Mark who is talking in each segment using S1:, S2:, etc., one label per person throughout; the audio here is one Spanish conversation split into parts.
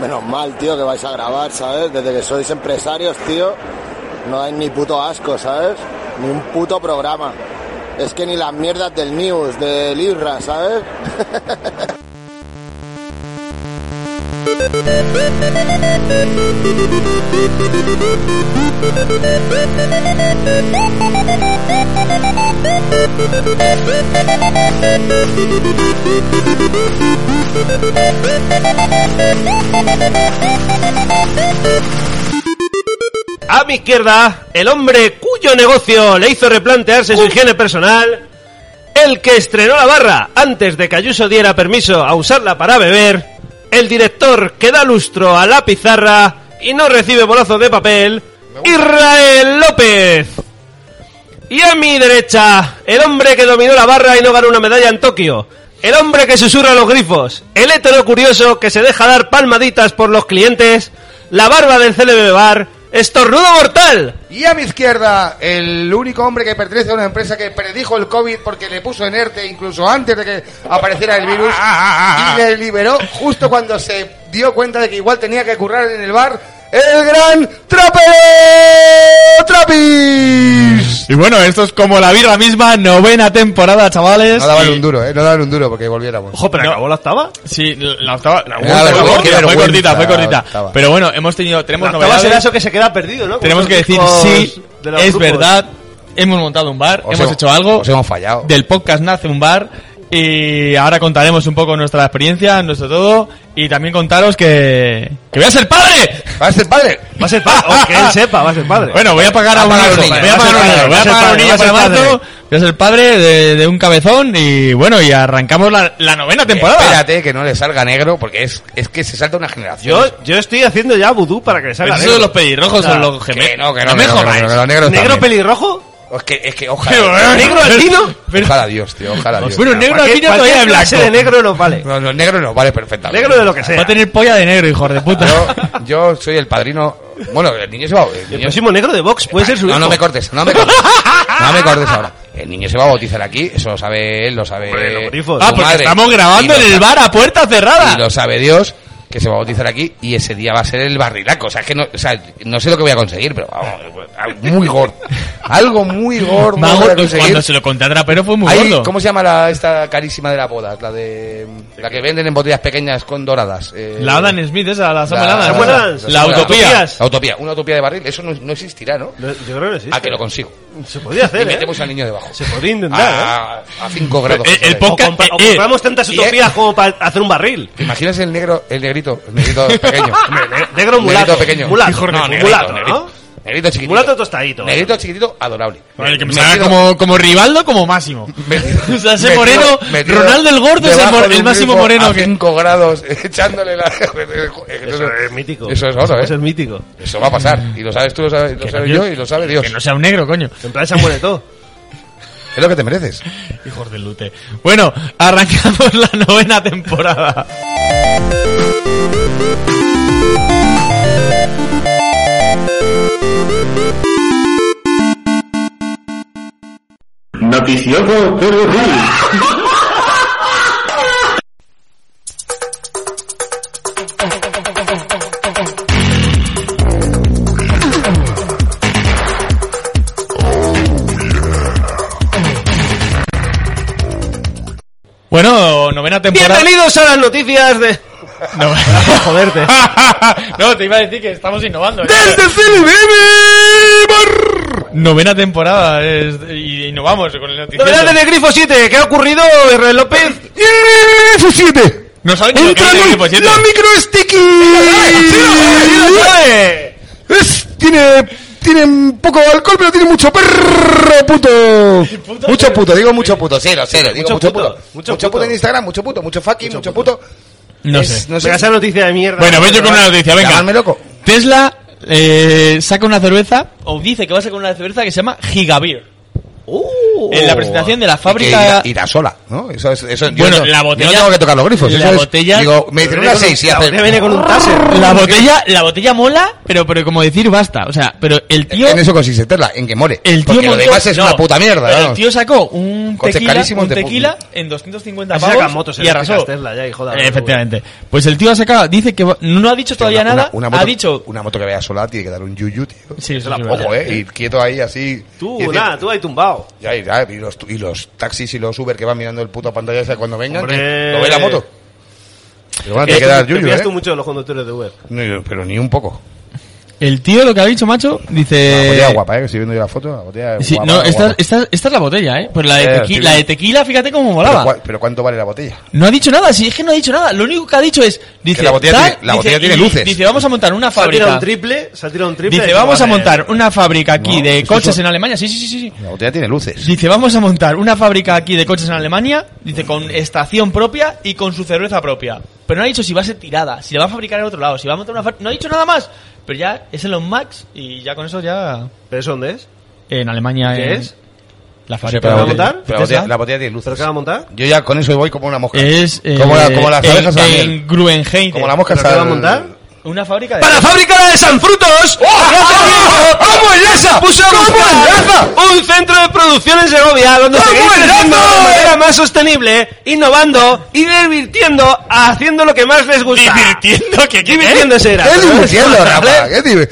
S1: Menos mal, tío, que vais a grabar, ¿sabes? Desde que sois empresarios, tío, no hay ni puto asco, ¿sabes? Ni un puto programa. Es que ni las mierdas del News, del Irra, ¿sabes?
S2: A mi izquierda, el hombre cuyo negocio le hizo replantearse su higiene personal, el que estrenó la barra antes de que Ayuso diera permiso a usarla para beber, el director que da lustro a la pizarra y no recibe bolazos de papel, Israel López. Y a mi derecha, el hombre que dominó la barra y no ganó una medalla en Tokio. El hombre que susurra los grifos. El hétero curioso que se deja dar palmaditas por los clientes. La barba del CLB Bar. Estornudo mortal.
S3: Y a mi izquierda, el único hombre que pertenece a una empresa que predijo el COVID porque le puso en ERTE incluso antes de que apareciera el virus y le liberó justo cuando se dio cuenta de que igual tenía que currar en el bar, el gran Trapero Trapis.
S4: Y bueno, esto es como la birra misma, novena temporada, chavales.
S3: No daban un duro, eh, no daban un duro porque volviéramos.
S2: Ojo, pero acabó la octava.
S4: Sí, la octava. la-
S3: Era la
S4: fue,
S3: octava,
S4: cortita,
S3: qué
S4: fue cortita,
S3: vergüenza,
S4: fue
S3: la
S4: cortita.
S3: octava.
S4: Pero bueno, hemos tenido, tenemos
S2: La octava será
S4: novedades.
S2: eso que se queda perdido, ¿no? Como
S4: Tenemos
S2: esos
S4: que decir,
S2: discos
S4: sí,
S2: de los
S4: es
S2: grupos.
S4: verdad, hemos montado un bar,
S3: Os
S4: hemos hecho algo.
S3: Os hemos fallado.
S4: Del podcast nace un bar. Y ahora contaremos un poco nuestra experiencia, nuestro todo. Y también contaros que. ¡Que voy a ser padre!
S3: ¿Va a ser padre?
S2: Va a ser padre. o que él sepa, va a ser padre.
S4: Bueno, voy a pagar a un
S3: pagar
S4: hijo,
S3: un niño,
S4: Voy
S3: va
S4: a
S3: a
S4: pagar
S3: ser padre,
S4: un niño, voy
S2: va a
S4: a
S2: ser
S4: pagar un
S2: padre,
S4: niño
S2: va a
S4: para
S2: ser
S4: marzo. Voy a ser padre de, de un cabezón. Y bueno, y arrancamos la, la novena temporada.
S3: Eh, Espérate que no le salga negro porque es, es que se salta una generación.
S2: yo, yo estoy haciendo ya vudú para que le
S4: Pero
S2: salga
S4: eso
S2: negro.
S4: de los pelirrojos
S2: Claro.
S4: son los gemelos.
S3: que no, que no,
S4: me
S3: que no, que no,
S4: jodáis.
S3: que no, negros
S2: ¿Negro
S3: también.
S2: pelirrojo?
S3: Es que, es que
S4: Pero,
S3: ojalá.
S2: ¿Negro albino?
S4: Pero-
S3: Ojalá Dios, tío, ojalá Dios.
S4: Pues Bueno, negro
S2: Cualquier-
S4: albino todavía
S2: cualquier
S4: es blanco.
S2: clase de negro nos vale.
S3: No, los negros nos vale perfectamente.
S2: Negro de lo que sea.
S4: Va a tener polla de negro, hijo de puta.
S3: Yo, yo soy el padrino. Bueno, el niño se va. El
S2: El
S3: niño...
S2: próximo negro de Vox puede ser su
S3: No,
S2: hijo.
S3: no me cortes, no me cortes. No me cortes ahora. El niño se va a bautizar aquí, eso lo sabe él, lo sabe.
S2: Hombre, los grifos.
S3: su
S4: ah, porque
S3: madre.
S4: estamos grabando
S3: Y lo
S4: en el
S3: sabe-
S4: bar a puerta cerrada.
S3: Y lo sabe Dios que se va a bautizar aquí y ese día va a ser el barrilaco. O sea, es que no, o sea, no sé lo que voy a conseguir, pero vamos, muy gordo. Algo muy gordo.
S4: Mago,
S3: voy a conseguir.
S4: cuando se lo conté a Trapero fue muy
S3: Hay-
S4: gordo.
S3: ¿Cómo se llama la, esta carísima de la boda? La de la que venden en botellas pequeñas con doradas. eh,
S4: La Adam Smith esa, la Samuel
S3: la-
S4: Adams.
S2: Samuel Adams.
S4: La, utopía.
S2: Utopías.
S3: La utopía, una utopía de barril, eso no, no existirá, ¿no?
S2: No, Yo creo que sí.
S3: A Ah, que lo consigo.
S2: Se podía hacer,
S3: Y
S2: ¿eh?
S3: metemos al niño debajo.
S2: Se podía intentar, ¿eh?
S3: A, a, 5 grados.
S4: El- el
S3: ¿sabes?
S2: O,
S4: podcast-
S2: compra- o
S4: eh, eh.
S2: compramos tantas
S3: Y, eh.
S2: utopías como para hacer un barril.
S3: ¿Te imaginas el negro, el negrito, el negrito pequeño? Hombre, ne-
S2: Negro mulato,
S3: Negrito pequeño.
S2: mulato,
S3: Hijo de
S2: no,
S3: puta.
S2: negrito,
S3: Mulato,
S2: ¿no?
S3: negrito. Negrito chiquitito.
S2: Mulato tostadito.
S3: Negrito chiquitito, adorable.
S4: Vale, que me
S3: Metido-
S4: salga como, como Rivaldo, como máximo.
S3: Metido-
S4: o sea, ese
S3: metido-
S4: moreno,
S3: metido
S4: Ronaldo el gordo es el,
S3: debajo
S4: mor-
S3: de
S4: el
S3: un
S4: máximo
S3: grifo
S4: moreno
S3: A
S4: que...
S3: 5 grados, echándole la.
S2: Eso es mítico.
S3: Eso es oro,
S2: Eso es
S3: ¿eh?
S2: mítico.
S3: Eso va a pasar. Y lo sabes tú, lo sabes, lo
S4: que
S3: sabes
S4: no-
S3: yo y lo sabe Dios.
S4: Que no sea un negro, coño.
S2: En plan, se muere todo.
S3: Es lo que te mereces.
S4: Hijos del lute. Bueno, arrancamos la novena temporada.
S5: Noticioso pero
S4: Bueno, novena temporada.
S2: Bienvenidos a las noticias de...
S4: No,
S2: Joderte.
S4: no, te iba a decir que estamos innovando. ¿eh?
S2: ¡Desde
S4: Novena temporada es- y innovamos con el
S2: Novedad
S4: noticiero.
S2: del Grifo 7, ¿qué ha ocurrido, Israel López?
S4: No saben ni lo que es el equipo siete.
S3: micro
S4: ¡Sí lo sabe, sí lo sabe!
S3: Es, tiene, tiene poco alcohol, pero tiene mucho perro puto. mucho puto, digo mucho puto, sí, lo sé, lo digo mucho puto. Mucho puto, en Instagram, mucho puto, mucho fucking, mucho, puto.
S4: No
S3: Es-
S4: sé.
S3: No sé.
S2: Venga, esa noticia de mierda.
S4: Bueno, ven yo con una noticia,
S3: Llamadme
S4: venga.
S3: loco.
S4: Tesla eh, saca una cerveza, o dice que va a sacar una cerveza que se llama Gigabeer.
S3: Oh.
S4: En la presentación de la
S3: irá,
S4: fábrica...
S3: irá sola, ¿no? Eso es, eso, yo
S4: Bueno,
S3: no-
S4: la
S3: Yo
S4: botella-
S3: no tengo que tocar los grifos.
S4: la
S3: eso es-
S4: botella-
S3: Digo, me dicen una 6 y
S2: La
S3: hace.
S2: botella viene con un taser.
S4: La botella, la botella mola, pero, pero como decir basta. O sea, pero el tío...
S3: En eso consiste, Tesla, en que more.
S4: El tío
S3: Porque lo
S4: montó-
S3: demás es
S4: no,
S3: una puta mierda.
S4: pero El
S3: vamos.
S4: tío sacó un
S3: Coche
S4: tequila,
S3: carísimo
S4: un
S3: de pu-
S4: tequila en 250
S2: Así
S4: pavos
S2: sacan motos
S4: y
S2: eléctricas
S4: arrasó.
S2: Tesla ya, hijo de la
S4: Eh,
S2: gran
S4: Efectivamente. Pues el tío ha sacado, dice que va- no ha dicho todavía
S3: Una-
S4: nada,
S3: una, una moto,
S4: ha dicho...
S3: Una moto que vaya sola tiene que dar un yuyu, tío.
S4: Sí, eso
S2: la
S4: sí,
S3: Ojo,
S4: vale.
S3: eh. Ir quieto ahí así.
S2: Tú,
S3: y decir-
S2: nada, tú ahí tumbado.
S3: Ya, y, ya, y los, y los taxis y los Uber que van mirando el puto pantalla esa cuando vengan.
S2: Hombre.
S3: que Lo ve la moto. Pero van a
S2: Eh,
S3: tener que dar
S2: te
S3: yuyu,
S2: fías
S3: eh.
S2: tú mucho de los conductores de Uber.
S3: No, pero ni un poco.
S4: El tío lo que ha dicho, macho,
S3: La
S4: dice...
S3: botella guapa, eh. Que estoy viendo yo la foto. La botella
S4: Sí,
S3: guapa,
S4: no, esta,
S3: guapa.
S4: esta- esta es la botella, ¿eh? Pues la
S3: Eh,
S4: de, tequi-
S3: sí.
S4: la de tequila, fíjate cómo
S3: Pero,
S4: molaba.
S3: cua- pero ¿cuánto vale la botella?
S4: No ha dicho nada, si es que no ha dicho nada. Lo único que ha dicho es... Dice,
S3: la botella
S4: tal,
S3: tiene- la
S4: dice,
S3: botella tiene
S4: y-
S3: luces.
S4: Dice, vamos a montar una
S2: Se ha tirado
S4: fábrica.
S2: un triple, se ha tirado un triple.
S4: Dice,
S2: y
S4: vamos a
S2: vale.
S4: montar una fábrica aquí
S3: No,
S4: de
S3: eso-
S4: coches en Alemania. Sí, sí, sí, sí, sí.
S3: La botella tiene luces.
S4: Dice, vamos a montar una fábrica aquí de coches en Alemania, dice, con estación propia y con su cerveza propia. Pero no ha dicho si va a ser tirada, si la va a fabricar en otro lado, si va a montar una fábrica... No ha dicho nada más. Pero ya es Elon Max y ya con eso ya...
S2: ¿Pero eso dónde es?
S4: En Alemania
S2: ¿Qué
S4: en-
S2: es?
S4: La fábrica.
S2: ¿Pero
S3: la
S2: va a
S3: botella,
S2: montar?
S3: pero la botella-
S4: ¿Tesla?
S3: la botella tiene
S2: ¿Pero
S3: luces.
S2: qué va a montar?
S3: Yo ya con eso voy como una mosca.
S4: Es... eh,
S3: como, la- como las
S4: en-
S3: abejas a la miel.
S4: En Gruenheim.
S3: Como la mosca
S2: ¿Pero qué va a
S3: al-
S2: montar?
S4: Una fábrica de...
S2: ¡Para fábrica de Sanfrutos!
S3: ¡Oh! ¡Cómo enlaza!
S2: Puso a
S3: enlaza!
S2: buscar un centro de producción en Segovia donde
S3: ¡Cómo
S2: seguir
S3: enlaza!
S2: creciendo de manera más sostenible, innovando y divirtiendo, haciendo lo que más les gusta.
S4: Divirtiendo, que qué
S2: Divirtiéndose era.
S3: ¿Qué divirtiendo, Rafa? ¿Qué div-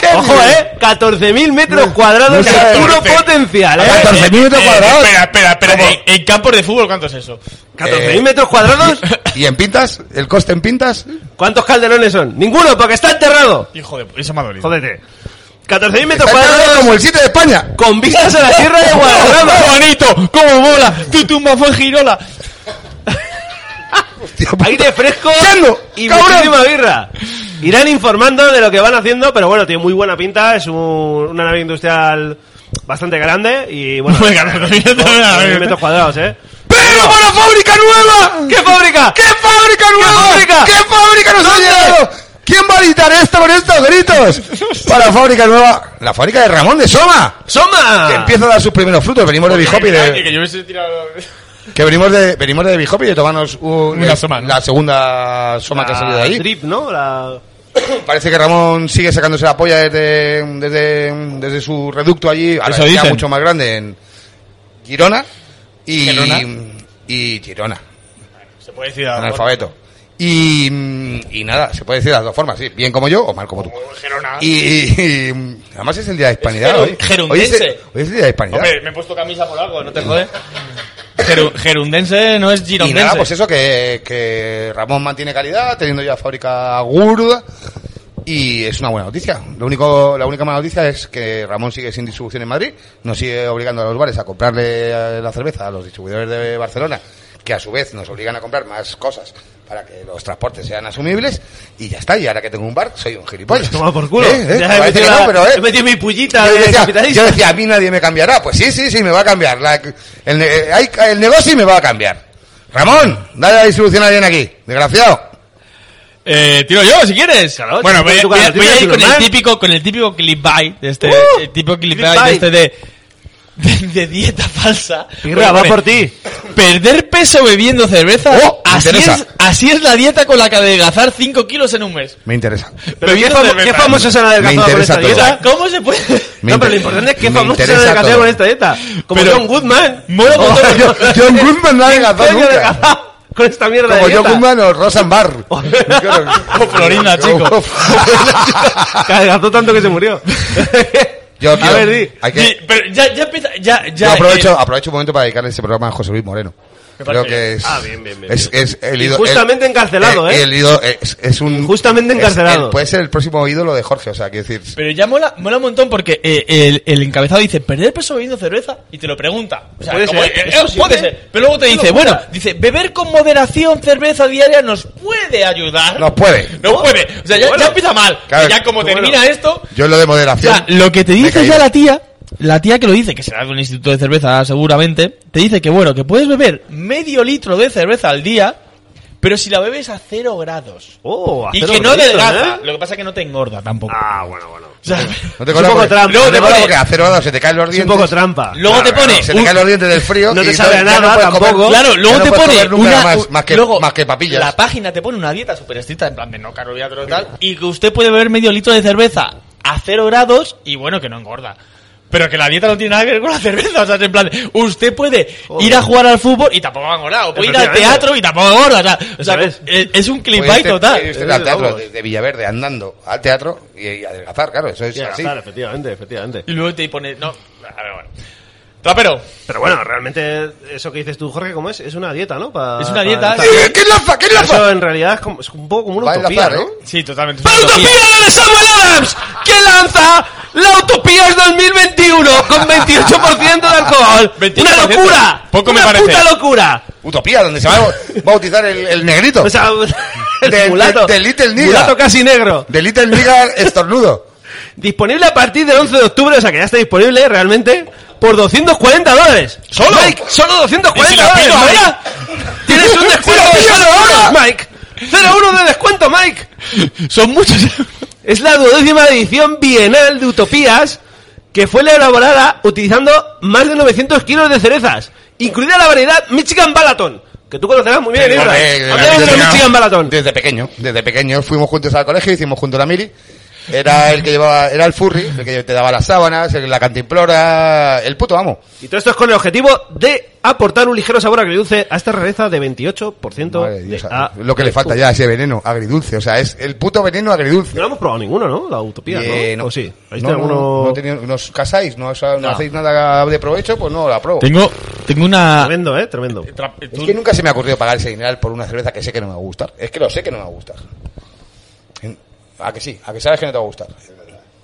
S3: ¿Qué
S2: Ojo, eh, 14.000 metros cuadrados
S3: no
S2: de
S3: sé,
S2: puro
S4: dice-
S2: potencial, eh.
S3: 14.000 metros cuadrados.
S4: espera, espera, espera. En, en campos de fútbol, ¿cuánto es eso?
S3: eh.
S2: 14.000 metros cuadrados.
S3: ¿Y en pintas? ¿El coste en pintas?
S2: ¿Cuántos calderones son? Ninguno, porque está enterrado.
S4: Hijo de... Eso me ha dolido.
S2: Jódete. 14.000 metros
S3: Está
S2: cuadrados
S3: como el sitio de España.
S2: con vistas a la Sierra de Guadarrama.
S4: ¡Qué bonito! ¡Cómo mola! ¡Tu tumba fue en Girola!
S3: Hostia,
S2: Aire fresco
S3: Chano,
S2: y
S3: cabrón.
S2: muchísima birra. Irán informando de lo que van haciendo, pero bueno, tiene muy buena pinta. Es un- una nave industrial bastante grande y bueno.
S4: Muy grande,
S2: dos-
S4: también, también,
S2: dos
S4: también.
S2: mil metros cuadrados, ¿eh?
S3: ¡Pero para la fábrica nueva!
S2: ¿Qué fábrica?
S3: ¿Qué fábrica nueva?
S2: fábrica?
S3: ¿Qué fábrica nos ha llegado? ¿Quién va a editar esto con estos gritos? Para la fábrica nueva. Ah. La fábrica de Ramón de Soma.
S2: ¡Soma!
S3: Que empieza a dar sus primeros frutos. Venimos de Bihop y de.
S4: Que yo hubiese tirado...
S3: Que venimos de, venimos de Bihop y de tomarnos un-
S4: Una Soma, ¿no?
S3: la segunda Soma que ha salido de ahí.
S2: Drip, ¿no? La-
S3: Parece que Ramón sigue sacándose la polla desde, desde, desde su reducto allí, ahora
S4: Eso
S3: ya
S4: dicen.
S3: mucho más grande, en Girona y
S4: Girona.
S3: y Girona,
S4: Se puede decir
S3: analfabeto. Y, mm, y nada, se puede decir de las dos formas, sí, bien como yo o mal como tú. Y, y- y, además es el día de
S4: Es
S3: hispanidad
S4: geru-
S3: hoy. Hoy es,
S4: gerundense.
S3: el, hoy es el día de hispanidad.
S4: me he puesto camisa por algo, no te jodes. gerundense no es
S3: y
S4: girondense.
S3: nada, pues eso, que, que Ramón mantiene calidad, teniendo ya fábrica gorda. Y es una buena noticia. Lo único, la única mala noticia es que Ramón sigue sin distribución en Madrid, nos sigue obligando a los bares a comprarle eh, la cerveza a los distribuidores de Barcelona, que a su vez nos obligan a comprar más cosas para que los transportes sean asumibles, y ya está. Y ahora que tengo un bar, soy un gilipollas.
S2: Toma por culo.
S3: Eh, eh,
S2: Ya he,
S3: parece
S2: metido
S3: que
S2: la-
S3: no, pero, eh,
S2: he metido mi pullita
S3: yo
S2: de
S3: decía,
S2: capitalista.
S3: yo decía, a mí nadie me cambiará. Pues sí, sí, sí, me va a cambiar. La- el, ne- eh, hay- el negocio me va a cambiar. Ramón, dale la distribución a alguien aquí. Desgraciado.
S4: Eh, tiro yo, si quieres.
S2: Claro,
S4: bueno,
S2: tira
S4: voy, a-
S2: tú, tira
S4: voy a- voy a
S2: tú,
S4: ir con el
S2: normal.
S4: típico, con el típico clip by de este,
S2: ¡Uh!
S4: el típico clip
S2: Clip
S4: by de
S2: by.
S4: este de, de, de dieta falsa.
S2: Pirra, va
S4: Porque
S2: por ti.
S4: Perder peso bebiendo cerveza.
S3: ¡Oh! Me
S4: así,
S3: interesa.
S4: es, así es la dieta con la que adelgazar 5 kilos en un mes.
S3: Me interesa.
S2: Pero qué,
S4: Bebiendo
S2: famo-
S4: cerveza.
S2: qué famosos han
S3: Me
S2: adelgazado con
S3: interesa
S2: esta
S3: todo.
S4: O sea,
S2: dieta.
S4: ¿Cómo se puede?
S3: Me
S2: no, pero lo
S3: inter-
S2: importante es qué
S3: me
S2: famosos han
S3: interesa
S2: adelgazado
S3: todo.
S2: con esta dieta. Como
S4: Pero-
S2: John Goodman.
S4: Mola un montón.
S3: Yo- John Goodman no ha adelgazado
S2: Coño,
S3: nunca.
S2: adelgazado Con esta mierda de
S3: Como
S2: dieta.
S3: John Goodman o Rosenbar.
S4: Como Florinda, chico.
S2: Que adelgazó tanto que se murió.
S3: Yo,
S2: A
S3: tío,
S2: ver, di.
S3: hay que-
S4: Sí, pero ya, ya empieza, ya, ya.
S3: yo aprovecho,
S4: eh,
S3: aprovecho un momento para dedicarle este programa a José Luis Moreno. Creo
S4: parece
S3: que es,
S2: Ah, bien, bien, bien,
S3: es,
S2: bien.
S3: es el ídolo.
S2: Injustamente
S3: el-
S2: encarcelado, ¿eh?
S3: El ídolo es, es un.
S2: Injustamente
S3: es-
S2: encarcelado.
S3: él puede ser el próximo ídolo de Jorge, o sea, quiero decir.
S4: Pero ya mola, mola un montón porque eh, el, el encabezado dice perder peso bebiendo cerveza y te lo pregunta. O sea,
S2: Puede
S4: como-
S2: ser,
S4: eh,
S2: es
S4: eh,
S2: posible.
S4: puede ser. Pero luego te dice, bueno, dice, beber con moderación cerveza diaria nos puede ayudar.
S3: Nos puede.
S4: No puede. O sea, ya,
S2: Bueno.
S4: ya empieza mal.
S3: Claro.
S4: Que ya como
S2: Bueno.
S4: termina esto.
S3: Yo lo de
S4: O
S3: moderación.
S4: sea, lo que te
S3: me he
S4: dice ya
S3: caído.
S4: la tía, la tía que lo dice, que será de un instituto de cerveza seguramente, te dice que bueno, que puedes beber medio litro de cerveza al día, Pero si la bebes a cero grados.
S2: Oh, a
S4: y
S2: cero
S4: que no
S2: grados,
S4: delgaza.
S2: ¿eh?
S4: Lo que pasa es que no te engorda tampoco.
S2: Ah, bueno, bueno.
S4: O sea,
S3: No te
S2: Es un
S3: conozco
S2: poco
S3: porque-
S2: trampa, te
S3: no te
S2: parece-
S3: conozco porque a cero grados se te caen los
S2: Es un
S3: dientes.
S2: poco trampa.
S4: luego te pone.
S3: Se te
S4: un-
S3: caen los dientes del frío.
S2: No te
S3: y
S2: sabe a
S3: ya
S2: nada
S3: no puedes comer-
S2: tampoco.
S4: Claro,
S3: ya
S4: luego
S3: no
S4: te
S3: puedes
S4: pone
S3: comer nunca
S4: una,
S3: más, más que,
S4: luego,
S3: más que papillas.
S4: La página te pone una dieta súper estricta, en plan de no carbohidratos y tal, y que usted puede beber medio litro de cerveza a cero grados y bueno, que no engorda. Pero que la dieta no tiene nada que ver con la cerveza, o sea, es en plan, de, usted puede ir a jugar al fútbol y tampoco va a engordar, o puede ir al
S2: Efectivamente.
S4: teatro y tampoco engorda, o sea, o sea,
S2: Eso
S4: es, es un
S3: Puede
S4: clickbait
S3: irte-
S4: total.
S3: puede irte
S2: Eh,
S3: al teatro
S2: vamos.
S3: de, de Villaverde andando al teatro y, y adelgazar, claro, eso es
S2: Sí,
S3: así.
S2: claro, efectivamente, efectivamente.
S4: Y luego te pone, no, a ver, bueno. Trapero,
S2: Pero bueno, realmente eso que dices tú, Jorge, ¿cómo es? Es una dieta, ¿no? Pa-
S4: Es una
S2: pa-
S4: dieta.
S2: tal.
S3: Eh, ¿Qué enlaza? ¿Qué enlaza?
S2: Eso en realidad es, como- es un poco como
S3: Va
S2: una
S3: a
S2: utopía,
S3: enlazar,
S2: ¿no?
S3: ¿eh?
S4: sí, totalmente.
S2: ¡La utopía de Samuel Adams! Que lanza la utopía es 2021 con 28% de alcohol.
S4: 28%.
S2: ¡Una locura!
S4: Poco me
S2: ¡Una
S4: parece.
S2: puta locura!
S3: Utopía, donde se va a bautizar el, el negrito.
S2: O sea, el
S3: De-
S2: mulato,
S3: de- de Little Nigga.
S2: mulato casi negro.
S3: De Little Nigga estornudo.
S2: Disponible a partir del 11 de octubre, o sea que ya está disponible realmente por 240 dólares.
S4: ¿Solo?
S2: Mike, solo 240
S4: ¿Y si lo
S2: dólares.
S4: pido
S2: Mike.
S4: ahora?
S2: Tienes un descuento de
S3: pido
S2: 0
S3: ahora!
S2: euros, Mike. 0 euros de descuento, Mike.
S4: Son muchos.
S2: Es la duodécima edición bienal de Utopías que fue elaborada utilizando más de 900 kilos de cerezas, incluida la variedad Michigan Balaton, que tú conocerás muy bien, Ibra.
S3: Hombre,
S2: ¿A qué
S3: desde-
S2: viene Michigan Balaton?
S3: Desde pequeño, desde pequeño fuimos juntos al colegio, hicimos junto la mili. Era el que llevaba, era el furry, el que te daba las sábanas, el- la cantimplora, el puto amo.
S2: Y todo esto es con el objetivo de aportar un ligero sabor agridulce a esta rareza de 28%
S3: Madre
S2: de
S3: de Dios,
S2: A-
S3: lo que le falta ya, ese veneno agridulce, o sea, es el puto veneno agridulce.
S2: No lo hemos probado ninguno, ¿no? La utopía,
S3: Eh,
S2: ¿no? ¿O sí? ¿Habéis
S3: no,
S2: tenido
S3: no, no,
S2: alguno
S3: no tenía- no os casáis, no, o sea, no
S2: No.
S3: hacéis nada de provecho, pues no la pruebo.
S4: Tengo, tengo una...
S2: Tremendo, ¿eh? Tremendo.
S3: Es que nunca se me ha ocurrido pagar ese dinero por una cerveza que sé que no me va a gustar. Es que lo sé que no me va a gustar. En- A que sí, a que sabes que no te va a gustar.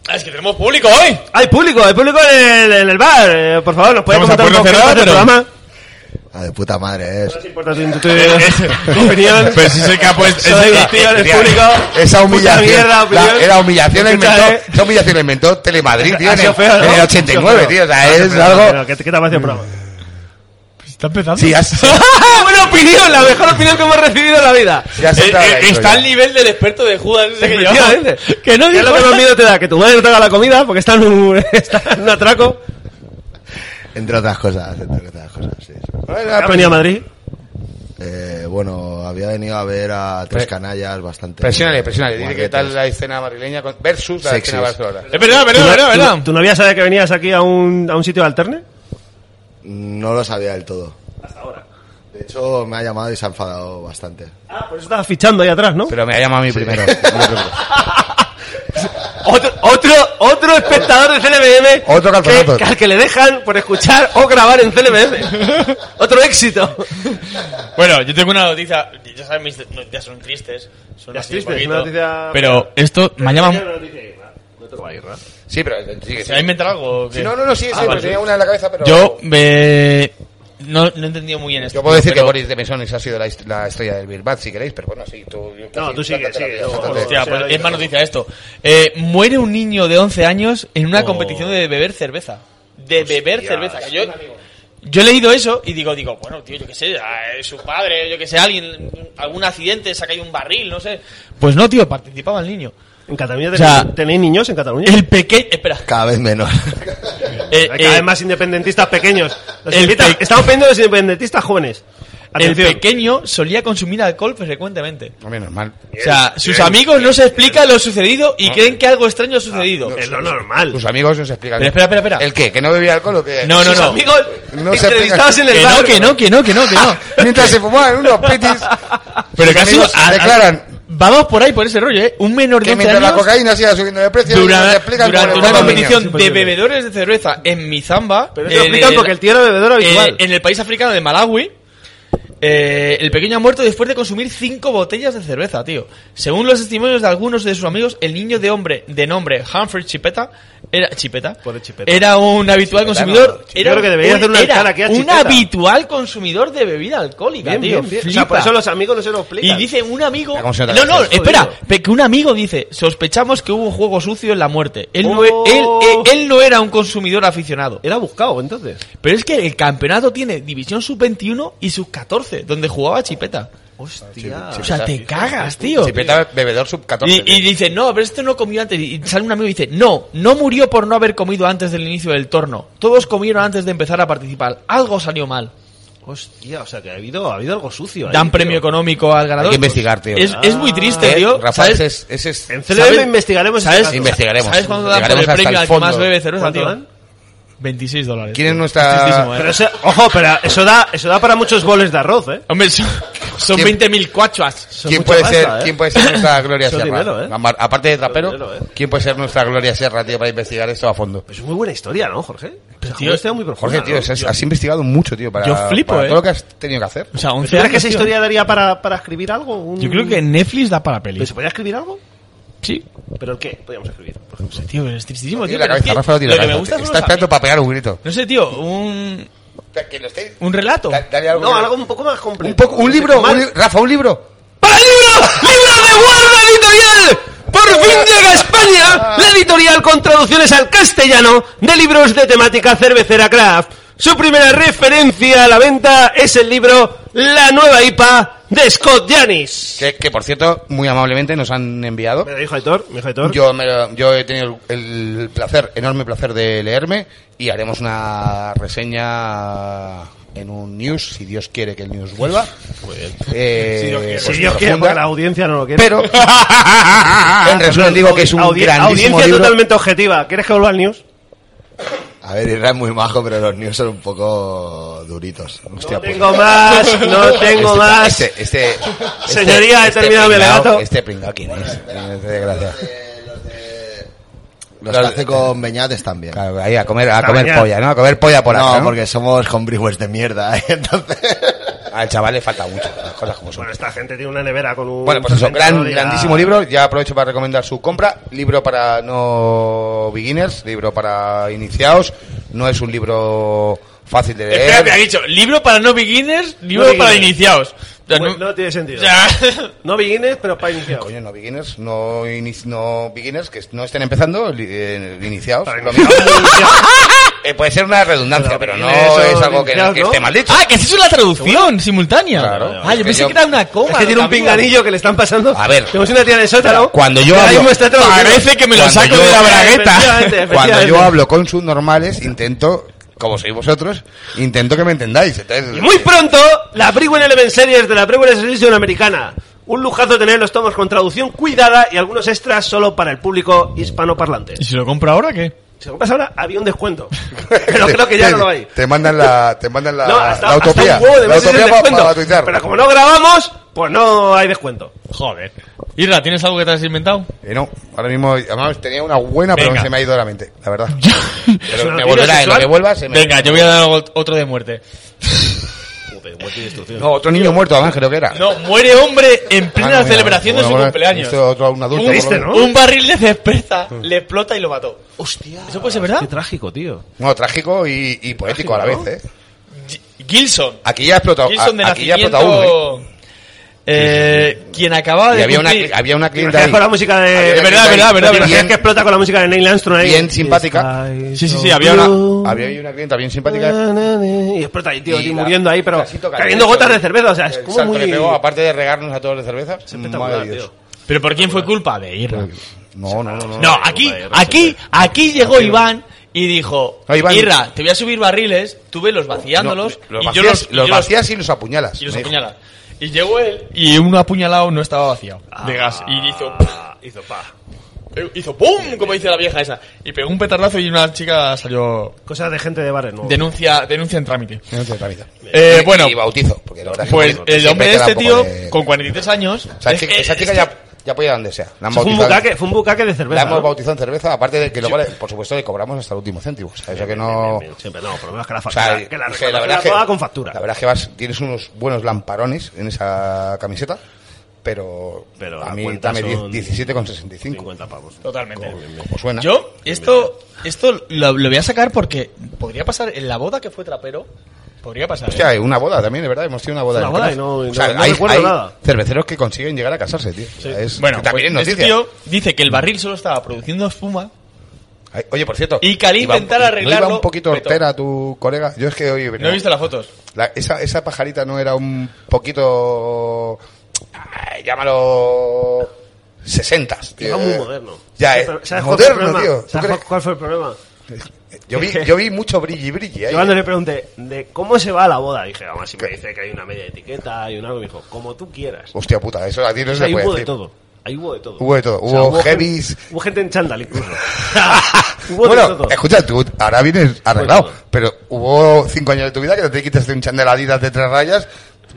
S4: Ah, es que tenemos público hoy.
S2: ¡Hay público! ¡Hay público en el, en el bar! Eh, por favor, ¿nos puedes
S4: Estamos a
S2: comentar un poco
S4: puerta
S2: qué
S4: cerrada,
S2: pasa en el
S4: pero-
S2: programa?
S5: Ah, de puta madre es.
S2: No importa tu, tu- tu opinión.
S4: Pero si sé que ha puesto...
S2: Soy
S4: es-
S2: la- Tío, eres público.
S3: Esa
S2: Puta
S3: humillación.
S2: mierda, opinión.
S3: la- era humillación la
S2: Escucha,
S3: inventó.
S2: eh.
S3: Esa humillación la inventó Telemadrid, tío.
S2: Ha
S3: en
S2: sido
S3: el-
S2: feo, ¿no?
S3: En el
S2: Ha
S3: 89,
S2: sido
S3: tío. O sea,
S2: feo.
S3: es
S2: Pero, pero,
S3: algo.
S2: ¿Qué, qué te parece el programa?
S4: Está empezando.
S3: Sí, has-
S2: ¡Buena opinión! La mejor opinión que hemos recibido en la vida.
S3: ya se
S4: Eh,
S3: traba
S4: eh,
S3: la
S4: está
S3: historia.
S4: al nivel del experto de Judas. ese que llevamos.
S2: Efectivamente.
S4: que
S2: ¿Qué
S4: no
S2: es
S4: dijo
S2: lo que más
S4: nada.
S2: miedo te da? Que tu madre no te haga la comida porque está en un, está en un atraco.
S5: Entre otras cosas, entre otras cosas, sí. sí.
S3: Bueno,
S2: ¿Has venido a Madrid?
S5: Eh, bueno, había venido a ver a tres canallas bastante.
S3: Presiónale, presiónale. Dile que
S5: guarretes.
S3: tal la escena madrileña con- versus la
S5: Sexys.
S3: escena barcelona.
S4: Es verdad, verdad, verdad, verdad.
S2: ¿Tu, tu novia sabe que venías aquí a un, a un sitio alterne?
S5: No lo sabía del todo. Hasta ahora. De hecho, me ha llamado y se ha enfadado bastante.
S2: Ah, por eso estabas fichando ahí atrás, ¿no?
S3: Pero me ha llamado a mí primero.
S2: Otro, otro, otro espectador de CLBM
S3: Otro
S2: que,
S3: calzonazo.
S2: que al que le dejan por escuchar o grabar en CLBM. otro éxito.
S4: Bueno, yo tengo una noticia. Ya saben, mis noticias son tristes. Son
S2: Ya
S4: así
S2: es triste,
S4: un
S2: es
S4: poquito.
S2: una noticia-
S4: Pero esto me llama.
S3: Sí, pero sigue.
S4: ¿Se va a inventar algo? o qué?
S3: Sí, no, no, no, sí, sí,
S4: Ah,
S3: pero
S4: vale.
S3: tenía una en la cabeza, pero...
S4: Yo eh, no, no he entendido muy bien esto.
S3: Yo puedo decir
S4: pero-
S3: que Boris de Mesones ha sido la, est- la estrella del Bilbao, si queréis, pero bueno, sí, tú...
S2: No, tú sigue,
S3: plántate la
S2: sigue,
S3: idea,
S2: o-
S3: plántate.
S4: Hostia,
S2: o sea,
S4: pues es más noticia esto. Eh, muere un niño de 11 años en una
S2: Oh.
S4: competición de beber cerveza. De beber cerveza. que Yo, yo he leído eso y digo, digo, bueno, tío, yo qué sé, ah, eh, su padre, yo qué sé, alguien, algún accidente, saca ahí un barril, no sé. Pues no, tío, participaba el niño.
S2: ¿En Cataluña
S4: O
S2: tenéis,
S4: sea,
S2: tenéis niños? ¿En Cataluña?
S4: El pequeño... Espera.
S5: Cada vez menos.
S4: eh,
S2: Hay cada
S4: eh,
S2: vez más independentistas pequeños. Los
S4: el
S2: invita-
S4: pe-
S2: Estamos pidiendo los independentistas jóvenes.
S4: el
S2: Atención.
S4: pequeño solía consumir alcohol frecuentemente.
S3: Hombre, normal.
S4: O sea, sus amigos no se explican lo sucedido y creen que algo extraño ha sucedido.
S2: Es lo normal.
S4: Pues,
S3: Tus amigos nos explican...
S4: Pero espera, espera, espera.
S3: ¿El qué? ¿Que no bebía alcohol o qué?
S4: No, no,
S2: Sus
S4: no.
S2: amigos
S3: No se
S2: entrevistados en
S3: explica.
S2: el
S4: Que no,
S2: bar.
S4: que no, que no, que no, que no.
S3: Mientras se fumaban unos pitis...
S4: Pero
S3: sus
S4: casi
S3: amigos declaran
S4: Vamos por ahí, por ese rollo, ¿eh? Un menor de
S3: que
S4: 11
S3: mientras la
S4: años
S3: cocaína siga subiendo de precio,
S4: dura-
S3: no se explican
S4: durante
S3: cómo
S4: una
S3: le van los
S4: competición
S3: niños.
S4: de bebedores de cerveza en Mizamba.
S2: Pero eso lo
S4: en
S2: explican porque el tío era bebedor
S4: eh,
S2: habitual.
S4: en el país africano de Malawi, eh, el pequeño ha muerto después de consumir cinco botellas de cerveza, tío. Según los testimonios de algunos de sus amigos, el niño de hombre de nombre Humphrey Chipeta era Chipeta,
S2: Pobre Chipeta.
S4: era un habitual
S3: Chipeta, no,
S4: consumidor,
S3: Chipeta.
S4: era
S2: Yo creo que debería
S4: un,
S2: hacer una
S4: era
S2: cara aquí a
S4: un
S2: Chipeta.
S4: habitual consumidor de bebida alcohólica,
S2: Bien,
S4: tío.
S2: bien, bien. O sea,
S4: Flipa.
S2: por eso los amigos no se lo explican.
S4: Y dice un amigo.
S3: La consulta
S4: No,
S3: que
S4: no,
S3: haces.
S4: espera. pe- Que un amigo dice: Sospechamos que hubo un juego sucio en la muerte. Él, no,
S2: Oh.
S4: e- él, e- él no era un consumidor aficionado.
S2: Era buscado, entonces.
S4: Pero es que el campeonato tiene división sub-21 y sub-14. 14, donde jugaba Chipeta.
S2: Hostia.
S4: O sea, te cagas, tío.
S3: Chipeta, bebedor sub 14.
S4: Y, y
S3: tío.
S4: dice, no, pero este no comió antes. Y sale un amigo y dice, no, no murió por no haber comido antes del inicio del torno. Todos comieron antes de empezar a participar. Algo salió mal.
S2: Hostia, o sea que ha habido, ha habido algo sucio. ahí,
S4: Dan
S2: tío.
S4: premio económico al ganador.
S3: Hay que investigar, tío.
S4: Es, es muy triste,
S3: Eh,
S4: tío.
S3: Rafa,
S4: ¿Sabes,
S3: ese es, ese es-
S2: En CLM
S4: ¿Sabes-
S2: investigaremos.
S4: sabes-
S2: este caso.
S3: investigaremos.
S4: ¿sabes cuándo dan por
S3: Llegaremos
S4: el
S3: hasta
S4: premio
S3: el
S4: al que más
S3: fondo.
S4: bebe cerveza,
S2: ¿Cuánto
S4: tío?
S2: dan?
S4: 26 dólares.
S3: ¿Quién es
S4: tío.
S3: nuestra-
S4: Tristísimo, eh.
S2: Ah, Pero ese- ojo, pero eso da, eso da para muchos goles de arroz, ¿eh?
S4: Hombre, son, son
S3: ¿Quién-
S4: 20.000 cuachuas.
S2: Son
S3: ¿Quién
S2: mucha
S3: puede,
S2: pasta,
S3: ser,
S2: ¿eh?
S3: ¿Quién puede ser nuestra Gloria
S2: Eso es
S3: Serra?
S2: dinero, ¿eh?
S3: Amar- Aparte de
S2: Eso
S3: trapero,
S2: es dinero, ¿eh?
S3: ¿quién puede ser nuestra Gloria Serra, tío, para investigar esto a fondo?
S2: Pues es muy buena historia, ¿no, Jorge? Pero,
S4: tío,
S2: muy profunda,
S3: Jorge, tío,
S2: ¿no?
S3: o sea, has investigado mucho, tío, para,
S4: Yo flipo,
S3: para
S4: ¿eh?
S3: todo lo que has tenido que hacer.
S4: O sea,
S2: ¿Pero
S4: 11
S2: tú crees que esa
S4: tío.
S2: historia daría para, para escribir algo? Un-
S4: Yo creo que Netflix da para
S2: ¿Pero
S4: pelis.
S2: se podría escribir algo?
S4: Sí.
S2: ¿Pero qué podríamos escribir? por ejemplo?
S4: O sea, tío, es tristísimo,
S3: Tiene
S4: tío.
S3: la
S4: pero es
S3: cabeza,
S4: que
S3: Rafa lo tiene
S4: lo
S3: la
S4: que me
S3: cabeza,
S4: gusta
S3: tío.
S4: son
S3: Está
S4: los
S3: esperando
S4: amigos.
S3: para pegar un grito.
S4: No sé, tío, un...
S3: O sea, que lo estéis-
S4: Un relato.
S3: da- dale algo
S2: No,
S3: que-
S2: algo un poco más completo.
S3: Un, poco, un libro,
S2: Más-
S3: un li- Rafa, un libro.
S4: ¡Para el libro! ¡Libro de Warner Editorial!
S2: Por fin llega a España la editorial con traducciones al castellano de libros de temática cervecera craft. Su primera referencia a la venta es el libro La nueva IPA de Scott Janis.
S3: Que, que, por cierto, muy amablemente nos han enviado.
S2: Me lo dijo Aitor, me dijo Aitor.
S3: Yo, me lo- yo he tenido el, el placer, enorme placer de leerme y haremos una reseña en un news, si Dios quiere que el news vuelva. Eh, pues
S2: si Dios quiere,
S3: profunda.
S2: porque la audiencia no lo quiere.
S3: Pero, en resumen, digo que es un
S2: Audi-
S3: grandísimo
S2: audiencia
S3: libro.
S2: totalmente objetiva. ¿Quieres que vuelva al news?
S1: A ver, Irra es muy majo, pero los news son un poco duritos. Hostia,
S2: No
S1: pues.
S2: tengo más, no tengo
S3: Este-
S2: más.
S3: Este, este,
S2: Señoría, he terminado mi
S3: pringao-
S2: alegato.
S3: Este pringao, ¿quién es? Este desgraciado.
S1: Los que hace con Beñates también.
S3: Claro, ahí a comer, a comer
S2: mañana.
S3: polla, ¿no? A comer polla por acá,
S1: no,
S3: ¿no?
S1: porque somos homebrewers de mierda, ¿eh? entonces...
S3: Al chaval le falta mucho, las cosas como son.
S2: Bueno, esta gente tiene una nevera con un.
S3: Bueno, pues eso, gran,
S2: fermentador y la-
S3: grandísimo libro. Ya aprovecho para recomendar su compra. Libro para no beginners, libro para iniciados. No es un libro fácil de leer.
S4: Espera, que ha dicho, libro para no beginners, libro
S2: beginners.
S4: para iniciados. O sea,
S2: Bueno,
S4: no-
S2: Pues no tiene sentido.
S4: o sea,
S2: No beginners, pero para iniciados.
S3: Coño, no beginners, no, ini- no beginners que no estén empezando, li- eh, iniciados.
S2: Para
S3: Lo
S2: iniciados,
S3: mismo.
S2: iniciados.
S3: Eh, puede ser una redundancia, pero,
S2: Pero
S3: no
S2: beginners
S3: es
S2: o
S3: algo que,
S2: iniciados,
S3: que
S2: ¿no?
S3: esté mal dicho.
S4: ah, que has hecho la traducción simultánea.
S3: Claro.
S4: Ah, yo
S3: Es que
S4: pensé
S3: yo-
S4: que era una coma.
S2: Es que tiene un
S4: amigo.
S2: pinganillo que le están pasando.
S3: A ver.
S2: Tenemos una tía de sótano.
S3: Cuando yo
S2: que ahora
S3: hablo-
S2: mismo está trabajando.
S4: Parece que me lo
S3: Cuando
S4: saco
S3: yo-
S4: de la bragueta.
S2: Efectivamente,
S3: Cuando yo
S2: efectivamente.
S3: hablo con subnormales, intento, como sois vosotros, intento que me entendáis. Entonces,
S2: Y muy pronto, la Brewen Eleven Series de la Brewen Association Americana. Un lujazo tener los tomos con traducción cuidada y algunos extras solo para el público hispanoparlante.
S4: ¿Y si lo compro ahora qué?
S2: Si lo compras ahora, había un descuento. Pero creo que ya no lo hay.
S3: Te mandan la, te mandan la,
S2: No, hasta,
S3: la
S2: hasta
S3: utopía.
S2: un huevo de
S3: la
S2: meses
S3: utopía
S2: en
S3: pa- para,
S2: descuento.
S3: tuitear.
S2: Pero como no grabamos, pues no hay descuento.
S4: Joder. Irra, ¿tienes algo que te has inventado?
S3: Eh, no, ahora mismo además, tenía una buena, pero
S4: Venga.
S3: se me ha ido de la mente, la verdad.
S2: Es una
S3: Pero me
S2: noticia
S3: volverá, en lo
S2: sexual.
S3: que vuelva se me...
S4: Venga, yo voy a dar ot- otro de muerte.
S2: pues
S3: No, otro niño muerto además creo que era.
S4: No, muere hombre en
S3: Ah, no,
S4: plena
S3: mira,
S4: celebración de
S3: bueno,
S4: su
S3: bueno,
S4: cumpleaños.
S3: esto otro, un adulto.
S2: Triste,
S3: por lo menos.
S2: ¿no?
S4: Un barril de cerveza
S3: Mm.
S4: le explota y lo mató. Hostia. ¿Eso puede ser
S2: ¿Ah?
S4: verdad?
S2: trágico, tío.
S3: No, trágico y, y poético a la
S2: Trágico,
S3: vez, eh.
S4: G- Gilson.
S3: Aquí ya ha explotado,
S4: Gilson de
S3: a- aquí ya ha explotado uno, eh.
S4: nacimiento. Eh, quien acababa
S3: Y
S4: de
S3: había una,
S4: cumplir-
S3: cli- había una clienta
S2: Imagínate
S3: ahí.
S2: con la música de...
S3: Es verdad,
S2: de-
S3: verdad, verdad,
S2: ¿Te imaginas
S3: verdad.
S2: que explota con la música de Neil Armstrong ¿eh? ahí?
S3: Bien simpática.
S4: Sí, sí, sí, había una-
S3: Había ahí una clienta bien
S2: Ah,
S3: simpática.
S2: Y explota ahí, tío,
S3: Y
S2: tío,
S3: la-
S2: muriendo ahí, pero
S3: casito caliente,
S2: cayendo gotas de cerveza. O sea, es
S3: el
S2: como
S3: salto
S2: muy...
S3: que pegó, aparte de regarnos a todos de cerveza.
S2: espectacular,
S3: madre de Dios.
S2: tío.
S4: ¿Pero por quién fue culpa? De Irra.
S3: No, no, no.
S4: No, aquí, aquí, aquí llegó Iván y dijo,
S3: No, Iván-
S4: Irra, te voy a subir barriles, tú ve los vaciándolos
S3: No, los
S4: y yo
S3: vacías,
S4: los,
S3: los
S4: yo los-
S3: vacías y los apuñalas.
S4: y los
S3: me dijo.
S4: apuñala. Y llegó él y un apuñalado no estaba vaciado de gas
S3: Ah,
S4: y hizo pa, hizo pa. Eh, Hizo pum, como dice la vieja esa. Y pegó un petardazo y una chica salió
S2: Cosas de gente de bares, ¿no?
S4: denuncia denuncia en trámite.
S3: No te tramita.
S4: Eh,
S3: Y-
S4: bueno,
S3: y bautizo, porque la verdad es que
S4: Pues
S3: siempre
S4: el hombre
S3: queda
S4: este
S3: un poco
S4: tío
S3: de-
S4: con 43 años
S3: O sea,
S4: es
S3: chica-
S4: que- este
S3: esa chica
S4: es
S3: ya, ya puede ir a donde sea. La han
S2: Eso fue un
S3: bautizado-
S2: bucaque, fue un bucaque de
S3: La
S2: cerveza.
S3: hemos
S2: ¿no?
S3: bautizado en cerveza, aparte de que luego, le- por supuesto, le cobramos hasta el último céntimo. O sea, eso que no...
S2: Bien, bien, siempre no, por lo menos que la
S3: O sea,
S2: factura. que la,
S3: dije,
S2: reclamación
S3: verdad
S2: la
S3: es que-
S2: toda con factura.
S3: La verdad es que vas, tienes unos buenos lamparones en esa camiseta, pero,
S2: Pero
S3: a
S2: la
S3: mí
S2: cuenta
S3: dame die-
S2: son
S3: 17,65.
S2: 50 pavos.
S4: totalmente.
S3: Como suena.
S4: Yo esto esto lo, lo voy a sacar porque podría pasar en la boda que fue trapero. Podría pasar. ¿eh?
S3: Hostia, hay una boda también, de verdad. Hemos tenido una boda.
S2: Una
S3: en
S2: boda
S3: Alcalá.
S2: y no- y
S3: o sea,
S2: no- no
S3: hay,
S2: recuerdo
S3: hay
S2: nada.
S3: cerveceros que consiguen llegar a casarse, tío. O sea, es,
S4: ¿eh? Bueno,
S3: que también
S4: pues,
S3: es
S4: este
S3: noticia.
S4: tío dice que el barril solo estaba produciendo espuma
S3: Ay, Oye, por cierto.
S4: Y Cali
S3: iba un
S4: intentar
S3: poqui-
S4: arreglarlo,
S3: ¿no iba un poquito
S4: petó.
S3: hortera tu colega. Yo es que, oye.
S4: No he visto las fotos.
S3: la- esa, esa pajarita no era un poquito. ay, llámalo. 60
S2: Está
S3: tío.
S2: muy moderno.
S3: Ya,
S2: ¿Sabes
S3: eh,
S2: cuál fue el
S3: moderno,
S2: problema?
S3: tío. ¿Tú
S2: ¿Sabes
S3: crees?
S2: cuál fue el problema?
S3: Yo vi, yo vi mucho brilli brilli ahí. eh.
S2: Yo cuando le pregunté de cómo se va a la boda, dije, además si me dice que hay una media etiqueta, hay un algo, me dijo, como tú quieras.
S3: Hostia puta, eso a ti no
S2: O
S3: Pues, se
S2: sea,
S3: le
S2: ahí
S3: puede
S2: hubo
S3: decir.
S2: de todo. Ahí hubo de todo.
S3: Hubo de todo. Hubo heavies.
S2: Gente, hubo gente en chándal incluso. hubo de
S3: Bueno, eh,
S2: todo.
S3: escucha, tú ahora vienes arreglado,
S2: Bueno.
S3: pero hubo cinco años de tu vida que no te quitaste un chandel Adidas de tres rayas.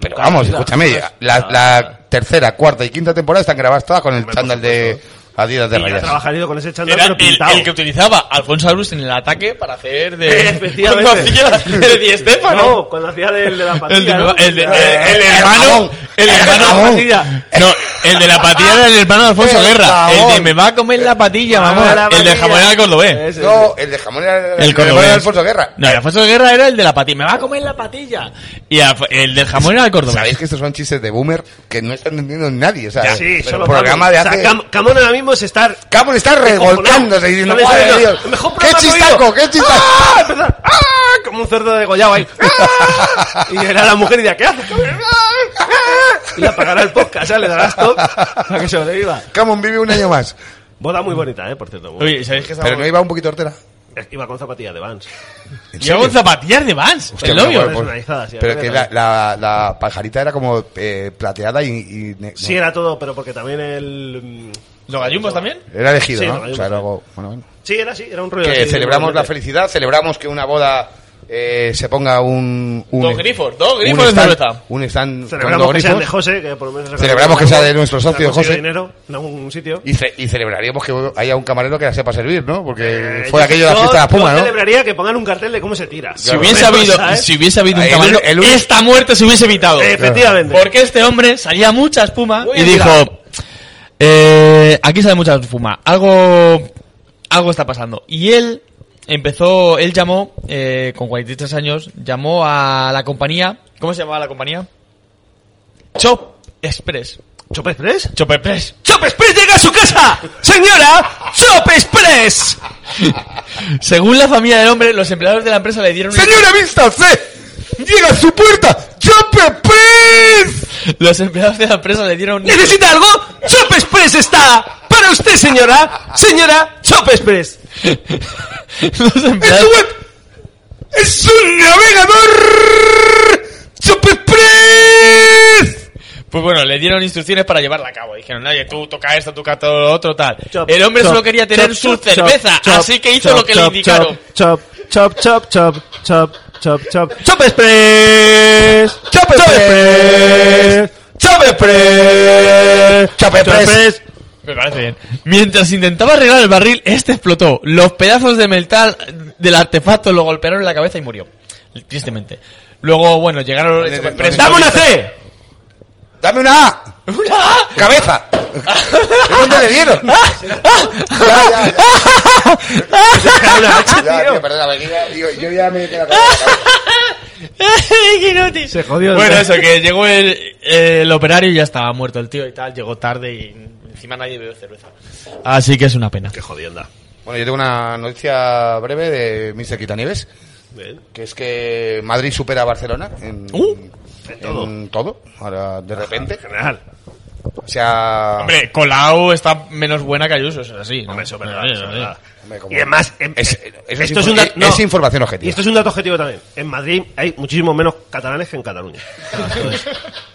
S3: Pero
S2: Nunca
S3: vamos,
S2: en mi vida,
S3: escúchame,
S2: jamás.
S3: la, la tercera, cuarta y quinta temporada están grabadas todas con el
S2: Hombre,
S3: chándal
S2: por
S3: de Adidas de
S2: Y yo he
S3: rayas.
S2: trabajado con ese chándal,
S4: Era
S2: pero
S4: el,
S2: pintado.
S4: el que utilizaba Alfonso Arús en el ataque para hacer de.
S2: Efectivamente.
S4: Cuando hacía de Di Stéfano.
S2: No, cuando hacía el de la patilla.
S4: El, de,
S2: ¿no?
S4: el, de- el-
S2: Eh,
S4: el hermano. El hermano.
S2: la patilla.
S4: No, el de la patilla era el hermano de Alfonso
S3: El
S4: Guerra. El de
S3: jabón.
S4: me va a comer la patilla,
S2: Ah,
S4: mamón.
S2: la
S4: El de
S2: patilla.
S4: jamón al cordobés.
S2: Ese, ese.
S3: No, el de jamón era el,
S4: El
S3: de
S4: cordobés.
S3: Alfonso Guerra.
S4: No, el Alfonso Guerra era el de la patilla. Me va a comer la patilla. Y Alf- el del jamón era el
S3: Sabéis
S4: cordobés.
S3: que estos son chistes de boomer que no está entendiendo nadie, o sea,
S2: Ya,
S3: el
S2: sí, solo
S3: programa
S2: Camon.
S3: de
S2: O sea,
S3: hace...
S2: Cam- Camon ahora mismo se está...
S3: Camon está revolcándose y diciendo,
S2: No le sale
S3: "Madre de
S2: nada.
S3: Dios,
S2: El mejor
S3: qué
S2: programa que he
S3: chistaco,
S2: oído".
S3: qué chistaco.
S2: ¡Ah! Empezar, ¡ah! Como un cerdo degollado ahí. ¡Ah! Y era la mujer y decía, ¿qué haces? cabrón? ¡Ah! Y le apagará el podcast, ¿sabes? Le darás stop para que sobreviva.
S3: Camon vive un año más,
S2: Boda muy bonita, ¿eh? Por cierto. muy-
S4: Oye, ¿sabéis que estamos-
S3: pero no iba un poquito hortera.
S2: Iba con zapatillas de Vans.
S3: ¿En
S4: Lleva
S3: serio?
S4: con zapatillas de Vans.
S3: Hostia,
S4: el
S3: me
S4: novio.
S3: acuerdo, pues.
S2: personalizadas, sí,
S3: pero
S2: a
S3: que
S2: mí
S3: la,
S2: me
S3: la, la pajarita era como eh, plateada y, y ne-
S2: Sí,
S3: no,
S2: era todo, pero porque también el... mm,
S4: ¿Los gallumbos también?
S3: era elegido,
S2: Sí,
S3: ¿no?
S2: no, yo
S3: O sea,
S2: no
S3: era
S2: sé.
S3: algo- bueno, bueno.
S2: Sí, era así, era un rollo
S3: Que
S2: así,
S3: celebramos la
S2: igualmente.
S3: felicidad, celebramos que una boda eh, se ponga un, un
S4: Dos grifos, dos grifos
S3: un
S4: de
S3: stand,
S4: cerveza.
S3: Un stand con
S2: Celebramos
S3: dos
S2: que sea el de
S3: grifos
S2: José, que por lo menos... ha sacado
S3: Celebramos que sea de nuestro
S2: ha
S3: socio,
S2: conseguido
S3: José.
S2: dinero en algún sitio.
S3: y, ce- y celebraríamos que haya un camarero que la sepa servir, ¿no? Porque
S2: Eh,
S3: fue
S2: yo-
S3: aquello de la
S2: yo-
S3: fiesta de la puma,
S2: yo
S3: ¿no?
S2: celebraría que pongan un cartel de cómo se tira.
S4: Si hubiese habido, si hubiese habido un
S3: El-
S4: camarero,
S3: el-
S4: esta muerte se hubiese evitado.
S2: Efectivamente.
S4: Porque este hombre salía mucha espuma
S2: Muy
S4: y
S2: bien
S4: dijo, eh, aquí sale mucha espuma, algo, algo está pasando. Y él empezó, él llamó, eh, con 43 años, llamó a la compañía, ¿cómo se llamaba la compañía? Chop Express.
S2: ¿Chop Express?
S4: Chop Express.
S2: ¡Chop Express llega a su casa! ¡Señora! ¡Chop Express!
S4: Según la familia del hombre, los empleados de la empresa le dieron... una-
S3: ¡Señora vista, C! ¡Llega a su puerta! ¡Jump Prince!
S4: Los empleados de la empresa le dieron... una-
S2: ¿Necesita algo? ¡Chop Express está! ¡Para usted, señora! ¡Señora! ¡Chop Express!
S4: los
S3: ¡Es
S4: empleados...
S3: su web! ¡Es un navegador! ¡Jump Prince!
S4: Pues bueno, le dieron instrucciones para llevarla a cabo. Dijeron, oye, tú toca esto, toca todo lo otro, tal.
S2: Chop,
S4: el hombre
S2: chop,
S4: solo quería tener
S2: chop,
S4: su
S2: chop,
S4: cerveza,
S2: chop,
S4: así que hizo
S2: chop,
S4: lo que
S2: chop,
S4: le indicaron.
S2: Chop, chop, chop, chop, chop, chop, chop. ¡Chop Express!
S3: ¡Chop Express!
S2: ¡Chop Express!
S3: ¡Chop Express!
S4: Me parece bien. Mientras intentaba arreglar el barril, este explotó. Los pedazos de metal del artefacto lo golpearon en la cabeza y murió. Tristemente. Luego, bueno, llegaron los
S3: Desde-
S4: Chop Express.
S2: ¡Dame una C!
S3: ¡Dame una A! ¡Cabeza! ¿De dónde le dieron?
S2: Ah,
S3: ya, ya, ya.
S2: ah.
S3: Ya, tío, perdóname, que ya- digo, yo ya me he quedado con la cabeza.
S4: ¡Qué inútil!
S2: Se jodió el-
S4: Bueno, eso, que llegó el, eh, el operario y ya estaba muerto el tío y tal. Llegó tarde y encima nadie bebió cerveza. Así que es una pena.
S2: ¡Qué jodienda!
S3: Bueno, yo tengo una noticia breve de Mr. Quitanieves,
S2: Bien.
S3: que es que Madrid supera a Barcelona en,
S4: Uh,
S3: en todo. Ahora, de repente.
S2: General.
S3: O sea...
S4: Hombre, Colau está menos buena que Ayuso, eso es así. ¿no?
S2: Hombre, eso es verdad,
S4: Oye,
S2: eso es
S4: oye.
S2: verdad.
S3: Hombre, como-
S2: Y además, em-
S3: Es-
S2: eh,
S3: eso es infor-
S2: dat-
S3: es- es información objetiva.
S2: Y esto es un dato objetivo también. En Madrid hay muchísimo menos catalanes que en Cataluña. Entonces,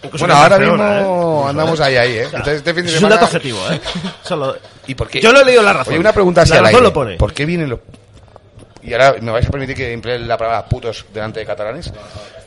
S2: incluso que
S3: Bueno,
S2: en
S3: ahora mismo
S2: Barcelona, ¿eh?
S3: andamos ahí, ahí, ¿eh?
S2: O sea,
S3: Entonces, este fin de
S2: es
S3: semana-
S2: un dato objetivo, ¿eh? Solo-
S3: ¿Y por qué?
S2: Yo no he leído la razón.
S3: Oye, una pregunta así
S2: La
S3: al
S2: razón
S3: aire.
S2: lo pone.
S3: ¿Por qué vienen los... Y ahora me vais a permitir que emplee la palabra putos delante de catalanes.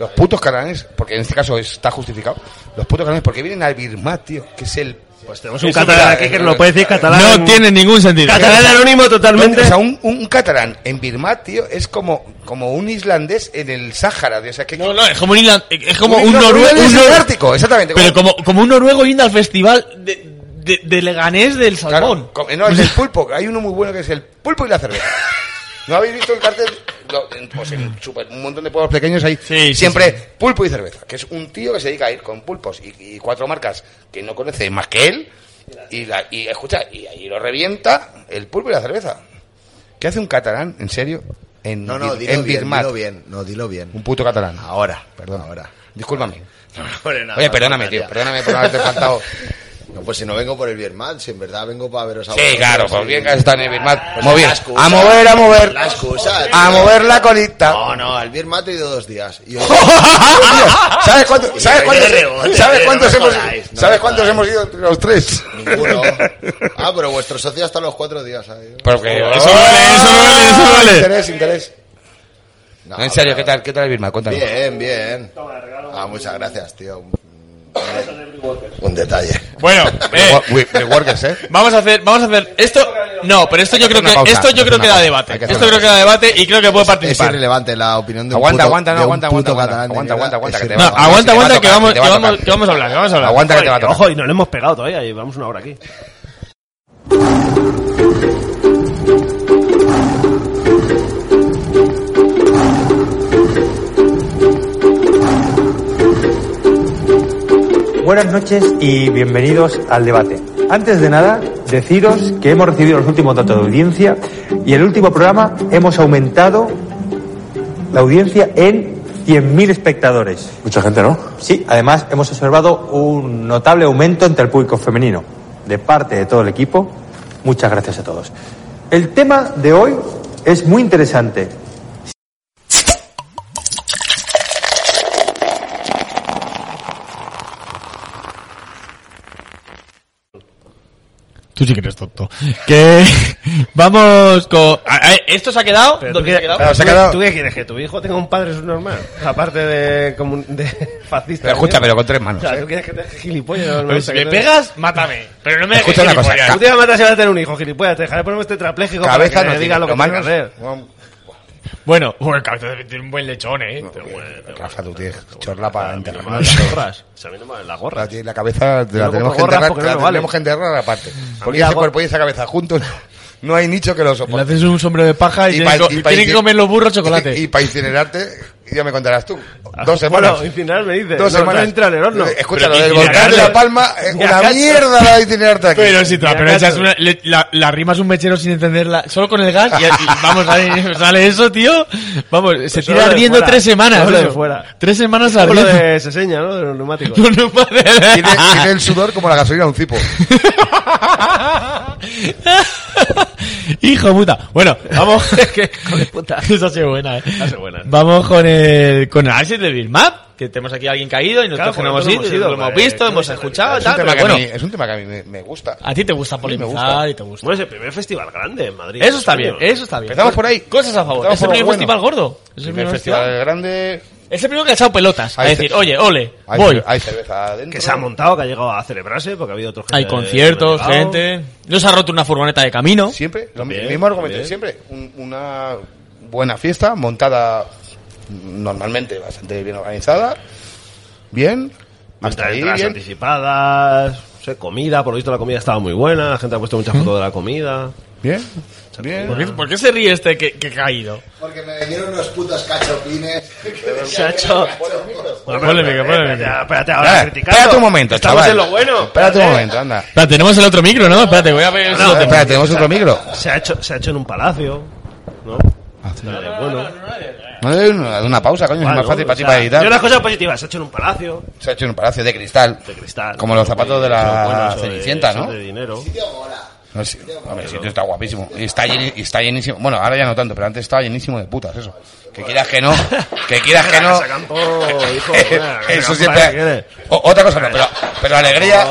S3: Los putos catalanes, porque en este caso está justificado. Los putos catalanes, ¿por qué vienen al Birmat, tío? Que es el...
S2: Pues tenemos un
S3: Eso
S2: catalán
S3: era-
S2: aquí que no puede decir catalán.
S4: No tiene ningún sentido.
S2: Catalán anónimo totalmente.
S3: O sea, un, un catalán en Birmat, tío, es como, como un islandés en el Sáhara. tío. O sea, que...
S4: No, no, es como un, irlan- es como un,
S3: noruego
S4: noruego.
S3: en
S4: un
S3: el
S4: nor-
S3: Ártico, exactamente.
S4: pero como, como un noruego yendo al festival de, de, de Leganés del
S3: Claro,
S4: Salmón.
S3: co- no, el del pulpo. Hay uno muy bueno que es el pulpo y la cerveza. ¿No habéis visto el cartel? Lo- en- pues en super- un montón de pueblos pequeños ahí.
S4: Sí, sí,
S3: siempre pulpo y cerveza. Que es un tío que se dedica a ir con pulpos y, y cuatro marcas que no conoce más que él. Y, la, y escucha, y ahí lo revienta el pulpo y la cerveza. ¿Qué hace un catalán, en serio? En,
S5: No, no,
S3: Bir-
S5: dilo
S3: en
S5: bien,
S3: Birmat.
S5: dilo bien. No, dilo bien.
S3: Un puto catalán.
S5: Ahora,
S3: Perdón.
S5: ahora.
S3: Discúlpame.
S5: Hombre, nada
S3: Oye,
S5: más,
S3: perdóname,
S5: María.
S3: tío. Perdóname por haberte faltado.
S5: No, pues si no vengo por el bien mal, si en verdad vengo para veros a
S3: Sí, claro, por
S5: por
S3: bien que has estado en el Birmat.
S5: Pues
S3: Muy bien.
S5: la excusa.
S3: A mover, a mover.
S5: La excusa.
S3: A mover la colita.
S5: No, no, al bien mal te he ido dos días. Y yo-
S3: ¿Sabes cuánto-
S5: Y
S3: sabes
S5: me
S3: cuántos,
S5: de rebote,
S3: sabes
S5: tío,
S3: cuántos
S5: no me
S3: hemos,
S5: jodáis, no
S3: sabes
S5: me
S3: cuántos
S5: jodáis.
S3: hemos ido entre los tres?
S5: Ninguno. Ah, pero vuestro socio hasta los cuatro días. ¿eh?
S3: Pero que-
S2: Eso duele, eso duele, eso duele.
S3: Ah, Interés, interés.
S5: No,
S3: en serio,
S5: pero-
S3: ¿qué tal, qué tal el Birma? Cuéntanos.
S5: Bien, bien. Ah, muchas gracias, tío. Un, un detalle.
S4: Bueno, eh,
S3: Wo- wi- The Workers, ¿eh?
S4: Vamos a hacer, vamos a hacer esto. No, pero esto yo creo
S3: hacer una
S4: que
S3: pausa,
S4: esto yo
S3: hay que
S4: creo
S3: hacer una
S4: que da
S3: pausa,
S4: debate.
S3: hay que hacer
S4: Esto
S3: una
S4: creo que da debate y creo que puede
S5: Es
S4: participar.
S5: irrelevante la opinión de un
S3: Aguanta,
S5: puto-
S3: aguanta, no,
S5: de un
S3: aguanta,
S5: puto
S3: aguanta,
S5: catalán de
S3: aguanta,
S5: mierda.
S3: aguanta, aguanta,
S5: Es
S3: que te
S4: No,
S5: irrelevante.
S3: va-
S4: aguanta,
S3: te va a
S4: aguanta que
S3: tocar,
S4: vamos,
S3: te
S4: que
S3: va a
S4: vamos,
S3: tocar.
S4: que vamos a hablar, que vamos a hablar.
S3: Aguanta que te va a tocar.
S2: Ojo, y no le hemos pegado todavía, y vamos una hora aquí.
S6: Buenas noches y bienvenidos al debate. Antes de nada, deciros que hemos recibido los últimos datos de audiencia y en el último programa hemos aumentado la audiencia en 100.000 espectadores.
S7: Mucha gente, ¿no?
S6: Sí, además hemos observado un notable aumento entre el público femenino. De parte de todo el equipo, muchas gracias a todos. El tema de hoy es muy interesante.
S4: Tú sí que eres tonto. Que vamos con. a- a- ¿Esto se ha quedado?
S2: Pero
S4: ¿Dónde
S2: tú-
S4: se ha quedado?
S3: Claro, se ha quedado.
S2: ¿Tú qué quieres? ¿Que tu hijo tenga un padre subnormal? Aparte de, comun- de fascista.
S3: Pero escucha,
S2: ¿no?
S5: eh.
S3: pero con tres manos.
S2: O sea, ¿tú quieres que te deje gilipollas? No,
S4: Pero
S2: no
S4: si
S2: sé
S4: me
S2: qué te-
S4: pegas, mátame. Pero no me dejes
S3: Escucha una cosa,
S4: gilipollas.
S2: Tú te vas a matar si vas a tener un hijo, gilipollas. Te dejaré ponerme este trapléjico para que
S3: Cabeza
S2: me
S3: no
S2: diga
S3: diga
S2: lo que tengo que hacer.
S4: Bueno, bueno, cabrón, tiene un buen lechón, eh. Pero bueno,
S3: Rafa, tú tienes chorla para enterrar.
S2: Las Ah, gorras. O sea, a mí no me- las gorras.
S3: La, ti- la cabeza te
S2: Yo
S3: la
S2: no
S3: tenemos
S2: compro
S3: que
S2: gorras
S3: enterrar,
S2: porque
S3: te la
S2: no me
S3: tenemos que enterrar aparte. Porque
S2: la
S3: ese
S2: gor-
S3: cuerpo y esa cabeza juntos no hay nicho que lo
S4: Le
S3: soporte.
S4: haces un sombrero de paja
S3: Y
S4: y,
S3: pa-
S4: tienen que co-
S3: y pa-
S4: tienen que comer los burros chocolate. Ah,
S3: Y, para incinerarte, ya me contarás tú.
S2: Bueno,
S3: Dos semanas.
S2: incinerar me dices.
S3: Dos
S2: No,
S3: semanas.
S2: no entra en el horno.
S3: Eh, Escucha, lo
S4: Pero
S3: del
S4: incinerarle-
S3: volcán de La Palma es
S2: Ni
S3: una
S2: acaso.
S3: mierda la de incinerarte aquí.
S4: Pero si te la,
S2: Ya
S4: pero
S2: cacho.
S4: echas una, le- la, la rimas un mechero sin encenderla, solo con el gas y, y vamos, sale, sale eso, tío. Vamos, se
S2: solo de
S4: tira ardiendo
S2: fuera,
S4: tres semanas.
S2: solo de
S4: eso.
S2: fuera.
S4: Tres semanas
S2: Como lo
S4: ardiendo.
S2: de Seseña, ¿no? De los neumáticos.
S4: No, no, madre.
S3: Tiene, tiene el sudor como la gasolina de un cipo.
S4: Hijo puta. Bueno, vamos. Esa ha sido buena, eh. Vamos con el, con el análisis de Birmap, que tenemos aquí a alguien caído y
S2: Claro,
S4: nosotros
S2: porque
S4: no hemos
S2: nosotros
S4: ido,
S2: hemos ido,
S4: lo hemos
S2: hombre,
S4: visto,
S2: que
S4: hemos
S2: no se-
S4: escuchado,
S3: Es un
S4: tal,
S3: tema
S4: pero
S3: que a
S4: bueno. Ah,
S3: mí- es un tema que a mí me, me gusta.
S4: A ti te gusta
S3: me gusta.
S4: polemizar y te gusta.
S2: Bueno, es el primer festival grande en Madrid.
S4: Eso está bien,
S2: Coño.
S4: eso está bien.
S3: Empezamos por ahí.
S4: Cosas a favor.
S3: Empezamos
S4: Es el
S3: por
S4: primer
S3: lo bueno.
S4: festival gordo. Es el
S3: Primer
S4: primer
S3: festival
S4: festival.
S3: grande.
S4: Es el primero que ha echado pelotas. A
S3: Hay
S4: decir,
S3: ce-
S4: oye, ole,
S3: Hay,
S4: voy.
S3: hay cerveza adentro.
S2: Que se ha montado, que ha llegado a celebrarse, porque ha habido otros
S4: Hay conciertos, gente. No se ha roto una furgoneta de camino.
S3: Siempre, lo
S2: Bien,
S3: mismo argumento, de
S2: bien.
S3: siempre. Un- una buena fiesta montada normalmente bastante bien organizada. Bien. Hasta ahí,
S2: Entradas
S3: bien.
S2: anticipadas, no sé, comida, por lo visto la comida estaba muy buena, la gente ha puesto muchas fotos de la comida.
S3: Bien. bien.
S4: ¿Por qué, por qué se ríe este que, que caído?
S5: Porque me vendieron unos putos cachopines.
S2: Se ha hecho...
S4: Polémica, polémica.
S2: Espérate, espérate,
S3: Ahora,
S2: ahora criticando.
S3: Ah, espérate un momento,
S2: Estamos
S3: chaval.
S2: en lo bueno.
S3: Espérate un momento, anda.
S4: Espera, tenemos el otro micro, ¿no? Espérate, voy a ver el
S3: Espera,
S4: otro micro.
S3: tenemos otro micro.
S2: Se ha hecho, se ha hecho en un palacio, ¿no? Vale, bueno.
S3: No hay una, una pausa, coño, es
S2: Bueno,
S3: más fácil para
S2: o
S3: ti
S2: sea,
S3: para editar.
S2: Yo las cosas positivas, se ha hecho en un palacio
S3: Se ha hecho en un palacio de cristal.
S2: de cristal.
S3: Como los zapatos de la
S2: Bueno, eso de-
S3: Cenicienta,
S2: eso
S3: ¿no?
S2: De dinero.
S3: No sé, hombre, el sitio está guapísimo. Y está, lleni- y está llenísimo. Bueno, ahora ya no tanto, pero antes estaba llenísimo de putas, eso. Que quieras que no, que quieras que no.
S2: Se acampó, hijo, mira, se acampó,
S3: eso
S2: ¿eh? ¿Qué
S3: siempre.
S2: quieres?
S3: O- otra cosa no, pero, pero alegría.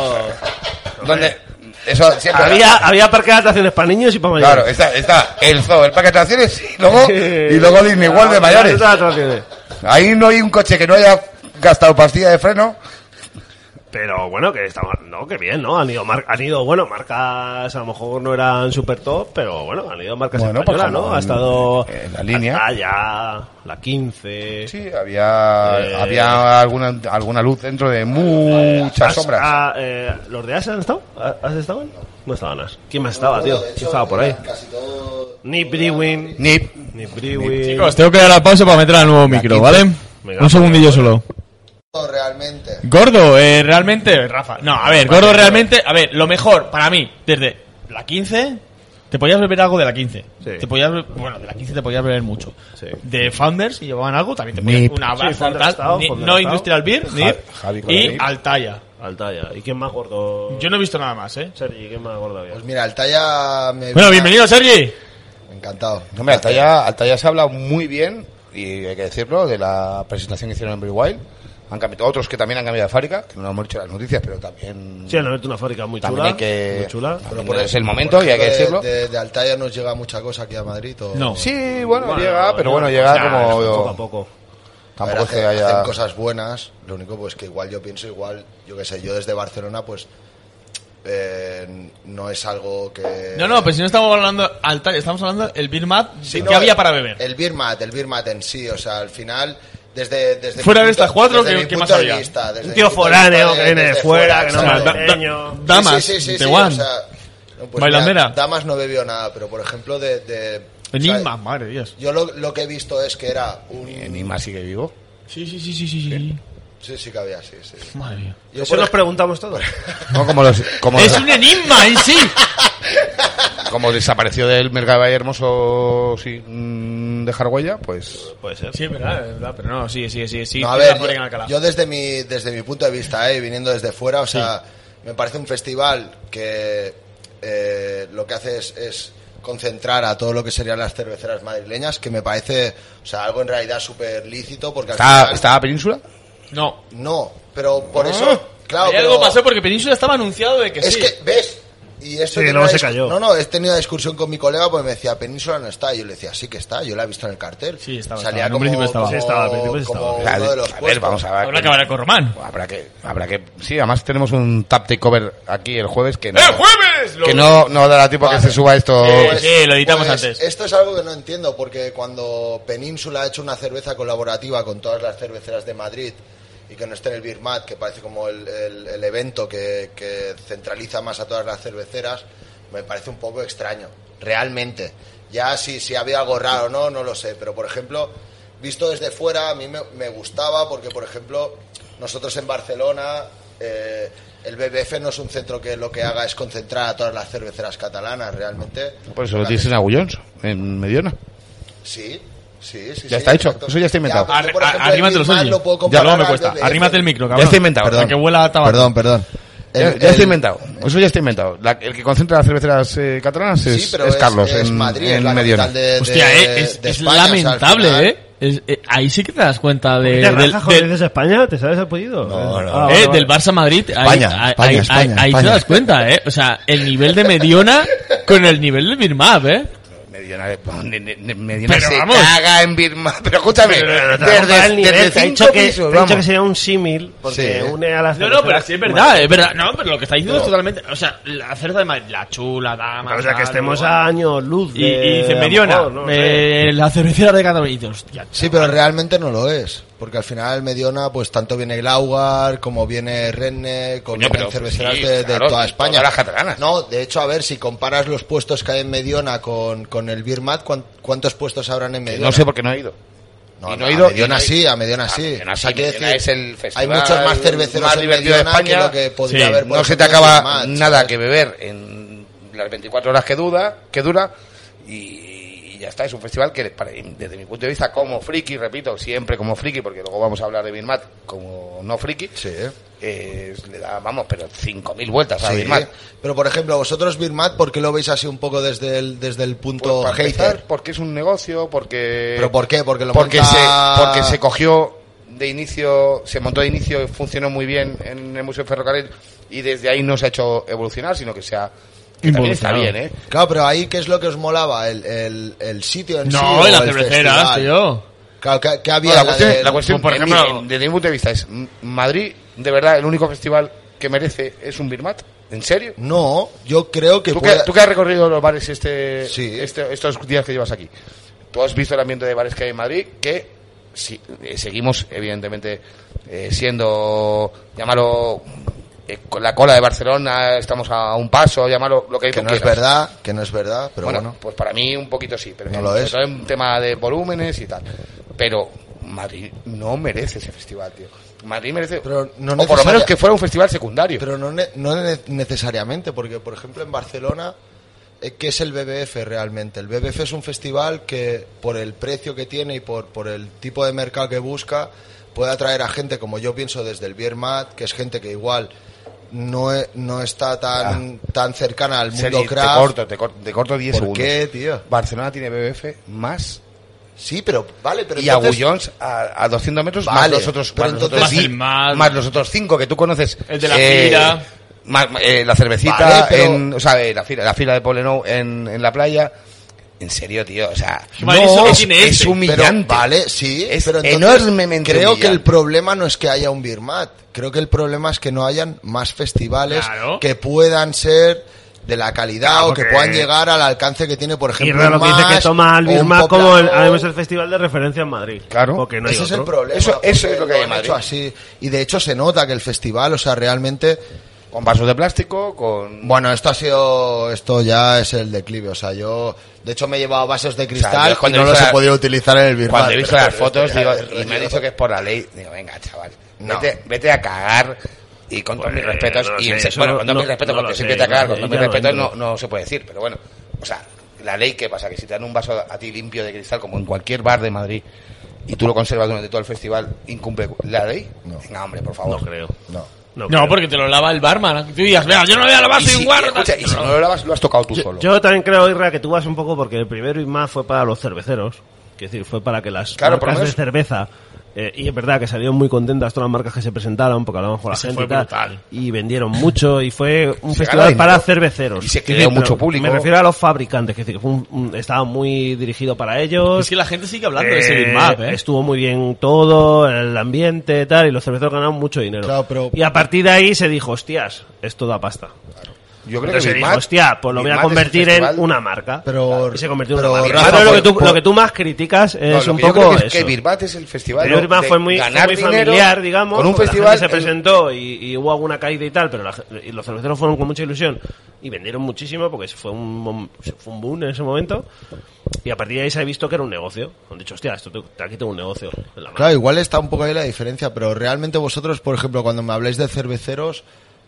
S3: Donde. Eso siempre.
S2: Había, había parque de atracciones para niños y para mayores.
S3: Claro, está, está el zoo, el parque de atracciones y luego, y luego Disney World de mayores.
S2: Todas las atracciones.
S3: Ahí no hay un coche que no haya gastado pastilla de freno.
S2: Pero bueno, que estamos, no, que bien, ¿no? Han ido, mar- han ido, bueno, marcas, a lo mejor no eran super top, pero bueno, han ido marcas
S3: Bueno,
S2: españolas,
S3: pues como
S2: ¿no? Ha
S3: en-
S2: estado
S3: en la línea.
S2: Talla, la 15,
S3: Sí, había,
S2: Eh.
S3: había alguna, alguna luz dentro de muchas
S2: As-
S3: sombras.
S2: ah, eh, ¿Los de As han estado? ¿A- ¿Has estado? No estaban As. ¿Quién más estaba, tío? ¿Quién estaba por ahí? Nip Brewing.
S3: Nip.
S2: Nip Brewing.
S4: Chicos, tengo que dar la pausa para meter al nuevo micro, ¿vale?
S2: Venga.
S4: Un segundillo solo.
S5: Realmente.
S4: Gordo, eh, realmente, Rafa. No, a ver, gordo realmente, a ver, lo mejor para mí, desde la 15, Te podías beber algo de la 15.
S2: Sí.
S4: Te podías be- bueno, de la 15 te podías beber mucho.
S2: Sí.
S4: De Founders, si llevaban algo, también te podías
S3: Nip.
S4: una
S2: Sí, Founders Stout,
S4: ni-
S2: Founders
S4: no
S2: Stout.
S4: Industrial Beer,
S3: Ja-
S4: Nip
S3: Javi con la
S4: y
S3: Nip.
S4: Altaya.
S2: Altaya. ¿Y quién más gordo?
S4: Yo no he visto nada más, ¿eh?
S2: Sergi, ¿quién más gordo había?
S5: Pues mira, el talla me...
S4: Bueno, bienvenido, Sergi.
S5: Encantado.
S3: No, hombre, Altaya, Altaya se ha hablado muy bien, y hay que decirlo, de la presentación que hicieron en Brew Wild. Han cambiado otros que también han cambiado de fábrica, que no lo hemos dicho en las noticias, pero también.
S2: Sí, le meto una fábrica muy
S3: También
S2: chula.
S3: hay que-
S2: Muy chula.
S3: Pero por- es el momento y hay que
S5: de-
S3: decirlo.
S5: De, de Altaya nos llega mucha cosa aquí a Madrid. o-
S4: No.
S3: Sí, bueno,
S2: Bueno,
S3: llega, pero bueno,
S2: o
S3: llega
S2: sea,
S3: como.
S2: Poco a poco.
S5: A
S3: Tampoco
S5: ver,
S3: es
S5: hace-
S3: que haya.
S5: hacen cosas buenas. Lo único pues que igual yo pienso igual, yo qué sé, yo desde Barcelona pues eh, no es algo que
S4: No, no, pero si no estamos hablando Altaya, estamos hablando el Beer Mat
S5: Sí,
S4: que
S5: no,
S4: había
S5: el-
S4: para beber.
S5: El beer mat, el beer mat en sí, o sea, al final desde desde mi
S4: Fuera de
S5: punto-
S4: estas cuatro,
S5: desde
S4: ¿qué-
S5: mi
S4: qué
S5: punto
S4: más
S5: de
S4: había?
S5: vista, desde
S2: Un
S5: mi
S2: tío
S5: punto de
S2: foráneo
S5: vista
S2: que
S5: de-
S2: viene de
S5: desde
S2: fuera, que no
S5: ¿sabes?
S2: es
S4: da-
S2: madrileño.
S4: Damas,
S5: Sí, sí, sí, sí,
S4: de
S5: sí,
S4: One.
S5: o sea, no, pues
S4: Bailandera.
S5: mira, Damas no bebió nada, pero por ejemplo de... de o
S4: Enigma,
S5: sea,
S4: madre de Dios.
S5: Yo lo, lo que he visto es que era un...
S3: Enigma sigue vivo.
S4: Sí, sí, sí, sí, sí, sí.
S5: Sí, sí que había, sí, sí.
S4: Madre mía.
S5: Yo
S2: Eso
S5: por
S2: nos preguntamos todos.
S3: No, como, los, como,
S4: Es un enigma en sí.
S3: como desapareció del mercado de Valle hermoso sí, mm, dejar huella, pues.
S2: Puede ser.
S4: Sí, es verdad, es verdad, pero no, sí, sí, sí, sí.
S5: No, a
S4: tiene la
S5: ver,
S4: fábrica en
S5: yo,
S4: Alcalá.
S5: yo desde mi desde mi punto de vista, eh, viniendo desde fuera, o sea, me parece un festival que eh, lo que hace es, es concentrar a todo lo que serían las cerveceras madrileñas, que me parece, o sea, algo en realidad súper lícito, porque al
S3: ¿Está,
S5: final-
S3: está la península?
S4: No.
S5: no, pero por eso, claro,
S4: Ahí Ah. algo
S5: pero-
S4: pasó porque Península estaba anunciado de que
S5: es
S4: sí.
S5: que, ¿ves? Y
S2: Sí,
S5: esto tenía
S2: luego
S5: una
S2: se
S5: discu-
S2: cayó.
S5: No, no, he tenido una discusión con mi colega porque me decía, Península no está. Y yo le decía, sí que está, yo la he visto en el cartel.
S4: Sí, estaba,
S5: Salía
S4: estaba. En un
S5: como,
S4: principio estaba.
S5: como-
S2: Sí, estaba, al principio
S5: como
S2: estaba.
S5: uno
S3: A
S5: de los
S3: ver,
S5: puestos.
S3: vamos a ver.
S4: Habrá que hablar con Román.
S3: Habrá que, habrá que, sí, además tenemos un tap takeover aquí el jueves que no,
S4: ¡Eh, jueves!
S3: que no, no dará tiempo a que
S5: Vale.
S3: se suba esto.
S4: Eh, sí, lo editamos
S5: Pues,
S4: antes.
S5: Esto es algo que no entiendo, porque cuando Península ha hecho una cerveza colaborativa con todas las cerveceras de Madrid y que no esté en el Beer Mat, que parece como el, el- el evento que, que centraliza más a todas las cerveceras, me parece un poco extraño, realmente. Ya si, si había algo raro o no, no lo sé, pero por ejemplo, visto desde fuera, a mí me, me gustaba, porque por ejemplo, nosotros en Barcelona. eh, el BBF no es un centro que lo que haga es concentrar a todas las cerveceras catalanas, realmente.
S3: Por eso lo tienes en Agullons, en Mediona.
S5: Sí, sí, sí.
S3: Ya
S5: sí,
S3: está hecho, eso ya está inventado.
S5: pero yo, por
S4: Arri-
S5: ejemplo,
S4: arrímate
S5: el
S4: los
S5: Big Mac
S4: oye.
S5: lo puedo
S4: Ya
S5: comparar
S4: luego me
S5: al
S4: cuesta.
S5: BBF.
S4: Arrímate el micro, cabrón.
S3: está inventado.
S4: Para que huela a tabaco.
S5: Perdón, perdón.
S3: ya
S5: El-
S3: ya está
S5: el-
S3: inventado, eso ya está inventado. La- el que concentra las cerveceras eh, catalanas es,
S5: Sí, pero
S3: es Carlos
S5: es
S3: en,
S5: Madrid, es
S3: en
S5: la
S3: Mediona.
S5: capital de, de-
S4: Hostia, eh, es,
S5: de
S4: es
S5: España, o sea, al
S4: lamentable,
S5: final-
S4: ¿eh? Es- eh, Ahí sí que te das cuenta de,
S2: ¿Te
S4: del-
S2: rajas, joder,
S4: del-
S2: desde España? ¿Te sabes el apellido?
S5: No, no.
S2: Ah, vale,
S4: eh,
S2: vale.
S4: del Barça Madrid. Ahí,
S5: España,
S4: ahí-
S5: España,
S4: ahí-
S5: España,
S4: ahí te
S5: España.
S4: das cuenta, ¿eh? O sea, el nivel de Mediona con el nivel de Birmap, ¿eh?
S3: Mediona, ne- ne- ne- Mediona
S4: Pero
S3: se
S4: vamos.
S3: caga en Birma. Pero escúchame,
S2: Pero te rajas
S3: desde,
S2: el nivel,
S3: desde
S2: te ha
S3: cinco
S2: dicho que,
S3: pisos,
S2: te ha dicho que
S3: vamos.
S2: sería un símil, porque
S5: Sí.
S2: une a las
S4: No, no, pero
S2: cerveceras
S4: sí es verdad, es verdad. No, pero lo que está diciendo es totalmente. O sea, la cerveza de Madrid, la chula, dama.
S2: O sea, que
S4: tal,
S2: estemos
S4: tal.
S2: a años luz.
S4: Y,
S2: de-
S4: y dice
S2: a lo
S4: Mediona,
S2: mejor, no sé.
S4: eh, la cervecera de Cataluña. Y dices, hostia,
S5: Sí, pero realmente no lo es. Porque al final Mediona, pues tanto viene Glaugar, como viene Renne, como
S3: Coño,
S5: vienen
S3: pero
S5: cerveceras
S3: sí,
S5: de, de
S3: claro,
S5: toda España.
S3: todas las catalanas.
S5: No, de hecho, a ver, si comparas los puestos que hay en Mediona con, con el Birmat, ¿cuántos puestos habrán en Mediona?
S3: No sé por qué no ha ido.
S5: No,
S3: Y no
S5: no,
S3: he ido-
S5: a Mediona
S3: y no he-
S5: sí, a Mediona
S3: a
S5: sí.
S3: Mediona sí,
S5: Hay que
S3: Mediona
S5: decir,
S3: es el festival
S5: hay muchos más cerveceros
S3: más
S5: en
S3: divertido de
S5: Mediona que
S3: España.
S5: lo que podría
S4: Sí,
S5: haber. por
S3: no se te
S5: ejemplo, en
S3: acaba
S5: Birmat,
S3: nada
S5: ¿sabes?
S3: que beber en las 24 horas que duda, que dura y, y ya está, es un festival que para- desde mi punto de vista como friki, repito, siempre como friki porque luego vamos a hablar de Birmat como no friki.
S5: Sí, ¿eh?
S3: eh, le da, vamos, pero 5000 vueltas a
S5: Sí.
S3: Birmat.
S5: Pero por ejemplo, vosotros Birmat, ¿por qué lo veis así un poco desde el, desde el punto
S3: Pues, para
S5: hater?
S3: empezar, porque es un negocio, porque
S5: ¿Pero por qué? Porque lo
S3: porque
S5: monta-
S3: se porque se cogió de inicio, se montó de inicio, funcionó muy bien en el Museo Ferrocarril y desde ahí no se ha hecho evolucionar, sino que se ha que también está bien,
S4: Involucionado.
S3: ¿eh?
S5: Claro, pero ahí, ¿qué es lo que os molaba? ¿El, el, el sitio en sí?
S4: No,
S5: o
S4: y las
S5: el
S4: cerveceras,
S5: festival?
S4: tío.
S5: Claro, ¿qué, qué había?
S3: No, la
S5: La
S3: cuestión,
S5: del-
S3: la cuestión,
S4: por
S3: en
S4: ejemplo-
S3: mi- en- desde mi punto de vista es mm, Madrid, de verdad, el único festival que merece es un Birmat, ¿en serio?
S5: No, yo creo que
S3: ¿Tú,
S5: puede-
S3: que, tú que has recorrido los bares este,
S5: Eh, pues, Sí.
S3: este- estos días que llevas aquí, tú has visto el ambiente de bares que hay en Madrid, que sí, eh, seguimos, evidentemente, eh, siendo, llámalo, eh, con la cola de Barcelona, estamos a un paso, llámalo lo que,
S5: que
S3: tú
S5: no es
S3: quieras.
S5: verdad, que no es verdad, pero
S3: bueno,
S5: bueno.
S3: pues para mí un poquito sí, pero
S5: No
S3: en-
S5: lo
S3: sobre
S5: es.
S3: todo en tema de volúmenes y tal. Pero Madrid no merece ese festival, tío. Madrid merece,
S5: Pero no
S3: o por lo
S5: necesaria-
S3: menos que fuera un festival secundario.
S5: Pero no, ne- no ne- necesariamente, porque por ejemplo en Barcelona eh, ¿qué es el BBF realmente? El BBF es un festival que por el precio que tiene y por, por el tipo de mercado que busca puede atraer a gente como yo pienso desde el Biermat, que es gente que igual no, e- no está tan, tan cercana al mundo
S3: Sergi, Ah. te
S5: craft.
S3: corto, te corto, te corto 10
S5: ¿Por
S3: segundos.
S5: qué, tío?
S3: Barcelona tiene BBF más
S5: Sí, pero vale, pero
S3: y
S5: entonces-
S3: Agullons a, a 200 metros más
S5: Vale,
S3: los otros
S5: pero
S3: más los otros
S5: entonces-
S3: sí,
S4: Más el mal.
S3: más los otros cinco que tú conoces
S4: El de la fila.
S3: más- eh, la cervecita
S5: Vale, pero-
S3: en, o sea eh, la fila la fila de Polenou en, en la playa en serio tío o sea
S4: Madrid solo
S3: es,
S4: tiene este.
S3: es
S4: ese.
S3: humillante
S5: Pero, vale, sí,
S3: es
S5: pero entonces
S3: enormemente
S5: Creo que el
S3: humillante.
S5: problema no es que haya un Birmat, creo que el problema es que no hayan más festivales
S2: Claro.
S5: que puedan ser de la calidad
S2: Claro,
S5: o que
S2: porque-
S5: puedan llegar al alcance que tiene, por
S2: Y
S5: ejemplo,
S2: raro lo
S5: un
S2: que dice que
S5: Mash
S2: toma el
S5: o un
S2: Birma como el,
S5: Poplao.
S2: además el festival de referencia en Madrid.
S3: Claro.
S2: Porque no hay
S5: Ese es el
S2: otro.
S5: problema.
S3: Eso- eso
S5: porque
S3: es lo que hay en
S5: han
S3: Madrid.
S5: hecho así. Y de hecho se nota que el festival, o sea, realmente
S3: con vasos de plástico con
S5: Bueno, esto ha sido, esto ya es el declive. O sea, yo, de hecho, me he llevado vasos de
S3: sea,
S5: cristal
S3: yo cuando
S5: y
S3: he
S5: no los
S3: visto
S5: he
S3: la-
S5: podido utilizar en el Birmat.
S3: cuando he visto
S5: Pero-
S3: las fotos
S5: pero-
S3: digo,
S5: pero-
S3: y me ha dicho que es por la ley digo venga chaval
S5: No.
S3: vete, vete a cagar y con todos mis
S2: Bueno,
S3: respetos
S2: Pues, no
S3: y
S2: sé,
S3: en se-
S2: eso
S3: bueno
S2: no-
S3: con todos
S2: no-
S3: mis
S2: no
S3: respetos
S2: lo
S3: porque
S2: sé,
S3: siempre te a cagar
S2: no,
S3: con todos mis
S2: ya lo
S3: respetos no,
S2: entiendo.
S3: no se puede decir pero bueno o sea la ley que pasa que si te dan un vaso a ti limpio de cristal como en cualquier bar de Madrid y tú lo conservas durante todo el festival incumple la ley
S5: No.
S3: venga hombre por
S2: No
S3: favor
S2: creo.
S5: No.
S2: No, creo.
S4: No, porque te lo lava el barman. Tú digas, vea, yo no voy a lavar,
S3: y
S4: soy
S3: si,
S4: un guarro. tal.
S3: escucha, y si no lo lavas lo has tocado tú solo
S2: Yo también creo, Irra, que tú vas un poco porque el primero y más fue para los cerveceros. Quiero decir, fue para que las
S3: Claro, por lo
S2: marcas de
S3: menos-
S2: cerveza. eh, y es verdad que salieron muy contentas todas las marcas que se presentaron porque hablamos con la
S4: Ese
S2: gente
S4: fue
S2: y tal,
S4: brutal.
S2: y vendieron mucho y fue un
S3: Se
S2: festival
S3: gana
S2: para
S3: dinero.
S2: cerveceros
S3: Y se
S2: Quiero
S3: creó
S2: decir,
S3: mucho
S2: pero
S3: público.
S2: me refiero a los fabricantes que, decir, que fue un- un- estaba muy dirigido para ellos
S4: Es que la gente sigue hablando de
S2: Eh,
S4: ese Big Map, ¿eh?
S2: Estuvo muy bien todo, el ambiente, tal, y los cerveceros ganaron mucho dinero.
S5: Claro, pero-
S2: Y a partir de ahí se dijo, hostias, esto da pasta.
S3: Yo creo
S2: Entonces se
S3: Big
S2: dijo,
S3: Mac-
S2: hostia, pues lo voy
S3: Big
S2: a
S3: Mac es un
S2: convertir en
S3: festival-
S2: una marca.
S5: Pero-
S2: y se convirtió en
S5: pero,
S2: una marca.
S5: Rafa,
S2: Ahora, lo,
S5: por-
S2: que tú,
S5: por-
S2: lo que tú más criticas
S3: No,
S2: es
S3: lo
S2: un
S3: que yo
S2: poco
S3: creo que es que
S2: eso.
S3: Birbat es el festival
S2: Pero Irma
S3: de
S2: fue muy, fue
S3: ganar
S2: muy
S3: dinero
S2: familiar, digamos.
S3: con un
S2: porque la
S3: festival
S2: gente se
S3: en-
S2: presentó y, y hubo alguna caída y tal, pero la ge- y los cerveceros fueron con mucha ilusión y vendieron muchísimo porque fue un, bom- fue un boom en ese momento. Y a partir de ahí se ha visto que era un negocio. Han dicho, hostia, esto te- aquí tengo un negocio. en la mano.
S5: Claro, igual está un poco ahí la diferencia, pero realmente vosotros, por ejemplo, cuando me habláis de cerveceros,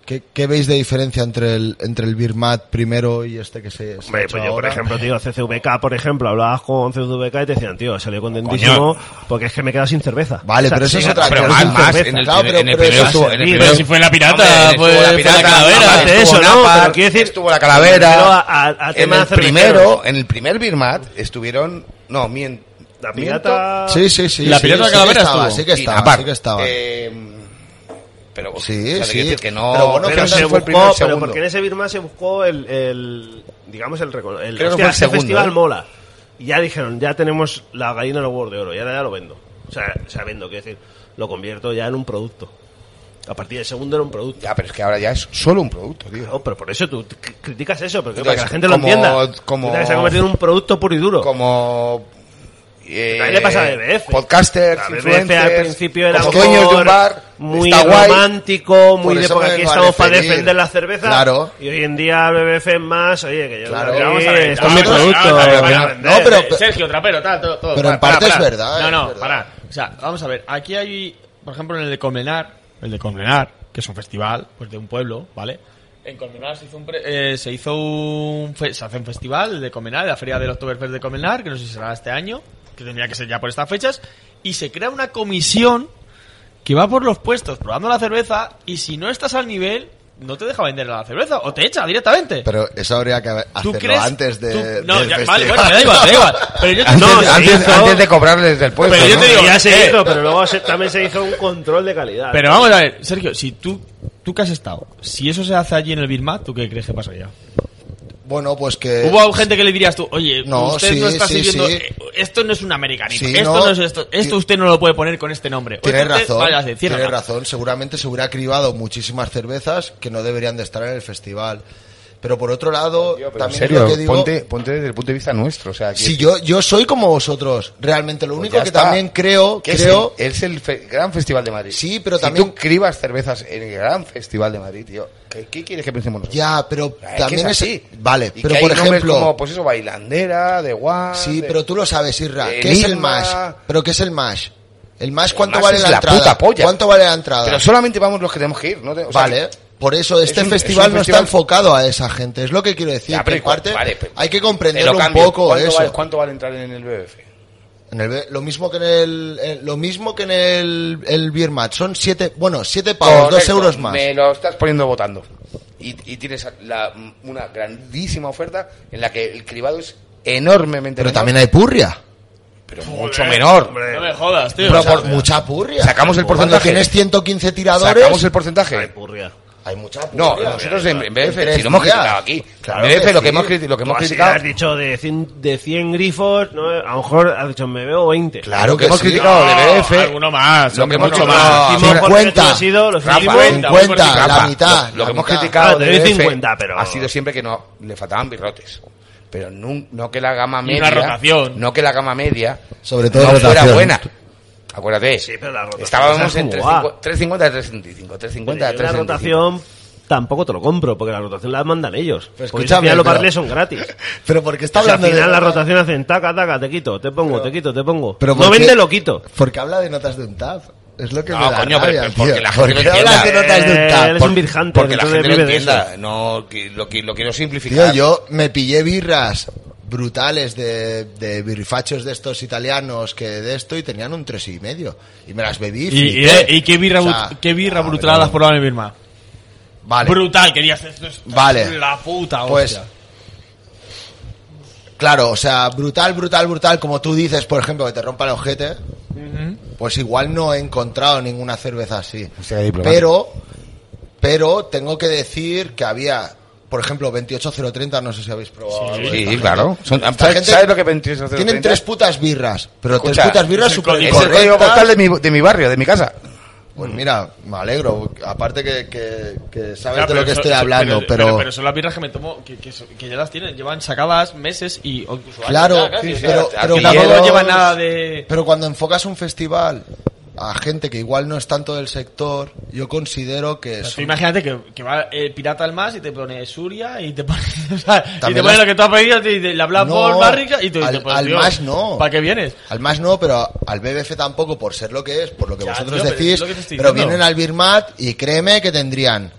S5: ¿qué, qué veis de diferencia entre el, entre el Birmat primero y este que se, se ha
S2: Hombre,
S5: hecho
S2: pues yo, por
S5: ahora?
S2: ejemplo, tío, CCVK, por ejemplo, hablabas con CCVK y te decían, tío, salió contentísimo porque es que me he quedado sin cerveza.
S5: Vale,
S2: O sea,
S5: pero eso
S2: sí,
S5: es otra
S3: pero
S5: cosa.
S3: más,
S5: Sin
S3: más,
S5: cerveza.
S3: en el
S5: Claro,
S3: primer-
S5: pero-
S3: en el
S5: pero
S3: primero
S5: eso-
S3: estuvo- en el
S2: sí,
S3: primero
S4: Pero si fue la pirata,
S3: Hombre,
S4: fue,
S3: estuvo la
S4: fue
S3: pirata,
S4: la calavera.
S2: aparte de eso, ¿no?
S3: Napar,
S2: Pero quiero decir-
S3: estuvo la
S2: Pero a-
S3: calavera.
S2: a- a
S3: en
S2: tema
S3: el
S2: cerveceros.
S3: primero, en el primer Birmat estuvieron, no, mien,
S2: La pirata...
S5: Sí, sí, sí.
S4: La
S5: sí,
S4: pirata
S5: sí que
S4: calavera
S5: estaba,
S4: estuvo.
S5: sí que
S3: y
S5: estaba,
S3: Napar.
S5: sí que estaba.
S3: Eh, pero
S5: Sí,
S3: o sea, te
S5: sí.
S3: quiero decir que no,
S5: Pero bueno,
S3: creo
S2: pero
S3: que
S2: se
S3: fue el
S2: buscó,
S3: primero, el
S2: pero
S3: segundo.
S2: porque en ese Birma se buscó el, el- digamos el, recono- el, hostia,
S3: Creo que fue el
S2: este
S3: segundo,
S2: festival
S3: ¿eh?
S2: mola. Y ya dijeron, ya tenemos la gallina de los huevos de oro, y ahora ya lo vendo. O sea, o sea, vendo, quiero decir, lo convierto ya en un producto. A partir del segundo era un producto.
S3: Ya, pero es que ahora ya es solo un producto, tío.
S2: No, pero por eso tú c- criticas eso, porque
S3: Entonces,
S2: para que la gente
S3: como-
S2: lo entienda.
S3: como-
S2: Critica que se ha convertido en un producto puro y duro.
S3: como eh,
S2: Ahí le pasa a BBF.
S3: Podcasters,
S2: La BBF al
S3: influencers,
S2: principio era
S3: como
S2: un
S3: dueños de
S2: humor
S3: un bar,
S2: muy
S3: está guay.
S2: romántico, muy
S5: Por
S2: de
S5: eso
S2: porque
S5: me
S2: aquí
S5: vengo a
S2: estamos para
S5: defender.
S2: defender la cerveza.
S5: Claro.
S2: Y hoy en día BBF es más, oye, que yo
S5: Claro.
S2: aquí,
S5: Vamos
S4: a ver,
S2: esto es mi
S4: vamos a ver,
S2: producto.
S4: vamos a ver,
S2: voy a
S4: vamos a ver.
S2: vender.
S5: No, pero-
S4: Eh, Sergio, trapero, tal, todo. todo.
S5: Pero en parte es verdad, eh.
S4: No,
S5: es
S4: no,
S5: verdad.
S4: para. O sea, vamos a ver. Aquí hay, por ejemplo, en el de Colmenar, el de Colmenar, que es un festival pues, de un pueblo, ¿vale? En Colmenar se hizo un, pre- eh, se hizo un, fe- se hace un festival de Colmenar, la feria del Oktoberfest de Colmenar, que no sé si será este año, que tendría que ser ya por estas fechas, y se crea una comisión que va por los puestos probando la cerveza y si no estás al nivel, no te deja vender la cerveza o te echa directamente.
S5: Pero eso habría que
S4: ¿Tú
S5: hacerlo
S4: crees?
S5: antes de.
S4: tú- no,
S5: del
S4: ya, vale,
S5: festival.
S4: bueno, me da igual, me da igual. Pero yo te,
S3: Antes,
S2: No, se
S3: antes-
S2: hizo-
S3: antes de cobrarles del puesto.
S4: Pero yo
S3: ¿no?
S4: te digo,
S2: Ya se
S4: eh.
S2: hizo, pero luego se- también se hizo un control de calidad.
S4: Pero vamos a ver, Sergio, si tú, tú que has estado, si eso se hace allí en el Birma, ¿tú qué crees que pasaría?
S5: Bueno, pues que.
S4: Hubo gente que le dirías tú, oye,
S5: No,
S4: usted
S5: sí,
S4: no está
S5: sí,
S4: sirviendo,
S5: sí.
S4: eh, esto no es un americanito,
S5: Sí,
S4: esto no,
S5: no.
S4: es esto, esto
S5: Ti-
S4: usted no lo puede poner con este nombre. Oye,
S5: Tienes
S4: usted-
S5: razón,
S4: váyase, ciérrala.
S5: tienes razón. Seguramente se hubiera cribado muchísimas cervezas que no deberían de estar en el festival. Pero por otro lado,
S3: Tío, pero
S5: también
S3: en serio,
S5: lo que digo...
S3: ponte, ponte desde el punto de vista nuestro. O sea, que-
S5: Si yo, yo soy como vosotros, realmente lo
S3: pues
S5: único
S3: ya
S5: que
S3: está.
S5: también creo,
S3: Que es
S5: creo...
S3: el- Es el, fe- gran festival de Madrid.
S5: Sí, pero
S3: Si
S5: también-
S3: tú cribas cervezas en el gran festival de Madrid, tío. ¿Qué, qué quieres que pensemos nosotros?
S5: Ya, pero
S3: Ah, es que
S5: también es...
S3: así.
S5: Vale,
S3: Y
S5: pero
S3: que hay
S5: por
S3: nombres
S5: ejemplo...
S3: Como, pues eso, bailandera, de guan.
S5: Sí,
S3: de-
S5: pero tú lo sabes, Irra.
S3: de
S5: ¿Qué es el
S3: Enigma.
S5: MASH? ¿Pero qué es el MASH? ¿El MASH
S3: El
S5: cuánto
S3: mash
S5: vale
S3: es
S5: la,
S3: la
S5: entrada?
S3: puta polla.
S5: ¿Cuánto vale la entrada?
S3: Pero solamente vamos los que tenemos que ir, ¿no? Te- o sea,
S5: Vale.
S3: que-
S5: Por eso este
S3: un- es un
S5: festival no
S3: festival-
S5: está enfocado a esa gente. Es lo que quiero decir.
S3: Ya, pero
S5: que en
S3: igual-
S5: parte
S3: vale, pero-
S5: hay que
S3: Te lo
S5: comprenderlo un
S3: cambio.
S5: poco
S3: ¿Cuánto,
S5: eso.
S3: Vale, ¿Cuánto vale entrar en el BBF?
S5: En el B- lo mismo que en el, en- lo mismo que en el, el beer match. Son siete, bueno, siete pavos, dos
S3: Correcto,
S5: euros más.
S3: Me lo estás poniendo votando. Y, y tienes la- una grandísima oferta en la que el cribado es enormemente
S5: Pero
S3: menor,
S5: también hay purria.
S3: pero mucho menor.
S4: No me jodas, tío.
S5: O sea, mucha purria.
S3: Sacamos el
S5: Cuando
S3: porcentaje.
S5: tienes 115 tiradores,
S3: Sacamos el porcentaje.
S2: Purria.
S5: hay mucha purria.
S3: No, nosotros en, en BF,
S5: tres
S3: si lo hemos
S5: días.
S3: criticado aquí.
S5: Claro
S3: en BF
S5: que
S3: lo que
S5: sí.
S3: hemos, criti- lo que hemos
S2: Tú así
S3: criticado.
S2: has dicho de 100, de 100 grifos, ¿no? a lo mejor has dicho me veo 20.
S5: Claro
S3: lo que
S5: que
S3: hemos
S5: sí. ah,
S3: criticado de BF.
S4: Alguno más.
S3: Lo que hemos
S4: alguno
S3: hecho
S4: más.
S3: más.
S2: Los últimos porque
S5: 50.
S2: tú has ido, los
S3: Rafa,
S2: últimos-
S3: 50,
S5: 50, la
S3: Rafa, Lo,
S5: mitad.
S3: lo que
S5: la
S3: hemos
S5: mitad.
S3: criticado
S2: Ah, te
S3: de
S2: doy
S3: BF
S2: 50, pero-
S3: ha sido siempre que no le faltaban birrotes. Pero nun- no, que la gama
S4: Y
S3: media.
S4: una rotación.
S3: No que la gama media.
S5: Sobre todo
S3: no fuera
S5: rotación.
S3: buena. Acuérdate.
S2: Sí, pero la rotación
S3: Estábamos
S2: es
S3: entre
S2: como va.
S3: 350 y 375. 350
S2: Yo la
S3: 375.
S2: rotación tampoco te lo compro, porque la rotación la mandan ellos.
S5: Pero
S2: porque
S5: escúchame,
S2: si al final los
S5: pero-
S2: barles son gratis.
S5: Pero porque está
S2: O sea,
S5: hablando
S2: Pues al final
S5: de
S2: la rotación hacen taca, taca, te quito, te pongo, te quito, te pongo.
S5: Pero
S2: no
S5: porque-
S2: vende, lo quito.
S5: Porque habla de notas de un tap. Es lo que
S3: No,
S5: me da
S3: coño, pero-
S5: rabia,
S3: pero
S5: tío.
S3: porque la gente
S5: ¿Por
S3: no
S5: qué hablas de
S3: entiende.
S5: notas de un tap?
S2: Él es un big hunter,
S3: Porque la
S2: entonces
S3: gente no
S2: vive de eso.
S3: entienda. No, que- lo, que- lo quiero simplificar.
S5: Tío, yo me pillé birras brutales de, de birrifachos de estos italianos que de esto y tenían un tres y medio y me las bebí
S4: ¿Y, y,
S3: eh,
S5: flipé.
S4: y qué birra,
S5: O sea,
S4: brut- qué birra
S5: ah,
S4: brutal
S5: pero-
S4: has probado en Birma?
S5: vale
S4: Brutal, querías esto. es-
S5: Vale.
S4: La puta,
S5: pues
S4: hostia.
S5: claro o sea brutal brutal brutal como tú dices por ejemplo que te rompa el ojete pues igual no he encontrado ninguna cerveza así
S3: sea, diplomático.
S5: pero pero tengo que decir que había por ejemplo 28030 no sé si habéis probado algo de
S3: Sí,
S5: esta gente.
S3: claro. Son-
S5: Esta
S3: ¿sabes-
S5: gente
S3: ¿Sabes lo que 28
S5: Tienen tres putas birras, pero
S3: Escucha,
S5: tres putas birras
S4: es el
S5: super
S4: código-
S3: Es el código postal de mi, de mi barrio, de mi casa.
S5: Pues mira, me alegro. Aparte que, que- que sabes
S4: Ya,
S5: de
S4: pero
S5: lo que
S4: eso-
S5: estoy
S4: eso-
S5: hablando, pero...
S4: pero, pero son las birras que me tomo, que, que so- que ya las tienen, llevan sacadas meses y o incluso años
S5: Claro,
S4: ya, casi, o sea,
S5: pero,
S3: o sea,
S5: pero
S3: aquí
S4: que
S5: cuando-
S4: tampoco lleva nada de...
S5: pero cuando enfocas un festival a gente que igual no es tanto del sector, yo considero que
S4: Tú
S5: es un-
S4: imagínate que, que va el pirata al más y te pone Suria y te pone, o sea, y te
S5: También
S4: pone lo
S5: las-
S4: que tú has pedido y te- la Black
S5: No,
S4: Ball Barrica y te, y te
S5: al-
S4: pones,
S5: al más no.
S4: ¿Para qué vienes?
S5: Al más no, pero al BBF tampoco, por ser lo que es, por lo que
S4: Ya,
S5: vosotros
S4: tío, pero
S5: decís.
S4: es lo que
S5: Pero,
S4: te estoy diciendo.
S5: vienen al Birmat y créeme que tendrían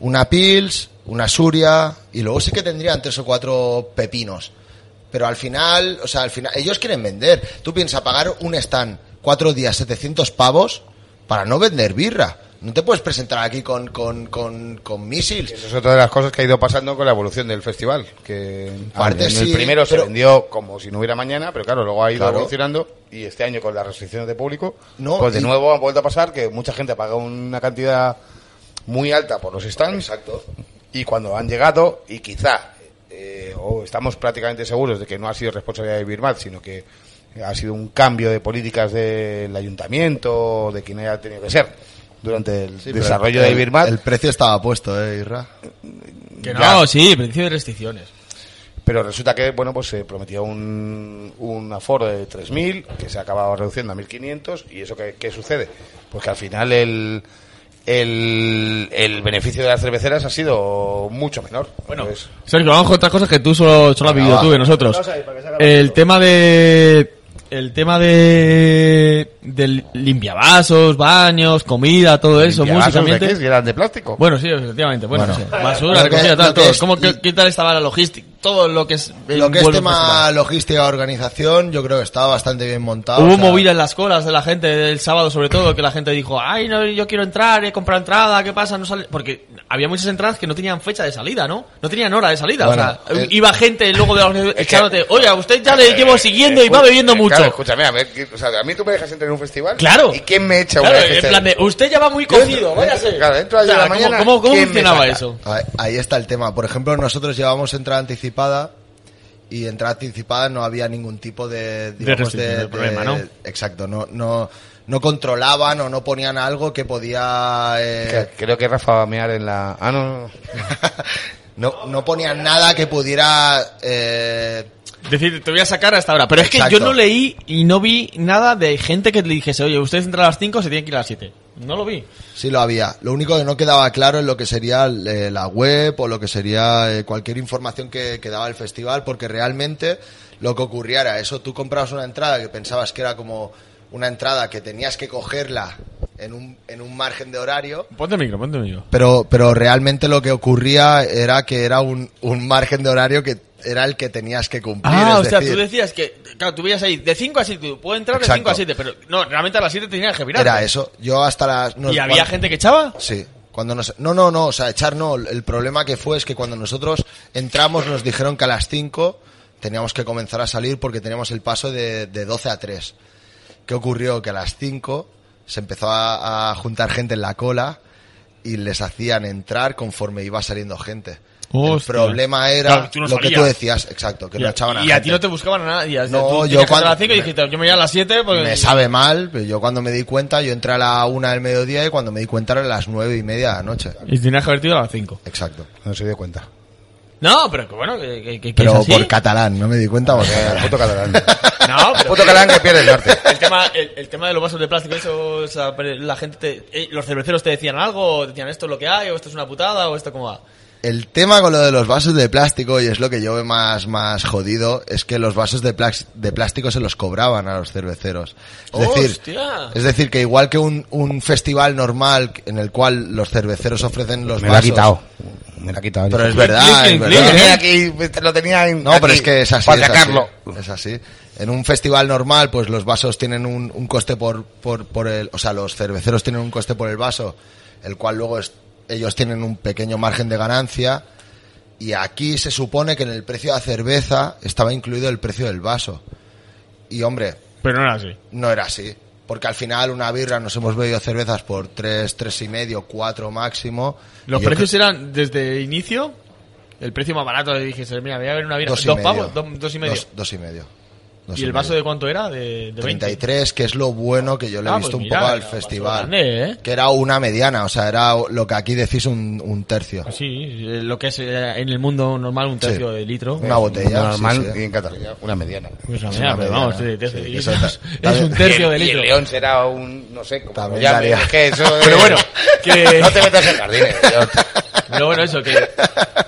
S5: una Pils, una Suria y luego sí que tendrían tres o cuatro pepinos. Pero al final, o sea, al final, ellos quieren vender. Tú piensas pagar un stand cuatro días, 700 pavos para no vender birra. No te puedes presentar aquí con, con, con, con misiles.
S3: Eso es otra de las cosas que ha ido pasando con la evolución del festival. Que
S5: Parte
S3: en
S5: sí,
S3: el primero
S5: pero-
S3: se vendió como si no hubiera mañana, pero claro, luego ha ido
S5: Claro.
S3: evolucionando. Y este año con las restricciones de público,
S5: No,
S3: pues de
S5: y-
S3: nuevo ha vuelto a pasar que mucha gente ha pagado una cantidad muy alta por los stands.
S5: Exacto.
S3: Y cuando han llegado, y quizá, eh, o estamos prácticamente seguros de que no ha sido responsabilidad de Birmat, sino que ha sido un cambio de políticas del ayuntamiento, de quien haya tenido que ser, durante el desarrollo de
S5: El-
S3: Birmat.
S5: El precio estaba puesto, eh, Irra.
S4: Que
S3: Ya.
S4: no, sí, principio de restricciones.
S3: Pero resulta que, bueno, pues se prometía un, un aforo de 3.000, que se ha acabado reduciendo a 1.500, y eso qué, qué sucede? Pues que al final el, el, el beneficio de las cerveceras ha sido mucho menor.
S4: Bueno,
S3: Entonces,
S4: Sergio, vamos con otras cosas que tú solo, solo has vivido tú que nosotros.
S3: Vamos ahí, para que se acabe
S4: El
S3: esto.
S4: tema de. El tema de. Del limpiavasos, baños, comida, todo eso,
S3: ¿limpiavasos
S4: música,
S3: de
S4: ambiente.
S3: qué? Si eran de plástico.
S4: Bueno, sí, efectivamente. Bueno, sí. basura,
S5: Lo que-
S4: recogida, tal,
S5: lo que
S4: todo.
S5: es-
S4: ¿Cómo, qué, qué tal estaba la logística? Todo lo que es. eh,
S5: Lo que es
S4: envuelve un
S5: tema
S4: festival.
S5: logística organización, yo creo que estaba bastante bien
S3: Ah,
S5: montado.
S4: Hubo
S5: o sea,
S4: movida en las colas de la gente del sábado, sobre todo, que la gente dijo, ay, no, yo quiero entrar, he comprado entrada, ¿qué pasa? No sale. Porque había muchas entradas que no tenían fecha de salida, ¿no? No tenían hora de salida.
S5: Bueno,
S4: o sea,
S5: el-
S4: iba gente luego de la
S3: Es
S4: organización
S3: que-
S4: echándote, oye, a usted ya le llevo siguiendo y va
S3: Escu-
S4: bebiendo
S3: eh,
S4: mucho.
S3: Claro, escúchame, a ver, que- o sea, a mí tú me dejas entrar en un festival.
S4: Claro.
S3: ¿Y quién me echa
S4: Claro,
S3: una vez que
S4: en
S3: esté
S4: plan de,
S3: dentro?
S4: usted ya va muy
S3: Yo entro-
S4: cocido,
S3: entro-
S4: váyase.
S3: claro, entro a las
S4: O sea,
S3: diez de la
S4: ¿cómo-
S3: mañana,
S4: ¿Cómo, cómo
S3: ¿quién me
S4: funcionaba
S3: saca?
S4: eso?
S5: a- Ahí está el tema. Por ejemplo, nosotros llevamos entrada anticipada y entrada anticipada no había ningún tipo de, digamos,
S4: restricción del problema, ¿no?
S5: Exacto, no, no, no controlaban o no ponían algo que podía... eh,
S3: Que- Creo que Rafa va a mear en la. Ah, no, no, no.
S5: no, no ponían nada que pudiera... eh,
S4: Decir, te voy a sacar hasta ahora. Pero es que
S5: Exacto.
S4: yo no leí y no vi nada de gente que le dijese, oye, usted entra a las 5, se tiene que ir a las 7. No lo vi.
S5: Sí lo había. Lo único que no quedaba claro es lo que sería eh, la web o lo que sería eh, cualquier información que, que daba el festival, porque realmente lo que ocurría era eso. Tú comprabas una entrada que pensabas que era como una entrada que tenías que cogerla en un, en un margen de horario.
S7: Ponte el micro, ponte el micro.
S5: Pero, pero realmente lo que ocurría era que era un, un margen de horario que era el que tenías que cumplir.
S4: Ah,
S5: es
S4: o sea,
S5: decir,
S4: tú decías que, claro, tú veías ahí de 5 a 7, puedo entrar de
S5: Exacto.
S4: 5 a 7, pero no, realmente a las 7 tenías que virar.
S5: era eso. Yo hasta las... no,
S4: ¿Y había
S5: cuando-
S4: gente que echaba?
S5: Sí. Cuando nos, no, no, no, o sea, echar no. El problema que fue es que cuando nosotros entramos nos dijeron que a las 5 teníamos que comenzar a salir porque teníamos el paso de, de 12 a 3. ¿Qué ocurrió? Que a las 5 se empezó a, a juntar gente en la cola y les hacían entrar conforme iba saliendo gente. El
S7: Hostia.
S5: problema era
S4: Claro, tú no
S5: lo que
S4: sabías.
S5: tú decías, exacto, que no echaban a
S4: y a ti
S5: gente.
S4: no te buscaban a nadie. o sea,
S5: No,
S4: tú
S5: yo
S4: tenías que
S5: cuando-
S4: entrar a las 5 y dijiste, yo me voy a las pues, 7 porque...
S5: Me sabe mal, pero yo cuando me di cuenta, yo entré a la una del mediodía y cuando me di cuenta eran las nueve y media de la noche.
S7: Y tenías que haber ido a las 5.
S5: Exacto.
S3: No se dio cuenta.
S4: No, pero que bueno, que, que, que es
S5: Pero
S4: así.
S5: por catalán, no me di cuenta porque era
S3: Foto catalán.
S4: No, pero
S3: Foto catalán que pierde el norte.
S4: el tema, el, el tema de los vasos de plástico, eso, o sea, pero la gente, te- eh, los cerveceros te decían algo, o te decían esto es lo que hay, o esto es una putada, o esto cómo va.
S5: El tema con lo de los vasos de plástico, y es lo que yo veo más, más jodido, es que los vasos de, plax- de plástico se los cobraban a los cerveceros. Es decir,
S4: ¡Hostia!
S5: es decir, que igual que un, un festival normal en el cual los cerveceros ofrecen los
S3: Me lo ha
S5: vasos.
S3: quitado. Me lo ha quitado.
S5: Pero es
S7: clic,
S5: verdad, es
S7: clic,
S3: Lo
S5: verdad.
S7: clic,
S3: tenía aquí, lo tenía en.
S5: No, pero
S3: aquí,
S5: es que es así.
S3: Para
S5: es así,
S3: sacarlo.
S5: es así. En un festival normal, pues los vasos tienen un, un coste por, por, por el. O sea, los cerveceros tienen un coste por el vaso, el cual luego es- ellos tienen un pequeño margen de ganancia. Y aquí se supone que en el precio de la cerveza estaba incluido el precio del vaso. Y hombre,
S7: Pero no era así.
S5: no era así. Porque al final una birra nos hemos bebido cervezas por tres, tres y medio, cuatro máximo.
S4: Los
S5: Y yo
S4: precios eran desde el inicio, el precio más barato, le dijiste, mira, voy a ver una
S5: creo-
S4: birra, dos,
S5: dos y medio.
S4: pavos, dos, dos y medio.
S5: Dos, dos y medio. Dos
S4: ¿Y el
S5: medio.
S4: vaso de cuánto era? De, de 20.
S5: 33, que es lo bueno que yo le he
S4: Ah,
S5: visto
S4: pues
S5: un
S4: mira,
S5: poco al
S4: era
S5: festival.
S4: bastante grande, ¿eh?
S5: Que era una mediana, o sea, era lo que aquí decís un, un tercio.
S4: Sí, eh, lo que es eh, en el mundo normal un tercio de litro.
S5: Una botella.
S3: Normal
S5: sí, sí.
S3: y en Cataluña, una mediana.
S4: Pues la
S5: Sí,
S4: mierda,
S5: una
S4: pero
S5: mediana,
S4: vamos, de- de-
S5: sí,
S4: de-
S5: que eso
S4: es,
S5: ta-
S4: un
S3: Y
S4: tercio
S3: el-
S4: de
S3: y el
S4: litro.
S3: León será un. No sé, como lo
S5: También
S3: llamen,
S5: daría.
S3: es que eso es-
S4: Pero bueno, que-
S3: No te metas en jardines.
S4: Pero bueno, eso, que,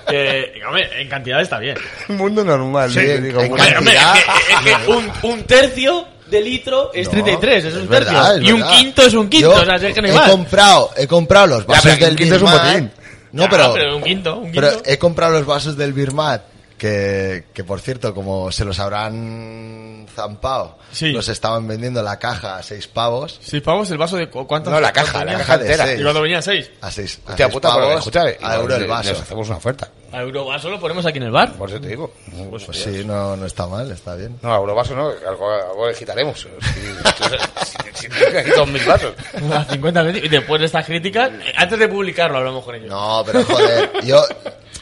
S4: que, hombre, en cantidad está bien.
S3: Un mundo normal.
S5: Sí,
S3: ¿eh?
S5: en
S3: Digo, bueno,
S5: cantidad.
S4: Hombre, es que- es que un, un tercio de litro es
S5: No,
S4: 33, es, un tercio.
S5: verdad, es
S4: y un
S5: verdad.
S4: quinto es un quinto,
S5: Yo
S4: o sea, si es que no hay
S5: he
S4: más.
S5: comprado, he comprado los vasos
S3: pero que un
S5: del
S3: quinto es un
S5: Birmat.
S3: botín.
S5: No,
S4: Ya,
S5: pero,
S4: un quinto, un
S5: pero
S4: quinto.
S5: he comprado los vasos del Birmat que, que por cierto, como se los habrán zampado,
S4: Sí.
S5: los estaban vendiendo la caja a seis pavos.
S4: ¿Seis pavos el vaso de cu- cuánto?
S3: No, la caja, la
S5: Caja
S3: caja
S5: de
S3: entera.
S5: seis.
S4: ¿Y cuando venía seis?
S5: A seis, a
S3: Hostia
S5: seis
S3: puta, pero
S5: pavos,
S3: escucha, eh,
S5: a euro el
S3: les-
S5: vaso.
S3: Les hacemos una oferta.
S4: A Eurovaso lo ponemos aquí en el bar.
S3: Por eso te digo.
S5: Pues sí, no, no está mal, está bien.
S3: No, a Eurovaso no, algo, algo le quitaremos. Si, si, si, si- aquí dos mil vasos.
S4: Unas 50 veces. Y después de estas críticas, eh, antes de publicarlo hablamos con ellos.
S5: No, pero joder, yo...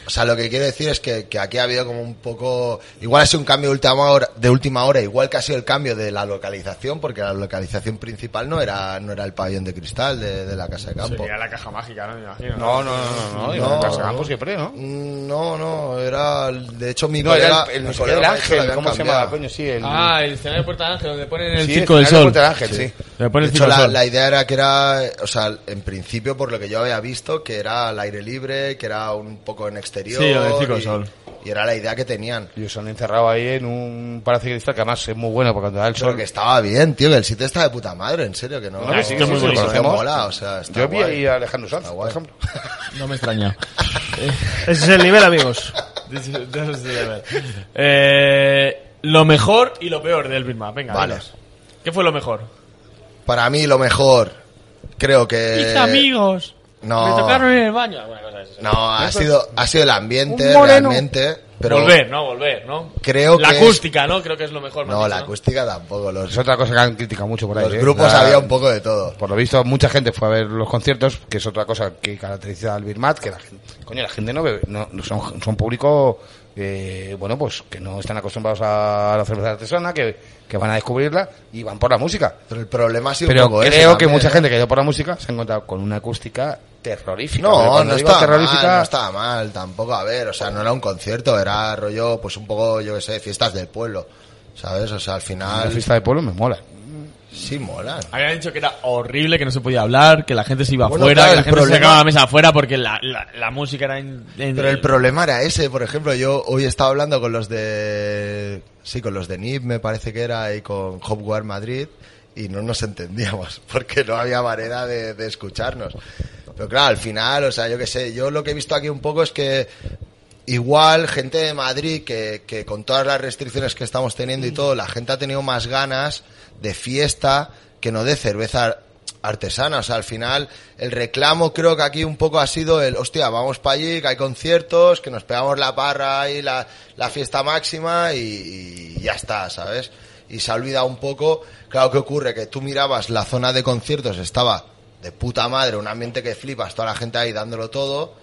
S5: O sea, lo que quiero decir es que, que aquí ha habido como un poco... Igual ha sido un cambio de última, hora, de última hora, igual que ha sido el cambio de la localización, porque la localización principal no era no era el pabellón de cristal de, de la Casa de Campo.
S7: la caja mágica, ¿no? Me imagino.
S3: No, no, no, no. no,
S5: No.
S3: no. Campos siempre, ¿no?
S5: Mm, No, no, era... el- De hecho, mi
S3: No, era
S5: colega...
S3: el, el,
S5: mi
S3: no sé qué
S5: colega
S3: del
S5: me ha dicho que
S3: ángel,
S5: habían
S3: ¿cómo se
S5: cambiado.
S3: llama? Coño, sí, el.
S4: Ah, el escenario de Puerta Ángel, donde ponen el
S3: sí,
S4: circo del
S3: final de
S4: sol.
S3: Puerta del ángel, sí.
S7: Le pone
S5: De
S7: el circo
S5: hecho,
S7: al
S5: la,
S7: sol.
S5: la idea era que era, o sea, en principio, por lo que yo había visto, que era al aire libre, que era un poco en exterior.
S7: Sí, lo del Circo del
S5: y-
S7: Sol.
S5: Y era la idea que tenían.
S3: Y os han encerrado ahí en un palacio de cristal que además es muy bueno porque cuando da el sol.
S5: Porque estaba bien, tío, que el sitio está de puta madre, en serio, que no.
S3: No, que sí,
S5: que
S3: sí, sí,
S5: no
S3: lo hacemos.
S5: mola, o sea, está
S3: Yo vi
S5: guay.
S3: ahí a Alejandro Sanz,
S5: Está
S3: por
S5: guay.
S3: ejemplo.
S4: No me extraña.
S2: Ese es el nivel, amigos.
S4: Eh, lo mejor y lo peor del Bitmap. Venga,
S5: Vale.
S4: dinos. ¿Qué fue lo mejor?
S5: Para mí, lo mejor, creo que.
S4: amigos.
S5: Eh, no.
S4: Me tocaron en el baño. Alguna cosa de esas.
S5: No, ha sido, ha sido el ambiente,
S3: Un moreno.
S5: realmente. Pero
S4: volver, no, volver, ¿no?
S5: Creo
S4: la
S5: que es-
S4: acústica, ¿no? Creo que es lo mejor. me han
S5: No,
S4: dicho,
S5: la acústica tampoco. Los,
S3: Es otra cosa que han criticado mucho por ahí.
S5: los
S3: ¿eh?
S5: grupos
S3: La-
S5: había un poco de todo.
S3: Por lo visto, mucha gente fue a ver los conciertos, que es otra cosa que caracteriza al Birmat, que la gente, coño, la gente no bebe, no, no son, son público, eh, bueno, pues que no están acostumbrados a la cerveza artesana, que, que van a descubrirla y van por la música.
S5: Pero el problema ha sido un
S3: Pero
S5: poco
S3: creo
S5: ese
S3: que
S5: también,
S3: mucha
S5: ¿eh?
S3: gente que ha ido por la música se ha encontrado con una acústica terrorífica. Pero
S5: No,
S3: cuando
S5: no
S3: digo
S5: estaba, mal, no estaba mal tampoco. A ver, o sea, no era un concierto, era rollo, pues un poco, yo qué sé, fiestas del pueblo. ¿Sabes? O sea, al
S3: La
S5: final
S3: fiesta de pueblo me mola.
S5: sí mola.
S4: Habían dicho que era horrible, que no se podía hablar, que la gente se iba
S5: Bueno,
S4: afuera,
S5: claro,
S4: que la
S5: el
S4: gente
S5: problema-
S4: se sacaba la mesa afuera porque la, la, la música era... en- en-
S5: Pero el problema era ese, por ejemplo, yo hoy estaba hablando con los de... Sí, con los de NIP, me parece que era, y con Hopware Madrid, y no nos entendíamos porque no había manera de, de escucharnos. Pero claro, al final, o sea, yo qué sé, yo lo que he visto aquí un poco es que igual gente de Madrid que, que con todas las restricciones que estamos teniendo y todo, la gente ha tenido más ganas de fiesta que no de cerveza artesana. O sea, al final el reclamo creo que aquí un poco ha sido el, hostia, vamos para allí, que hay conciertos, que nos pegamos la parra y la, la fiesta máxima y, y ya está, ¿sabes? Y se ha olvidado un poco, claro que ocurre que tú mirabas la zona de conciertos, estaba de puta madre, un ambiente que flipas, toda la gente ahí dándolo todo,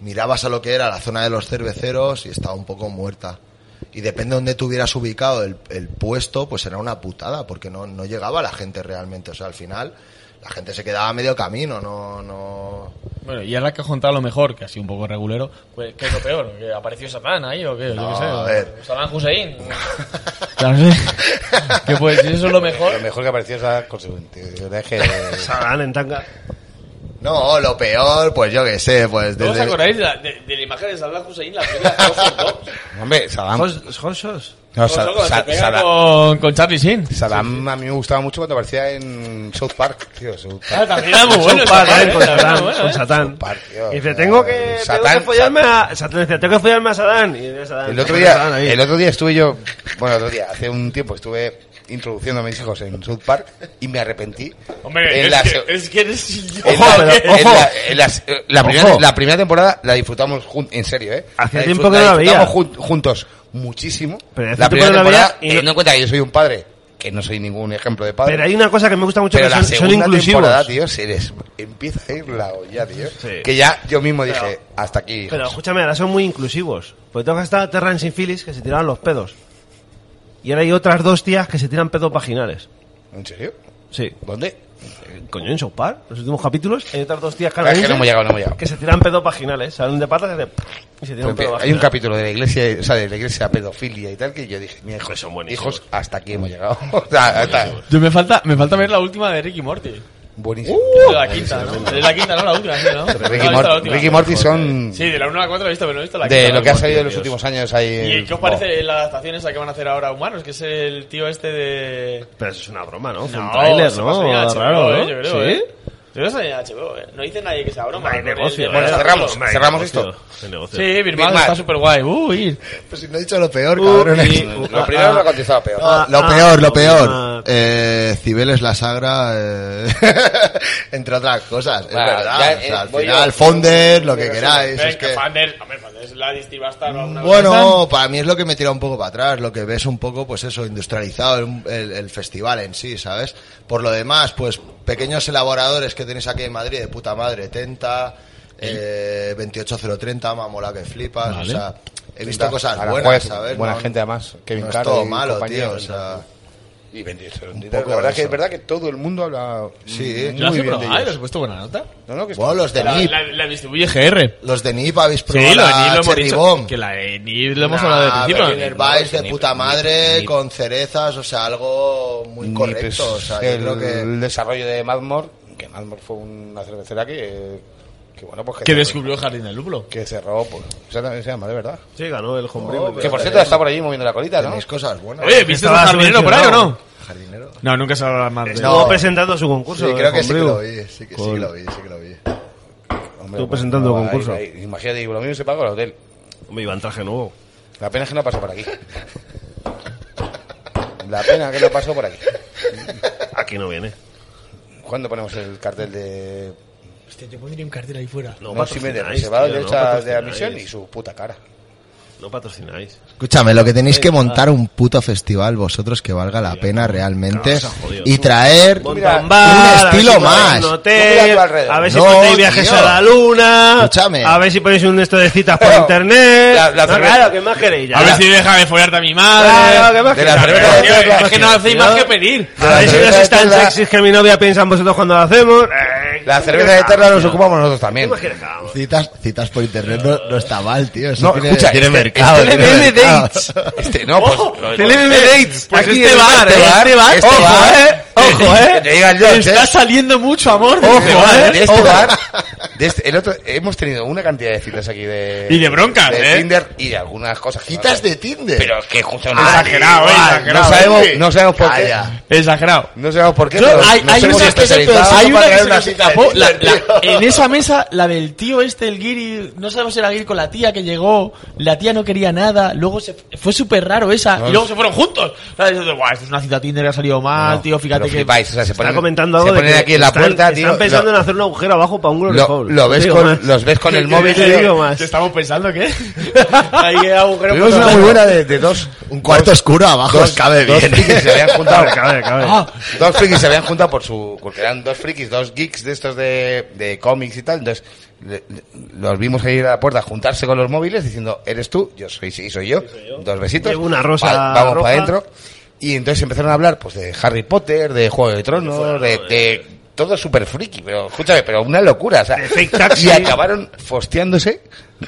S5: mirabas a lo que era la zona de los cerveceros y estaba un poco muerta. Y depende de dónde tuvieras ubicado el, el puesto, pues era una putada, porque no, no llegaba la gente realmente. O sea, al final la gente se quedaba a medio camino, no, no...
S7: Bueno, y ahora que has contado lo mejor, que ha sido un poco regulero,
S4: Pues, ¿Qué es lo peor? ¿Que apareció Satán ahí o qué? Yo
S5: No,
S4: qué sé.
S5: a ver.
S4: Satán Hussein. Ya no sé. que pues si eso es lo mejor.
S3: Lo mejor que apareció esa consecuente. Yo creo que-
S2: Sagan en tanga.
S5: No, lo peor, pues yo qué sé, pues
S4: ¿No os
S5: desde...
S4: acordáis de la, de- de la imagen de Saddam Hussein? La primera que os contó?
S3: Hombre, Saddam.
S2: Jorsos.
S3: No,
S4: Os
S3: Sa-
S4: loco,
S3: Sa-
S4: se pega
S3: Saddam-
S4: con, con Charlie Sheen.
S3: Saddam a mí me gustaba mucho cuando aparecía en South Park, tío. South Park.
S4: Ah, también era muy
S2: Con
S4: bueno.
S2: Satán, con
S4: era
S2: Satán,
S4: muy bueno,
S2: con
S4: ¿eh?
S2: Satán.
S3: Par, tío.
S2: Y dice, tengo que, tengo que
S3: Satán,
S2: follarme a... Satán decía, tengo que follarme a Satán. Y de Satán.
S3: El otro
S2: Satán
S3: día,
S2: Ah, ahí.
S3: el otro día estuve yo, bueno, el otro día, hace un tiempo estuve introduciendo a mis hijos en South Park y me arrepentí.
S4: Hombre,
S3: En
S4: es,
S3: la
S4: que,
S3: se-
S4: es que eres...
S3: En
S2: Ojo,
S3: la-
S2: pero-
S3: en
S2: ojo.
S3: la- en las- eh, la primera-
S2: Ojo.
S3: La primera temporada la disfrutamos jun- en serio, ¿eh?
S2: Hacía
S3: La
S2: tiempo
S3: disfrut-
S2: que no la veía.
S3: disfrutamos jun- juntos muchísimo.
S2: Pero hace
S3: la
S2: tiempo
S3: primera
S2: que no la
S3: temporada,
S2: veía y no-
S3: teniendo en cuenta que yo soy un padre, que no soy ningún ejemplo de padre.
S2: Pero hay una cosa que me gusta mucho,
S3: Pero
S2: que
S3: la
S2: son, son
S3: segunda
S2: inclusivos.
S3: temporada, tío, se les empieza a ir la olla, tío.
S2: Sí.
S3: Que ya yo mismo dije, hasta aquí. hijos.
S2: Pero escúchame, ahora son muy inclusivos. Porque tengo que estar Terrence y Phillips que se tiraban los pedos. Y ahora hay otras dos tías que se tiran pedos vaginales.
S3: ¿En serio?
S2: Sí.
S3: ¿Dónde?
S2: Coño, en South Park, los últimos capítulos, hay otras dos tías
S3: Ah, es que
S2: canadienses
S3: no hemos llegado, no hemos llegado.
S2: que se tiran pedos vaginales. Salen de patas y, hacen y se tiran
S3: Pues,
S2: pedos
S3: hay un
S2: vaginales.
S3: capítulo de la iglesia, o sea, de la iglesia pedofilia y tal, que yo dije, mira, hijos,
S2: son buenísimos.
S3: hijos, hasta aquí hemos llegado. o sea, hasta-
S4: Yo me falta, me falta ver la última de Ricky Morty.
S3: buenísimo.
S4: de la quinta, ¿no? De la quinta, no, la última, sí, ¿no?
S3: Pero Ricky,
S4: No, he visto
S3: Mor-
S4: la última.
S3: Ricky Morty son
S4: Sí, de la 1 a la 4 he visto, pero no he visto la quinta.
S3: de lo que ha salido en los
S4: Dios.
S3: últimos años ahí.
S4: ¿Y qué os parece la adaptación esa que van a hacer ahora a humanos? Que es el tío este de...
S2: Pero eso es una broma, ¿no? Fue
S4: No,
S2: un tráiler,
S4: eso va a salir
S2: ¿no?
S4: en HBO,
S2: Raro,
S4: eh,
S2: ¿no?
S4: Yo creo,
S2: ¿Sí?
S4: ¿eh? Yo creo que sale en HBO, ¿eh? No dice nadie que sea broma.
S2: Hombre, Hay
S4: con el de-
S2: negocio.
S4: bueno,
S2: eh.
S3: cerramos,
S2: Hombre, hay
S3: cerramos
S2: negocio,
S3: esto.
S2: hay negocio.
S4: Sí, Birman
S3: Birman.
S4: está súper guay. Uy,
S5: Pues si no he dicho lo peor, cabrón.
S3: Lo primero lo ha contestado peor.
S5: No, lo
S2: Ah,
S5: peor,
S2: ah,
S5: lo
S2: ah.
S5: peor. Eh, Cibeles la Sagra, eh, entre otras cosas. Es
S3: Bueno,
S5: verdad.
S3: ya,
S5: o sea,
S3: eh,
S5: al
S3: voy
S5: final,
S3: yo.
S5: Fonder, lo que
S3: Pero sí,
S5: queráis.
S4: es
S5: Es
S4: que
S5: que,
S4: Fander, hombre, Fander es la distibasta. ¿no? Una-
S5: bueno, para mí es lo que me tira un poco para atrás. Lo que ves un poco, pues eso, industrializado el, el- el festival en sí, ¿sabes? Por lo demás, pues pequeños elaboradores que tenéis aquí en Madrid de puta madre. Tenta, eh, 28030, mamola que flipas. O sea, he visto cosas
S3: Ahora
S5: buenas,
S3: juegas-
S5: ¿sabes?
S3: Buena
S5: No-
S3: gente además. Kevin
S5: no es
S3: Carr
S5: todo
S3: y
S5: malo,
S3: compañía,
S5: tío. O
S3: o sea,
S5: sea,
S3: Y 28
S5: poco
S3: La verdad
S5: eso.
S3: que es verdad que todo el mundo habla
S5: Sí.
S4: ¿Lo has
S3: muy bien de
S4: probado? ¿Lo
S3: ellos.
S4: has puesto buena nota?
S3: No, no, que
S5: bueno, los de
S4: La,
S5: NIP,
S4: la, la distribuye GR.
S5: los de NIP habéis
S4: Sí,
S5: probado
S4: lo de
S5: la
S4: Neil lo hemos
S5: Cherry
S4: dicho.
S5: Bomb.
S4: Que la de Neil lo hemos hablado de
S5: Nah,
S4: principio.
S5: Berliner Weiss de puta madre, con cerezas, o sea, algo muy
S3: Ni, pues,
S5: correcto. O sea, yo
S3: el,
S5: creo que...
S3: el desarrollo de Madmore, que Madmore fue una cervecera que, que bueno, pues
S4: Que
S3: cerró-
S4: descubrió el Jardín del Lúpulo.
S3: que cerró, pues, exactamente se llama, de verdad.
S2: Sí, ganó el homebrew.
S4: Oh,
S5: No, pero-
S3: Que por cierto está por allí moviendo la colita, ¿no?
S5: Tenéis cosas buenas.
S4: Oye, ¿viste a
S2: Estaba
S4: jardinero por ahí o no?
S5: Jardinero.
S7: No, nunca se habla más de...
S2: Estuvo
S5: No.
S2: presentando su concurso.
S5: Sí, creo
S2: del
S5: que sí que
S2: homebrew.
S5: lo vi, sí que, sí que lo vi, sí que lo vi.
S3: Hombre,
S2: Estuvo presentando
S3: ahí-
S2: concurso.
S3: ahí- imagínate, digo, lo mismo se paga el hotel.
S2: Hombre, iba en traje nuevo.
S3: La pena es que no pasó por aquí. La pena que no pasó por aquí.
S2: Aquí no viene.
S3: ¿Cuándo ponemos el cartel de
S4: Hostia, yo pondría un cartel ahí fuera.
S2: No,
S3: no, si me de
S2: patrocináis,
S3: reservado
S2: tío, no eh.
S3: derechas de
S2: patrocináis.
S3: admisión y su puta cara?
S2: No patrocináis.
S5: Escúchame, lo que tenéis que montar un puto festival vosotros que valga la pena realmente
S2: claro, se ha jodido.
S5: y traer
S2: Monta
S3: mira,
S2: un bar,
S5: un
S2: a ver
S5: estilo
S2: si ponéis
S5: más.
S2: un
S3: No mira a
S2: hotel,
S3: tu alrededor.
S2: a ver si
S5: No,
S2: ponéis viajes
S5: tío.
S2: a la luna.
S5: Escúchame.
S2: A ver si ponéis un esto de citas por
S3: Pero,
S2: internet.
S3: la- la
S2: No,
S3: cerveza-
S2: claro, ¿qué más queréis? Ya.
S4: A ver si deja de follarte a mi madre.
S2: Claro, ¿qué más
S3: De
S2: queréis?
S3: la
S2: A ver,
S3: cerveza
S2: tío,
S3: de todas
S2: ¿qué más
S3: las
S4: Es que no hacéis más que pedir.
S2: A ver si no sois tan
S3: de la-
S2: sexys que mi novia piensa en vosotros cuando lo hacemos. Eh,
S3: La
S2: ¿qué
S3: cerveza
S2: más
S3: de Terra nos
S2: tío?
S3: ocupamos nosotros también.
S2: ¿Qué dejamos?
S5: Citas, citas por internet no, no eh, está mal, tío. Eso
S3: No,
S5: tiene,
S3: escucha,
S5: tiene
S3: este-
S5: mercado.
S3: este
S5: tiene
S2: LM
S5: mercado.
S2: Dates.
S3: Este, no, pues...
S2: TLM Dates.
S4: Pues
S2: Aquí en
S4: este
S2: el
S4: bar,
S2: ¿eh?
S4: este
S3: bar, este
S2: Ojo,
S3: bar.
S2: eh. Ojo, eh.
S3: Que te digan yo, este
S4: Está saliendo mucho amor de
S3: eh. Ojo,
S4: este bar,
S3: ¿eh?
S4: ¿eh?
S3: este bar, de este- el otro, hemos tenido una cantidad de citas aquí de.
S8: Y de broncas,
S3: de
S8: ¿eh?
S3: Tinder y algunas cosas. que no
S5: Citas
S3: sabemos.
S5: de Tinder.
S3: Pero es que justo
S8: Exagerado, eh,
S3: No
S8: exagerado.
S3: sabemos,
S8: eh.
S3: no sabemos por qué.
S5: Calla.
S4: Exagerado.
S3: No sabemos por qué.
S4: Yo-
S3: pero
S4: hay,
S3: nos
S4: hay
S3: hemos
S4: una que se,
S3: especializado
S4: hay una
S3: para
S4: que
S3: traer
S4: se nos
S3: cita de
S4: escapó.
S3: Tinder,
S4: La- la-
S3: tío.
S4: en esa mesa, la del tío este, el guiri, no sabemos si era guiri con la tía que llegó, la tía no quería nada, luego se, fue súper raro esa, y luego se fueron juntos. ¿Sabes? Entonces, Guau, esto es una cita Tinder que ha salido mal,
S3: No,
S4: tío, fíjate
S3: pero
S4: que...
S3: flipáis, o sea, se
S2: Está
S3: ponen,
S2: comentando algo
S3: se ponen
S2: de que
S3: aquí en la
S2: están-
S3: puerta, tío.
S2: Están pensando
S3: lo-
S2: en hacer un agujero abajo para un glory
S3: lo,
S2: hole.
S3: lo ves
S2: Digo,
S3: con,
S2: más.
S3: los ves con el
S2: ¿Qué
S3: móvil.
S2: te
S3: tío.
S2: digo más?
S4: estamos pensando que hay agujero
S3: Tuvimos una muy buena de, de dos.
S5: Un cuarto oscuro abajo os cabe
S3: dos
S5: bien.
S3: frikis se habían juntado. Ah.
S8: Cabe, cabe.
S3: Dos frikis se habían juntado por su. Porque eran dos frikis, dos geeks de estos de, de cómics y tal. Entonces, le- le- los vimos ahí a la puerta juntarse con los móviles diciendo: Eres tú, yo soy, sí, soy yo. Dos besitos.
S2: Llevo una rosa
S3: Va- vamos
S2: roja.
S3: para adentro. Y entonces empezaron a hablar pues de Harry Potter, de Juego de Tronos, de. de- todo súper friki, pero escúchame, pero una locura, o sea,
S2: De Fake Taxi.
S3: y acabaron fosteándose,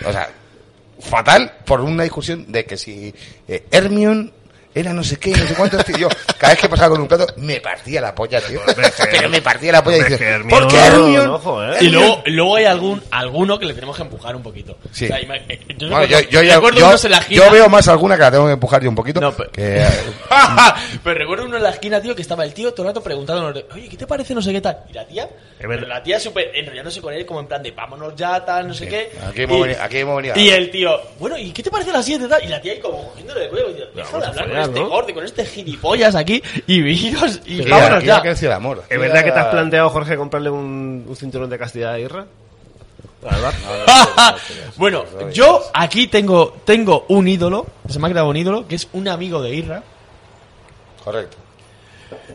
S3: o sea, fatal por una discusión de que si eh, Hermione era no sé qué, no sé cuánto, tío. Yo, cada vez que pasaba con un plato, me partía la polla, tío. Pero me partía la polla y
S2: Hombre,
S3: dices,
S2: es que Hermione-
S3: ¿por qué Hermione?
S2: Ojo, eh.
S4: Y luego, luego hay algún alguno que le tenemos que empujar un poquito.
S3: Sí.
S4: O sea, ima- eh, yo,
S3: Bueno, yo,
S4: recuerdo-
S3: yo, ya-
S4: recuerdo
S3: yo-
S4: unos en la esquina.
S3: yo veo más alguna que la tengo que empujar yo un poquito.
S4: No, pero-
S3: que, eh,
S4: pero Pues recuerdo uno en la esquina, tío, que estaba el tío todo el rato preguntándonos, oye, ¿qué te parece no sé qué tal? Y la tía, pero la tía súper enrollándose con él, como en plan de vámonos ya, tal, no sé qué.
S3: aquí hemos
S4: Y-
S3: venido- aquí hemos venido.
S4: Y el tío, bueno, ¿y qué te parece la 7 tal? Y la tía ahí como cogiéndole de cuello, y diciendo, deja de hablar con este gordo, con este gilipollas aquí, y viros, y
S3: que
S4: vámonos
S3: aquí
S4: ya.
S3: ha crecido el amor.
S2: ¿Es verdad que te has planteado, Jorge, comprarle un, un cinturón de castidad a Irra?
S4: bueno, yo aquí tengo, tengo un ídolo, se me ha creado un ídolo, que es un amigo de Irra,
S3: Correcto.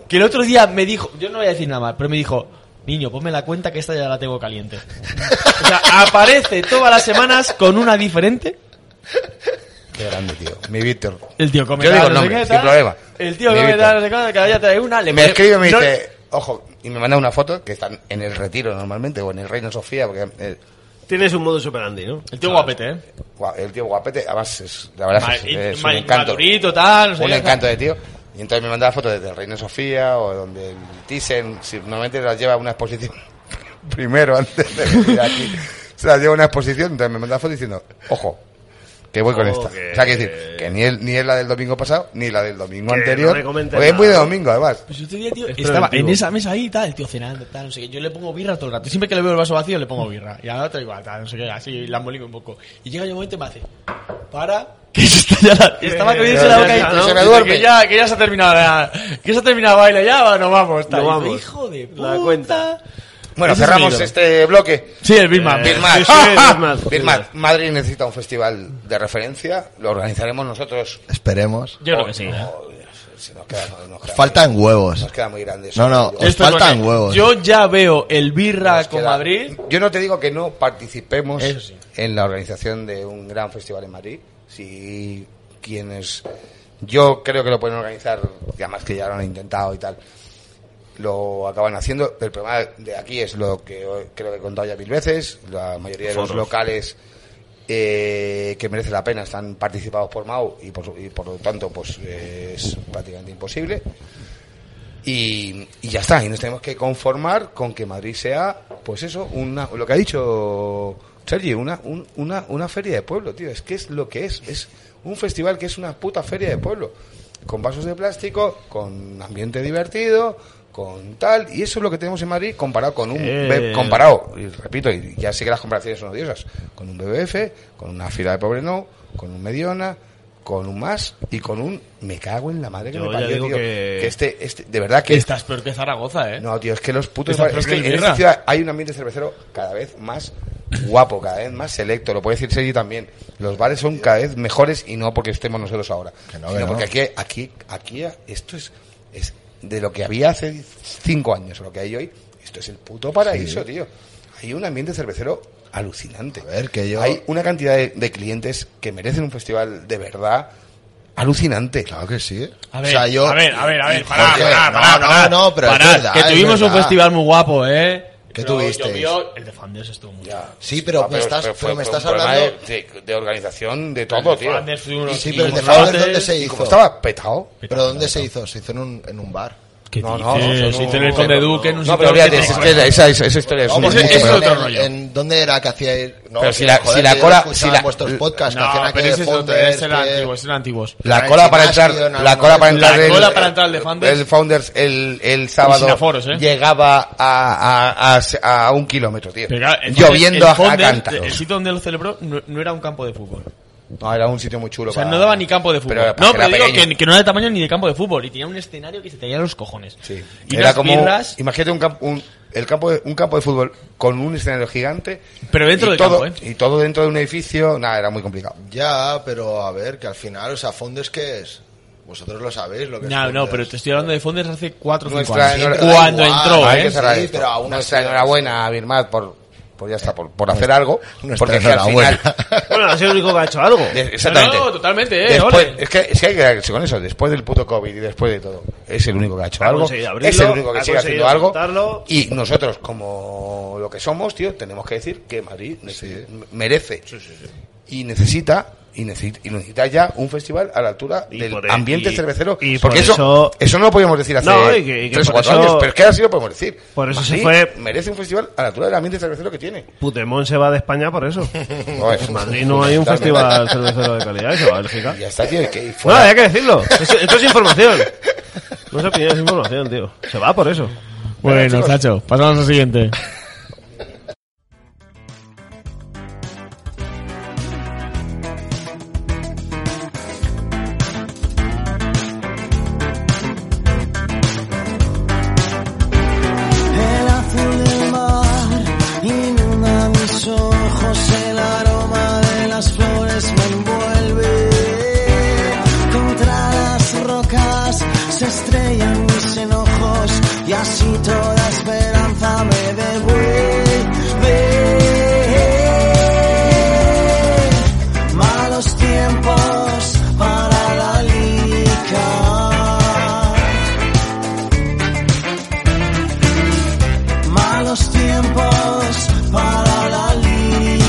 S4: que el otro día me dijo, yo no voy a decir nada más, pero me dijo, niño, ponme la cuenta que esta ya la tengo caliente. o sea, aparece todas las semanas con una diferente.
S3: Qué grande, tío. Mi Víctor.
S4: El tío come
S3: Yo
S4: tal,
S3: digo
S4: no sé
S3: nombre,
S4: qué,
S3: sin
S4: tal.
S3: problema.
S4: El tío
S3: Mi
S4: come
S3: Víctor.
S4: tal, no sé qué, cada día trae una. Le
S3: me
S4: pone-
S3: escribe y me
S4: no-
S3: dice, ojo, y me manda una foto que están en el retiro normalmente o en el Reino Sofía, porque eh,
S2: Tienes un modo superandi, ¿no?
S4: El tío guapete, ¿eh?
S3: gua- el tío guapete, además, es, la verdad es,
S4: Ma-
S3: que
S4: y-
S3: es un
S4: ma-
S3: encanto.
S4: madurito, tal, no sé
S3: un
S4: qué,
S3: encanto de tío. Y entonces me mandaba fotos desde el Reino Sofía o donde el Thyssen, si normalmente las lleva a una exposición primero antes de venir aquí. Se las lleva a una exposición, entonces me mandaba fotos diciendo, ojo, que voy con
S2: Ojo,
S3: esta.
S2: que-
S3: O sea, que decir, que ni, el- ni es la del domingo pasado, ni la del domingo
S2: Que no
S3: anterior.
S2: me comentes
S3: porque es muy de
S2: nada.
S3: domingo, además.
S4: Pues el otro día, tío,
S2: Es
S4: estaba
S2: preventivo.
S4: en esa mesa ahí, tal, el tío cenando, tal, no sé qué. Yo le pongo birra todo el rato. Siempre que le veo el vaso vacío, le pongo birra. Y ahora otra igual, tal, no sé qué, así, la un poco. Y llega un momento y me hace, para, que se está ya la... y Estaba comiéndose la boca ahí.
S2: ya está, ¿no?
S4: dice,
S3: Se me duerme.
S4: Que ya, que ya se ha terminado la... Que ya se ha terminado el baile, ya, va, nos vamos, tal.
S2: Nos
S4: Y yo,
S2: vamos.
S4: Hijo de puta.
S2: La cuenta.
S3: Bueno,
S4: Ese es mi
S3: cerramos
S4: ídolo.
S3: este bloque.
S4: Sí, el Birman.
S3: Eh, Big Mac.
S2: Eh, sí, sí, Big Mac.
S3: Big Mac. Madrid necesita un festival de referencia. Lo organizaremos nosotros.
S5: Esperemos.
S4: Yo creo que sí, ¿eh?
S3: Oh, si nos queda, nos queda-
S5: Faltan huevos.
S3: Nos queda muy grande. eso.
S5: No, no,
S3: Yo-
S5: os
S4: Esto
S5: faltan
S4: con-
S5: huevos.
S4: Yo ya veo el birra
S3: nos
S4: con
S3: queda-
S4: Madrid.
S3: Yo no te digo que no participemos
S4: Eso sí.
S3: en la organización de un gran festival en Madrid. Si quienes. Yo creo que lo pueden organizar, y además que ya lo han intentado y tal. Lo acaban haciendo. El problema de aquí es lo que hoy- creo que he contado ya mil veces. La mayoría de los locales eh, que merece la pena están participados por Mao y por, y por lo tanto pues eh, es prácticamente imposible y, y ya está y nos tenemos que conformar con que Madrid sea pues eso una lo que ha dicho Sergi una un- una una feria de pueblo tío es que es lo que es es un festival que es una puta feria de pueblo con vasos de plástico con ambiente divertido con tal y eso es lo que tenemos en Madrid comparado con un
S2: Eh.
S3: be- comparado y repito y ya sé que las comparaciones son odiosas con un BBF con una fila de pobre no con un Mediona con un más y con un me cago en la madre que
S2: Yo
S3: me
S2: ya
S3: parió,
S2: digo
S3: tío.
S2: que-
S3: que este este de verdad que
S4: Que estás peor que Zaragoza, ¿eh?
S3: no, tío, es que los putos.
S4: Esa
S3: Es que en
S4: propia
S3: esta
S4: guerra.
S3: ciudad hay un ambiente cervecero cada vez más guapo, cada vez más selecto. Lo puede decir Sergi también. Los bares son cada vez mejores y no porque estemos nosotros ahora.
S5: Que no,
S3: sino
S5: que no.
S3: porque aquí, aquí, aquí, esto es, es de lo que había hace cinco años, lo que hay hoy. Esto es el puto paraíso, tío. Hay un ambiente cervecero alucinante.
S5: A ver, que yo-
S3: Hay una cantidad de, de clientes que merecen un festival de verdad alucinante.
S5: Claro que sí.
S4: A ver, a ver, a ver, a ver, pará,
S5: Jorge,
S4: pará, pará,
S5: no,
S4: pará.
S5: no, no, pero es
S4: Parad,
S5: verdad,
S4: que
S5: es
S4: tuvimos un
S5: verdad.
S4: festival muy guapo, ¿eh?
S5: ¿Qué
S4: Pero
S5: tuvisteis?
S4: llovió- el de Fanders estuvo muy guapo.
S5: Sí, pero
S3: Ah,
S5: me
S3: pero
S5: estás, pero me
S3: fue- fue
S5: estás
S3: un problema
S5: hablando.
S3: De, de- de organización, de todo, tío.
S4: Fanders fue uno-
S5: Sí,
S4: y
S5: pero el de
S4: Fanders-
S5: Fabres, ¿dónde se
S3: Y como
S5: hizo?
S3: estaba petado,
S5: ¿Pero dónde se hizo? Se hizo en un, en un bar.
S2: ¿Qué
S3: No,
S2: dices?
S3: no,
S4: Sí,
S3: no,
S4: el sitio del Conde Duque en un
S3: No,
S4: sitio
S3: pero olvídate,
S4: donde
S3: es
S4: te-
S3: que la- esa, pues, esa, esa historia es
S5: No,
S3: un ¿eh?
S5: porque
S4: pues es-
S5: en-
S4: es otro
S5: en-
S4: rollo.
S5: en- ¿Dónde era que hacíais? No,
S3: Pero si
S5: que,
S3: la-
S5: joder,
S3: si la
S5: que yo
S3: cola-
S5: escuchaba
S3: si la-
S5: en vuestros podcasts, que hacían
S4: No, pero
S5: aquel
S4: ese es otro,
S5: Founders,
S4: ese era
S5: que-
S4: antiguo, ese era antiguo.
S3: La
S5: Era
S3: cola
S5: el
S3: para
S5: gimnasio
S3: entrar,
S5: en algún
S3: la cola para
S5: momento.
S3: entrar,
S4: La
S3: el-
S4: cola para entrar al de Founders.
S3: el Founders el, el sábado
S4: sin aforos, ¿eh?
S3: llegaba a, a, a, a un kilómetro, tío.
S4: Pero claro, el-
S3: Lloviendo
S4: el
S3: a, a
S4: Founders,
S3: cántaros.
S4: el sitio donde lo celebró no, no era un campo de fútbol.
S3: No, era un sitio muy chulo.
S9: O sea,
S3: para-
S9: no daba ni campo de fútbol.
S3: Pero era-
S9: no,
S3: porque
S9: pero
S3: era
S9: digo que,
S3: pequeño.
S9: que no era de tamaño ni de campo de fútbol. Y tenía un escenario que se te a los cojones.
S3: Sí.
S9: Y
S3: Era
S9: unas
S3: como,
S9: birras,
S3: imagínate un campo, un, el campo de, un campo de fútbol con un escenario gigante.
S9: Pero dentro
S3: y
S9: del
S3: todo,
S9: campo, ¿eh?
S3: Y todo dentro de un edificio, nada, era muy complicado.
S5: Ya, pero a ver, que al final, o sea, Founders, ¿qué es? Vosotros lo sabéis lo que es
S9: No, no,
S5: Founders.
S9: pero te estoy hablando de Fondes hace 4 o 5
S3: Nuestra
S9: años.
S3: enhora-
S9: Cuando
S5: da igual,
S9: entró,
S3: Hay
S9: ¿eh?
S3: que cerrar
S5: Sí,
S3: esto.
S5: pero aún
S3: Nuestra
S5: así-
S3: enhorabuena a Birmat por, por ya está, por, por hacer algo.
S5: Nuestra
S3: Porque es que al final,
S5: enhorabuena.
S2: Bueno, ha sido el único que ha hecho algo.
S3: de- exactamente.
S9: No, no, totalmente, eh.
S3: Después,
S9: ole.
S3: es, que, es que hay que quedarse con eso. Después del puto COVID y después de todo, es el único que ha hecho
S2: Ha
S3: algo.
S2: conseguido
S3: es
S2: abrirlo,
S3: el único que
S2: ha
S3: sigue haciendo
S2: conseguido
S3: algo.
S2: montarlo.
S3: Y nosotros, como lo que somos, tío, tenemos que decir que Madrid nece- merece y necesita. Y necesita, y necesita ya un festival a la altura
S2: Y
S3: del
S2: por e-
S3: ambiente
S2: y-
S3: cervecero.
S2: y
S3: porque
S2: por
S3: eso, eso,
S2: eso-
S3: no lo podíamos decir hace
S2: No, y que- y que
S3: tres o
S2: por
S3: cuatro
S2: eso-
S3: años, pero es que ahora sí lo podemos decir.
S2: Por eso se
S3: Madrid
S2: fue-
S3: Merece un festival a la altura del ambiente cervecero que tiene.
S2: Putemón se va de España por eso.
S3: No, es-
S2: En Madrid no hay un
S3: Totalmente.
S2: festival cervecero de calidad, eso va a Bélgica.
S3: Y ya está, tío. y que
S2: No,
S3: fuera-
S2: hay que decirlo. Es- Esto es información. No es opinión, es información, tío. Se va por eso.
S4: Bueno, Chacho, pasamos al siguiente.
S8: El azul del mar inunda mis ojos, el aroma de las flores me envuelve. Contra las rocas se estrellan mis enojos y así toda esperanza me devuelve. Malos tiempos para la lica. malos tiempos para la liga.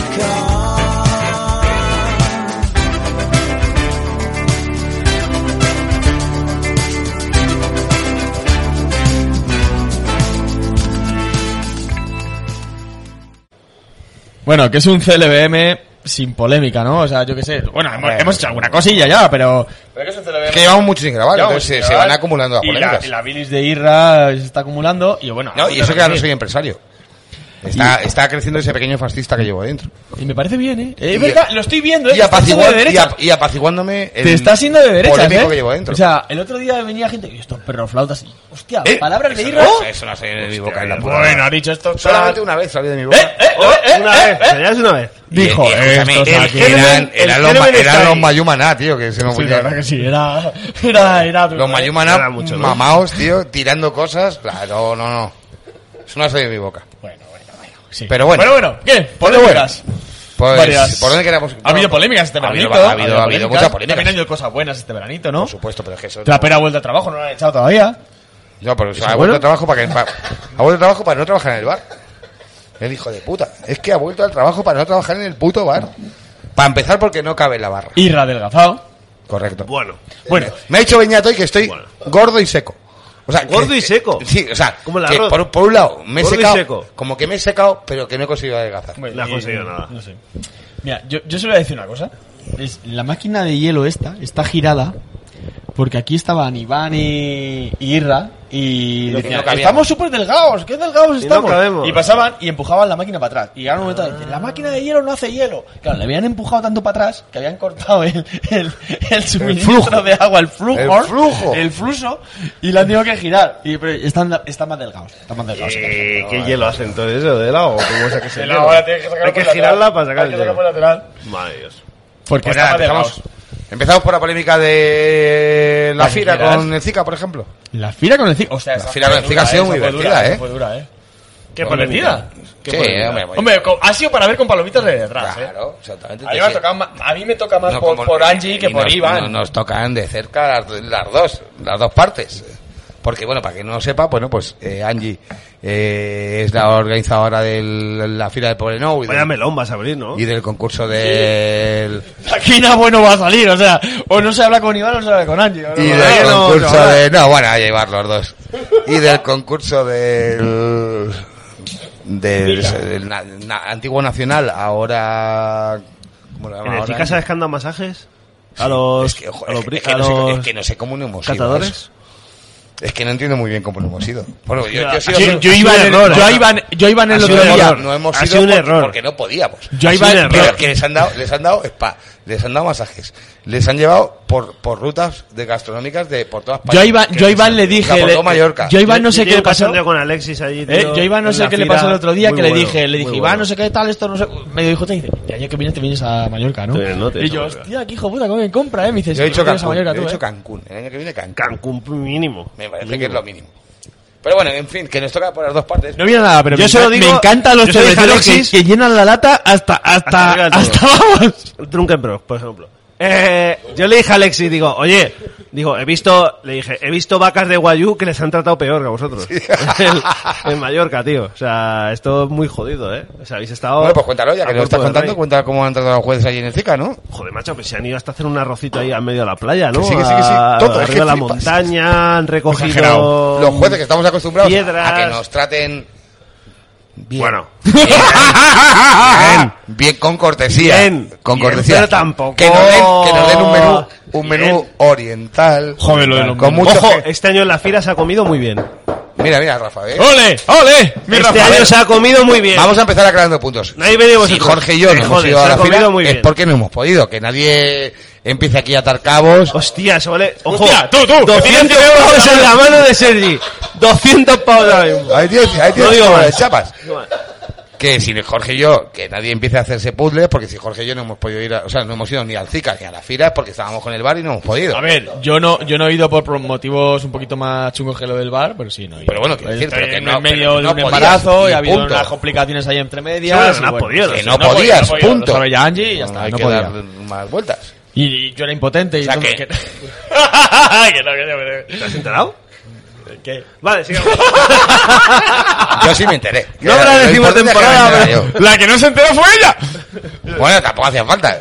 S4: Bueno, que es un CLBM sin polémica, ¿no? O sea, yo qué sé. Bueno, hemos,
S3: Bueno.
S4: hemos hecho alguna cosilla ya, pero...
S3: Es que llevamos mucho sin grabar,
S4: Llevamos
S3: entonces
S4: sin
S3: se, se
S4: grabar.
S3: van acumulando las
S4: y
S3: polémicas.
S4: La, y la bilis de Irra se está acumulando y bueno...
S3: No, y eso que
S4: ahora
S3: ahora no soy empresario. Está, está creciendo ese pequeño fascista que llevo dentro.
S4: Y me parece bien, ¿eh? Es
S3: Y-
S4: verdad, lo estoy viendo, ¿eh?
S3: Y,
S4: Te estás haciendo
S3: apacigua-
S4: de
S3: y,
S4: derecha.
S3: ap- y apaciguándome el
S4: Te está haciendo de derecha,
S3: polémico
S4: ¿eh?
S3: que llevo dentro.
S4: O sea, el otro día venía gente y estos perroflautas y... Hostia,
S3: ¿Eh?
S4: palabras de
S3: Eso
S4: Irra... Oh.
S3: no- Eso no salió de mi boca en la puta
S4: Bueno,
S3: vida.
S4: ha dicho esto...
S3: Solamente una vez salió de mi boca.
S4: Eh,
S2: Una vez, ya es una vez.
S3: Y- y
S4: Dijo,
S3: escúchame,
S4: estos
S3: el
S4: aquí...
S3: que eh, eran,
S2: germen- el
S3: eran, los, ma-
S2: germen está
S3: eran los
S2: ahí.
S3: mayumaná, tío, que se nos
S4: Sí,
S3: olvidó.
S4: la verdad que sí, era... Era... era
S3: Los mayumaná
S2: Era mucho, ¿no?
S3: mamaos, tío, tirando cosas. Claro, no, no. Eso no ha salido de mi boca.
S4: Bueno, bueno, bueno, sí.
S3: Pero bueno.
S4: Bueno, bueno, ¿qué?
S3: bueno.
S4: Polémicas.
S3: Pues,
S4: Varias.
S3: ¿por dónde queramos?
S4: Ha habido polémicas este
S3: Ha habido-
S4: veranito.
S3: ha habido- ha habido muchas polémicas.
S4: También ha habido cosas buenas este veranito, ¿no?
S3: Por supuesto, pero es que eso... no-
S4: Trapera ha vuelto al trabajo, no lo han echado todavía.
S3: No, pero eso, ha vuelto al trabajo para que pa- ha vuelto al trabajo para no trabajar en el bar. El hijo de puta. Es que ha vuelto al trabajo para no trabajar en el puto bar. Para empezar porque no cabe en la barra.
S4: Irra adelgazado.
S3: Correcto.
S2: Bueno,
S4: Bueno,
S3: Me ha dicho Beñato hoy que estoy
S2: Bueno.
S3: gordo y seco. O sea,
S2: Gordo y seco.
S3: Sí, o sea,
S2: Como el
S3: que
S2: arroz.
S3: por, por un lado me he
S2: Gordo y
S3: secado,
S2: seco.
S3: como que me he secado, pero que no he conseguido adelgazar.
S2: no has conseguido nada.
S4: no sé. Mira, yo, yo solo voy a decir una cosa. Es, la máquina de hielo esta está girada porque aquí estaban Iván y, y Irra y
S3: no
S4: decían,
S3: cabíamos.
S4: estamos súper delgados, qué delgados
S2: no
S4: estamos.
S2: cabemos.
S4: y pasaban y empujaban la máquina para atrás. Y llegaron un momento de decir, la máquina de hielo no hace hielo. Claro, le habían empujado tanto para atrás que habían cortado el, el, el suministro
S3: flujo.
S4: de agua, el flujo,
S3: El flujo.
S4: el fluso, y la han tenido que girar. Y pero están, están más delgados, están más delgados.
S2: Eh, ¿Qué hielo hacen todo eso? ¿De lado? ¿Cómo sacas el
S4: De la
S2: hielo?
S4: hora tienes que sacarlo
S2: Hay que
S4: por lateral.
S2: girarla para sacar
S4: Hay
S2: el
S4: que sacarlo por
S2: hielo.
S4: lateral.
S2: Madre Dios.
S4: Porque
S3: Pues nada,
S4: está más
S3: empezamos, empezamos por la polémica de la
S4: Las
S3: fira
S4: giras.
S3: con el Zika, por ejemplo.
S4: La fila con el Zika. O sea,
S3: La fila con el Zika ha sido muy divertida, ¿eh?
S4: Fue dura, ¿eh?
S2: Qué
S4: Fue divertida.
S3: Sí, hombre, muy-
S4: Hombre, co- ha sido para ver con palomitas de detrás, ¿eh?
S3: Claro, exactamente.
S4: A mí,
S3: Te
S4: me ha
S3: sie-
S4: tocado ma- a mí me toca más
S3: No,
S4: por,
S3: como-
S4: por Angie que
S3: y
S4: por
S3: nos-
S4: Iván.
S3: no- nos tocan de cerca las, las dos, las dos partes. Porque, bueno, para que no lo sepa, bueno, pues eh, Angie eh, es la organizadora de la fila de Poblenou y,
S2: Vaya
S3: del-
S2: melón vas a abrir, ¿no?
S3: y del concurso del...
S4: Aquí nada bueno va a salir, o sea, o no se habla con Iván o no se habla con Angie.
S3: Y
S4: No,
S3: del
S4: no, no,
S3: concurso
S4: no.
S3: de... No, bueno, a llevar los dos. Y del concurso del... del, del na- na- antiguo nacional, ahora... ¿Cómo lo llaman
S2: ¿En el
S3: ahora?
S4: ¿eh?
S2: Chicasa descandan masajes? A los...
S3: Es que, ojo,
S2: a los,
S3: es que-
S2: bri-
S3: es que
S2: a
S3: no sé-
S2: los
S3: es que no sé cómo no hemos ido a
S2: catadores.
S3: eso. Es que no entiendo muy bien cómo lo hemos ido. Bueno, yo, yo he sido-
S4: Yo, yo iba en el,
S2: error,
S4: yo
S2: ¿eh?
S4: iba en- yo iba en el
S3: ha
S4: otro
S3: sido un
S4: día.
S3: error, No hemos
S2: Ha
S3: ido
S2: sido un
S3: porque,
S2: error.
S3: porque no podíamos.
S4: Yo
S2: Ha
S4: iba
S2: sido
S4: en-
S2: un
S3: Pero
S2: error.
S3: es que les han dado, les han dado spa, les han dado masajes, les han llevado por, por rutas de gastronómicas de por todas partes.
S4: Yo a Iván- yo a Iván
S3: Que
S4: le
S3: se-
S4: dije,
S3: o sea, por
S4: le-
S3: toda Mallorca.
S4: yo a Iván no sé
S2: Yo
S4: qué
S2: llevo
S4: le pasó.
S2: pasando con Alexis allí,
S4: Eh,
S2: tío,
S4: yo Iván no
S2: en
S4: sé
S2: la
S4: qué le
S2: fila.
S4: pasó el otro día
S2: Muy
S4: que le
S2: bueno,
S4: dije, le
S2: muy
S4: dije,
S2: bueno.
S4: Iván, no sé qué tal, esto no sé. Me dijo, te dice, el año que viene te vienes a Mallorca, ¿no?
S2: Sí, no te vienes a
S4: y yo,
S2: Mallorca.
S4: hostia, qué hijo puta, ¿cómo me compra, eh? Me dice,
S3: Yo he
S4: "Sí,
S3: dicho
S4: te vienes a
S3: Cancún,
S4: Mallorca,
S3: yo he
S4: tú,
S3: dicho
S4: eh".
S3: Cancún, el año que viene Cancún.
S2: Cancún mínimo.
S3: Me parece que es lo mínimo. Pero bueno, en fin, que nos toca por las dos partes.
S4: No viene nada, pero
S2: Yo
S4: me,
S2: se lo
S4: enca-
S2: digo-
S4: me encantan los
S2: yo se lo dije a
S4: cerveceros que,
S2: Alexis.
S4: que llenan la lata hasta,
S2: Hasta
S4: hasta,
S2: arriba de
S4: hasta,
S2: todo.
S4: vamos.
S2: Drunken Bros, por ejemplo. Eh, yo le dije a Alexis, digo, oye, digo, he visto, le dije, he visto vacas de Guayú que les han tratado peor que a vosotros. en, en Mallorca, tío. O sea, esto es muy jodido, ¿eh? O sea, habéis estado...
S3: Bueno, pues cuéntalo, ya
S2: a
S3: que lo
S2: cuerpo
S3: estás
S2: de
S3: contando,
S2: rey.
S3: cuenta cómo han tratado los jueces allí en el CICA, ¿no?
S2: Joder, macho, que se han ido hasta hacer un arrocito ahí al medio de la playa, ¿no?
S3: Que sí, que sí, que sí.
S2: A-
S3: Todo, es que
S2: arriba de la
S3: flipas.
S2: montaña, han recogido...
S3: Exagerado. Los jueces que estamos acostumbrados
S2: piedras.
S3: a que nos traten bien.
S2: Bueno,
S3: Bien, bien, bien, con cortesía.
S2: Bien,
S3: con
S2: bien,
S3: cortesía.
S2: pero tampoco-
S3: Que nos den, que nos den un menú, un
S2: Bien.
S3: menú oriental.
S4: Joder, lo de los
S3: con
S4: menús.
S3: mucho Eh.
S2: ojo,
S3: ge-
S2: este año en la fila se ha comido muy bien.
S3: Mira, mira, Rafa. ¿eh?
S4: ¡Ole! ¡Ole! Mi
S2: este
S4: Rafa.
S2: año se ha comido muy bien.
S3: Vamos a empezar aclarando puntos.
S2: Nadie venía
S3: Si
S2: vosotros.
S3: Jorge y yo
S2: Me
S3: no hemos
S2: jode,
S3: ido a
S2: se
S3: la
S2: ha comido
S3: fila
S2: muy
S3: es
S2: bien.
S3: porque no hemos podido. Que nadie empiece aquí a atar cabos.
S2: Hostia, eso vale. Ojo,
S4: Hostia, tú, tú, que
S2: 200
S4: tienes
S2: pavos en la mano de Sergi. 200 pavos ahora mismo.
S3: Hay 10, hay 10
S2: No digo
S3: como
S2: más.
S3: las chapas. Que si Jorge y yo, que nadie empiece a hacerse puzzles, porque si Jorge y yo no hemos podido ir, a- o sea, no hemos ido ni al Zika ni a la fila, es porque estábamos con el bar y no hemos podido.
S4: A ver, yo no, yo no he ido por pro- motivos un poquito más chungos que lo del bar, pero sí, no he ido.
S3: Pero bueno, quiero decir,
S4: Estoy
S3: pero que
S4: en
S3: no-
S4: medio
S3: pero que
S4: de
S3: no
S4: un
S3: podías,
S4: embarazo y
S3: y
S4: ha habido
S3: punto.
S4: unas complicaciones ahí entre medias.
S2: Claro,
S4: y
S2: no has
S4: bueno,
S2: podido,
S4: sí,
S3: que no podías,
S4: podía, lo
S3: punto.
S4: sabe ya Angie y ya está,
S3: hay
S4: no
S3: que
S4: podía.
S3: dar más vueltas.
S4: Y, y yo era impotente y
S3: sea
S4: no-
S3: que-
S4: que- Que no, que no,
S2: ¿Te has enterado?
S4: que no. ¿Qué?
S2: Vale, sigamos.
S3: Yo sí me enteré.
S2: No habrá
S3: Lo
S2: décima
S3: importante es que me
S2: temporada,
S3: enteré
S2: pero-
S4: La que no se enteró fue ella.
S3: yo. Bueno, tampoco hacía falta.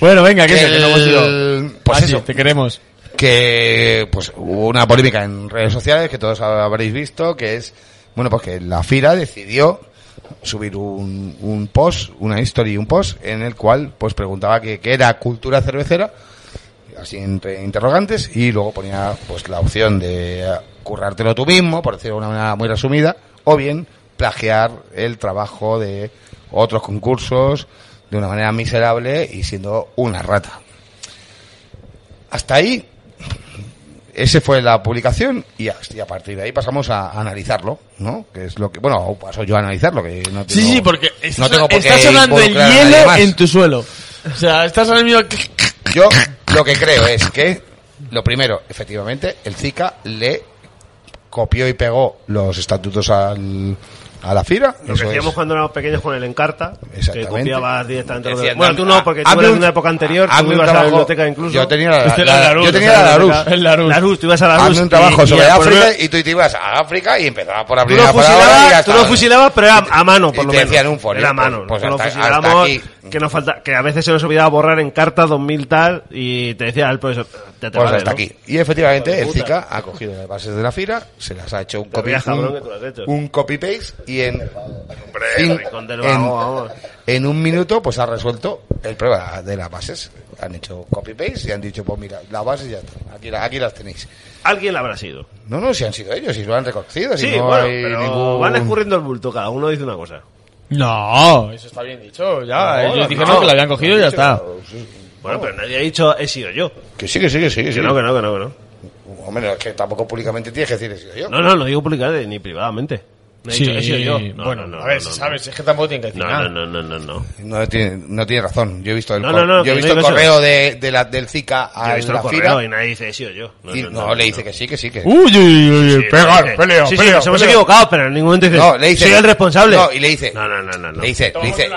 S4: Bueno, venga, que, se- que no hemos ido.
S3: El- Pues
S4: Angie,
S3: eso,
S4: te queremos.
S3: que pues hubo una polémica en redes sociales que todos habréis visto, que es, bueno, pues que la FIRA decidió subir un, un post, una history, un post, en el cual pues preguntaba que, qué era cultura cervecera, así entre interrogantes, y luego ponía pues la opción de eh, currártelo tú mismo, por decirlo de una manera muy resumida, o bien plagiar el trabajo de otros concursos de una manera miserable y siendo una rata. Hasta ahí, ese fue la publicación y a, y a partir de ahí pasamos a, analizarlo, ¿no? Que es lo que, bueno, paso yo a analizarlo, que no tengo,
S4: Sí, sí, porque estás,
S3: no tengo por qué
S4: estás sonando el
S3: involucrar a nadie
S4: hielo
S3: más.
S4: en tu suelo. O sea, estás ahora mismo...
S3: Yo lo que creo es que, lo primero, efectivamente, el Zika le copió y pegó los estatutos al, a la FIRA.
S2: Lo que
S3: eso
S2: hacíamos
S3: es.
S2: cuando éramos pequeños con el Encarta, que
S3: Exactamente.
S2: copiabas directamente. lo que-
S3: Decían,
S2: Bueno, tú no, porque tú
S3: hazme
S2: eras de
S3: un-
S2: una época anterior,
S3: hazme
S2: tú
S3: un
S2: ibas a la
S3: trabajo-
S2: biblioteca incluso.
S3: Yo tenía la,
S4: Este
S3: la-
S4: era Larus,
S3: yo tenía la
S4: este era
S3: Larus.
S4: El Larus.
S2: Larus, tú ibas a Larus.
S3: Hazme un
S2: y-
S3: trabajo
S2: y
S3: sobre
S2: a por
S3: África
S2: medio-
S3: y tú te ibas a África y empezabas por la
S2: Tú lo
S3: primera palabra y ya
S2: fusilabas, tú lo
S3: está.
S2: fusilabas, pero era a mano, por
S3: Y
S2: lo
S3: te
S2: menos.
S3: decían un folio,
S2: Era a
S3: pues-
S2: mano.
S3: pues
S2: Nosotros lo
S3: hasta- hasta
S2: fusilábamos,
S3: aquí.
S2: que nos falta, que a veces se nos olvidaba borrar en cartas 2000 tal, y te decía el profesor, ya te
S3: Pues
S2: vale,
S3: hasta
S2: ¿no?
S3: aquí. Y efectivamente, el Zika ha cogido las bases de la fira, se las ha hecho un
S2: Te
S3: copy,
S2: rías, cabrón, que tú lo has hecho.
S3: un, un copy paste y en, en,
S2: rincón del
S3: en-
S2: vago, vamos.
S3: en un minuto pues ha resuelto el problema de las bases. Han hecho copy paste y han dicho, pues mira, las bases ya están, aquí, la- aquí las tenéis.
S2: Alguien la habrá sido.
S3: No, no, si han sido ellos, si lo han reconocido, si
S2: Sí,
S3: no
S2: bueno,
S3: hay
S2: pero
S3: ningún...
S2: van escurriendo el bulto, cada uno dice una cosa.
S4: No, eso está bien dicho, ya.
S3: No,
S4: Ellos
S3: no,
S4: dijeron
S3: no.
S4: que lo habían cogido y ya está.
S2: Bueno, pero nadie ha dicho, he sido yo.
S3: Que sí, que sí, que sí, que Oh. sí.
S2: Que no, que no, que no, que no.
S3: Hombre, es que tampoco públicamente tienes que decir eso yo.
S2: No, no, no digo públicamente ni privadamente. No he
S4: Sí,
S2: dicho, he sido yo. No,
S4: bueno,
S2: no, no,
S4: a ver,
S2: no,
S4: si
S2: no,
S4: sabes, es que tampoco tienen que decir
S2: No,
S4: nada.
S2: no, no, no, no, no.
S3: No tiene, no tiene razón. Yo he visto el,
S2: No,
S3: cor-
S2: no, no,
S3: yo
S2: que
S3: he
S2: no
S3: visto el
S2: digo eso.
S3: correo de, de la, del Zika
S2: Yo
S3: a
S2: he visto el
S3: la
S2: correo
S3: fila.
S2: y nadie dice, he sido yo. No,
S3: Y
S2: no,
S3: no,
S2: no, no,
S3: le dice
S2: no.
S3: que sí, que sí,
S2: Uh,
S3: que
S4: Uy, uy, uy, uy,
S2: Sí,
S4: pega,
S2: dice,
S4: peleo,
S2: sí, sí,
S4: peleo,
S2: nos hemos
S4: peleo.
S2: equivocado, pero en ningún momento dice,
S3: No, le dice.
S2: soy el responsable.
S3: No, y le dice.
S2: No, no, no, no, no.
S3: Le dice, le dice,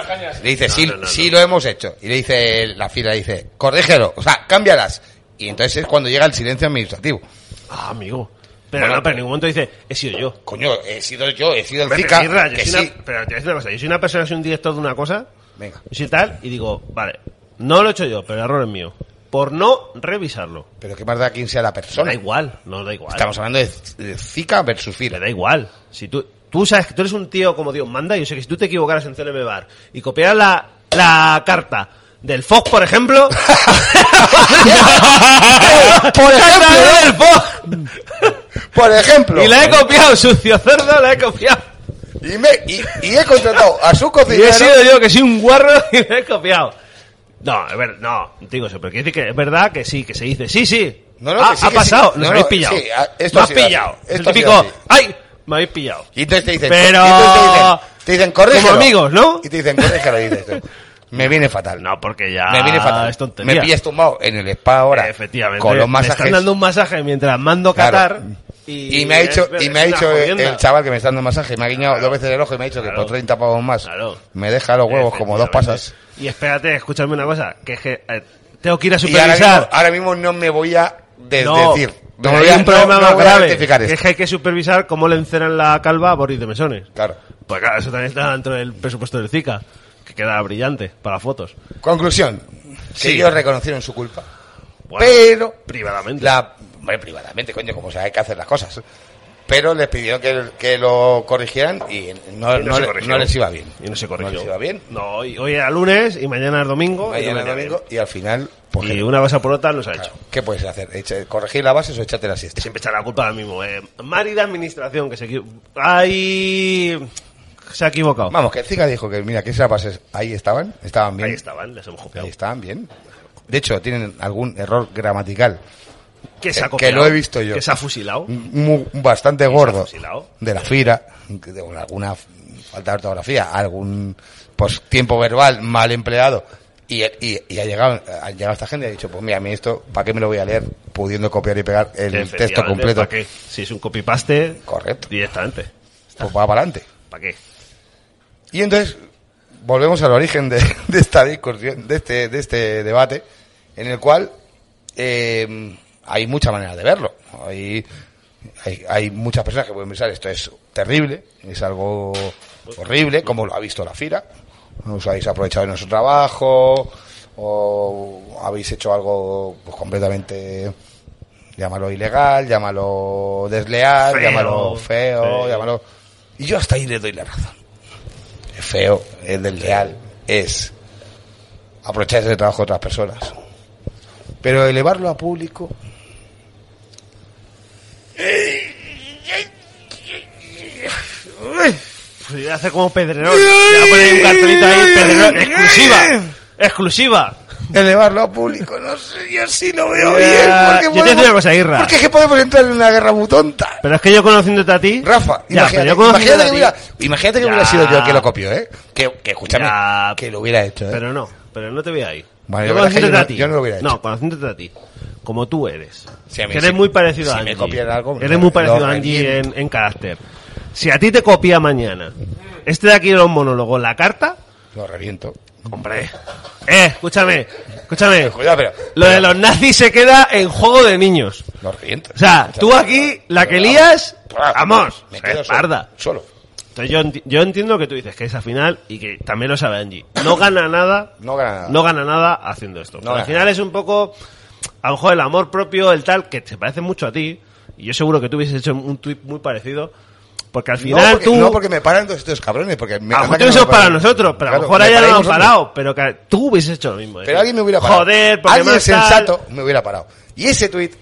S3: le dice,
S2: No,
S3: sí,
S2: no, no,
S3: sí
S2: no.
S3: lo hemos hecho. Y le dice, la fila dice, corrígelo, o sea, cámbialas. Y entonces es cuando llega el silencio administrativo.
S2: Ah, amigo. Pero
S3: Bueno,
S2: no, pero en ningún momento dice, he sido yo.
S3: Coño, he sido yo, he sido el
S2: Hombre,
S3: Zika.
S2: pero Irra, yo
S3: que
S2: soy una-
S3: sí.
S2: Pero te voy a decir una cosa, yo soy una persona, soy un director de una cosa,
S3: Venga.
S2: y soy tal, y digo, vale, no lo he hecho yo, pero el error es mío. Por no revisarlo.
S3: Pero qué más da quién sea la persona.
S2: Da igual, no da igual.
S3: Estamos hablando de, de Zika versus
S2: Le
S3: Fira.
S2: da igual. Si tú, tú sabes que tú eres un tío como Dios manda, yo sé que si tú te equivocaras en CLM Bar y copiaras la, la carta del Fox, por ejemplo. por ejemplo, del
S3: Por ejemplo.
S2: Fox. Y la he copiado, sucio cerdo, la he copiado.
S3: Y, me, y, y he contratado a su
S2: Y he
S3: cocinero.
S2: sido yo que soy un guarro y me he copiado. No, es ver, no, digo eso, pero quiero decir que es verdad que sí, que se dice, sí, sí.
S3: No, no,
S2: ha,
S3: que sí,
S2: ha
S3: que sí.
S2: pasado,
S3: No,
S2: nos
S3: no,
S2: habéis pillado.
S3: sí, ah, esto
S2: me
S3: ha
S2: has
S3: sido así.
S2: pillado.
S3: Esto
S2: el
S3: ha sido
S2: típico,
S3: así.
S2: ¡ay! Me habéis pillado.
S3: Y entonces te dicen,
S2: Pero-
S3: y entonces te dicen, te dicen corrígelo.
S2: Como amigos, ¿no?
S3: Y te dicen, corrígelo, y dices tú, Me viene fatal.
S2: No, porque ya
S3: me viene fatal.
S2: Ah, es
S3: me este
S2: tontería.
S3: pillas tumbado en el spa ahora.
S2: Efectivamente.
S3: Con los
S2: me
S3: masajes.
S2: están dando un masaje mientras mando
S3: Claro.
S2: Qatar.
S3: Y, me ha
S2: es-
S3: dicho, y
S2: es
S3: me ha
S2: una
S3: dicho el,
S2: jodienda.
S3: el chaval que me está dando masaje, me ha guiñado dos veces el ojo y me ha dicho
S2: Claro.
S3: que por 30 pavos más
S2: Claro.
S3: me deja los huevos como dos pasas.
S2: Y espérate, escúchame una cosa, que es que eh, tengo que ir a
S3: Y ahora mismo,
S2: supervisar.
S3: ahora mismo no me voy a de- decir. No
S2: pero
S3: me voy
S2: hay
S3: a,
S2: un problema
S3: no- no
S2: más
S3: voy a
S2: grave,
S3: rectificar
S2: que es
S3: esto.
S2: que hay que supervisar cómo le enceran la calva a Boris de Mesones.
S3: Claro.
S2: Pues claro, eso también está dentro del presupuesto del Zika, que queda brillante para fotos.
S3: Conclusión. Que
S2: Sí.
S3: ellos reconocieron su culpa.
S2: Bueno,
S3: pero
S2: privadamente.
S3: La, hombre, privadamente, coño, como se hay que hacer las cosas. Pero les pidieron que, que lo corrigieran y no,
S2: Y
S3: no
S2: se
S3: le-
S2: corrigió.
S3: no les iba bien.
S2: Y no se corrigió.
S3: No les iba bien.
S2: No, y hoy era lunes y mañana es domingo. y
S3: Mañana
S2: no venía
S3: domingo y al final, pues,
S2: bien. Y una cosa por otra nos ha hecho.
S3: ¿qué puedes hacer? Eche- ¿Corregir la base o echarte la siesta?
S2: Siempre echar la culpa al mismo. Eh. Mari de administración que se equivo- Ay, se ha equivocado.
S3: Vamos, que el Zika dijo que, mira, que esas bases ahí estaban, estaban bien.
S2: Ahí estaban, les hemos copiado.
S3: Ahí estaban bien. De hecho, tienen algún error gramatical
S2: Que se ha
S3: Eh, que
S2: copiado.
S3: lo he visto yo.
S2: Que se ha fusilado.
S3: mu- bastante gordo
S2: fusilado.
S3: de la fira, de una- alguna f- falta de ortografía, algún pues, tiempo verbal mal empleado. Y, y, y ha llegado ha llegado esta gente y ha dicho, pues mira, a mí esto, ¿para qué me lo voy a leer pudiendo copiar y pegar el
S2: Efectivamente,
S3: texto completo?
S2: ¿Para qué? Si es un copy-paste,
S3: Correcto.
S2: directamente.
S3: Pues va para adelante.
S2: ¿Para qué?
S3: Y entonces, volvemos al origen de, de esta discusión, de este, de este debate, en el cual eh, hay muchas maneras de verlo. Hay, hay, hay muchas personas que pueden pensar esto es terrible, es algo horrible, como lo ha visto la FIRA. Os habéis aprovechado de nuestro trabajo, o habéis hecho algo pues, completamente. Llámalo ilegal, llámalo desleal,
S2: Feo.
S3: llámalo feo,
S2: Feo.
S3: llámalo. Y yo hasta ahí le doy la razón es feo, es desleal, es aprovecharse del trabajo de otras personas. Pero elevarlo a público.
S2: Pues ya hace como Pedrerol. Le voy a poner un cartelito ahí, Pedrerol. Exclusiva. Exclusiva.
S3: Elevarlo a público, no sé, yo sí lo veo
S2: Eh,
S3: bien. Porque
S2: yo te digo una cosa, Irra.
S3: Porque es que podemos entrar en una guerra muy tonta.
S2: Pero es que yo conociéndote a ti.
S3: Rafa,
S2: Ya, pero
S3: imagínate,
S2: yo conociéndote
S3: imagínate
S2: a
S3: que,
S2: ti-
S3: hubiera, imagínate que
S2: Ya.
S3: hubiera sido yo el que lo copió, ¿eh? Que, que escúchame,
S2: Ya.
S3: que lo hubiera hecho, ¿eh?
S2: Pero no, pero no te voy ahí.
S3: Vale,
S2: yo
S3: la verdad es que
S2: conociéndote
S3: yo
S2: a
S3: no-
S2: ti.
S3: yo no lo hubiera hecho.
S2: conociéndote a ti. Como tú eres.
S3: Si a mí
S2: que eres
S3: sí.
S2: muy parecido
S3: Si
S2: a
S3: me
S2: Angie.
S3: copian algo,
S2: eres
S3: no,
S2: muy parecido
S3: no,
S2: a Angie
S3: entiendo.
S2: en, en carácter. Si a ti te copia mañana este de aquí de los monólogos, la carta.
S3: Lo reviento.
S2: Hombre. Eh, escúchame. Escúchame.
S3: Cuidado, pero.
S2: Lo de los nazis se queda en juego de niños.
S3: Lo reviento.
S2: O sea, tú aquí, la que lías, vamos,
S3: me
S2: se
S3: quedo solo-
S2: parda.
S3: Solo.
S2: Entonces yo, enti- yo entiendo que tú dices que es a final y que también lo sabe Angie. No gana nada.
S3: No gana nada.
S2: no gana nada haciendo esto. Pero
S3: Ah. gana
S2: al final es un poco, a lo mejor el amor propio, el tal, que se parece mucho a ti. Y yo seguro que tú hubieses hecho un tuit muy parecido. Porque al final
S3: no, porque,
S2: tú... Ah, pues
S3: no, porque me paran todos estos cabrones. Porque me,
S2: A lo mejor
S3: anda que
S2: tú
S3: no
S2: hubieses
S3: me
S2: para
S3: paran.
S2: nosotros, pero a lo
S3: Claro,
S2: mejor
S3: me
S2: a ella
S3: paráis
S2: no han
S3: vosotros.
S2: parado. Pero que tú hubieses hecho lo mismo.
S3: Pero alguien me hubiera parado.
S2: Joder, porque
S3: Alguien
S2: más tal.
S3: sensato me hubiera parado. Y ese tuit,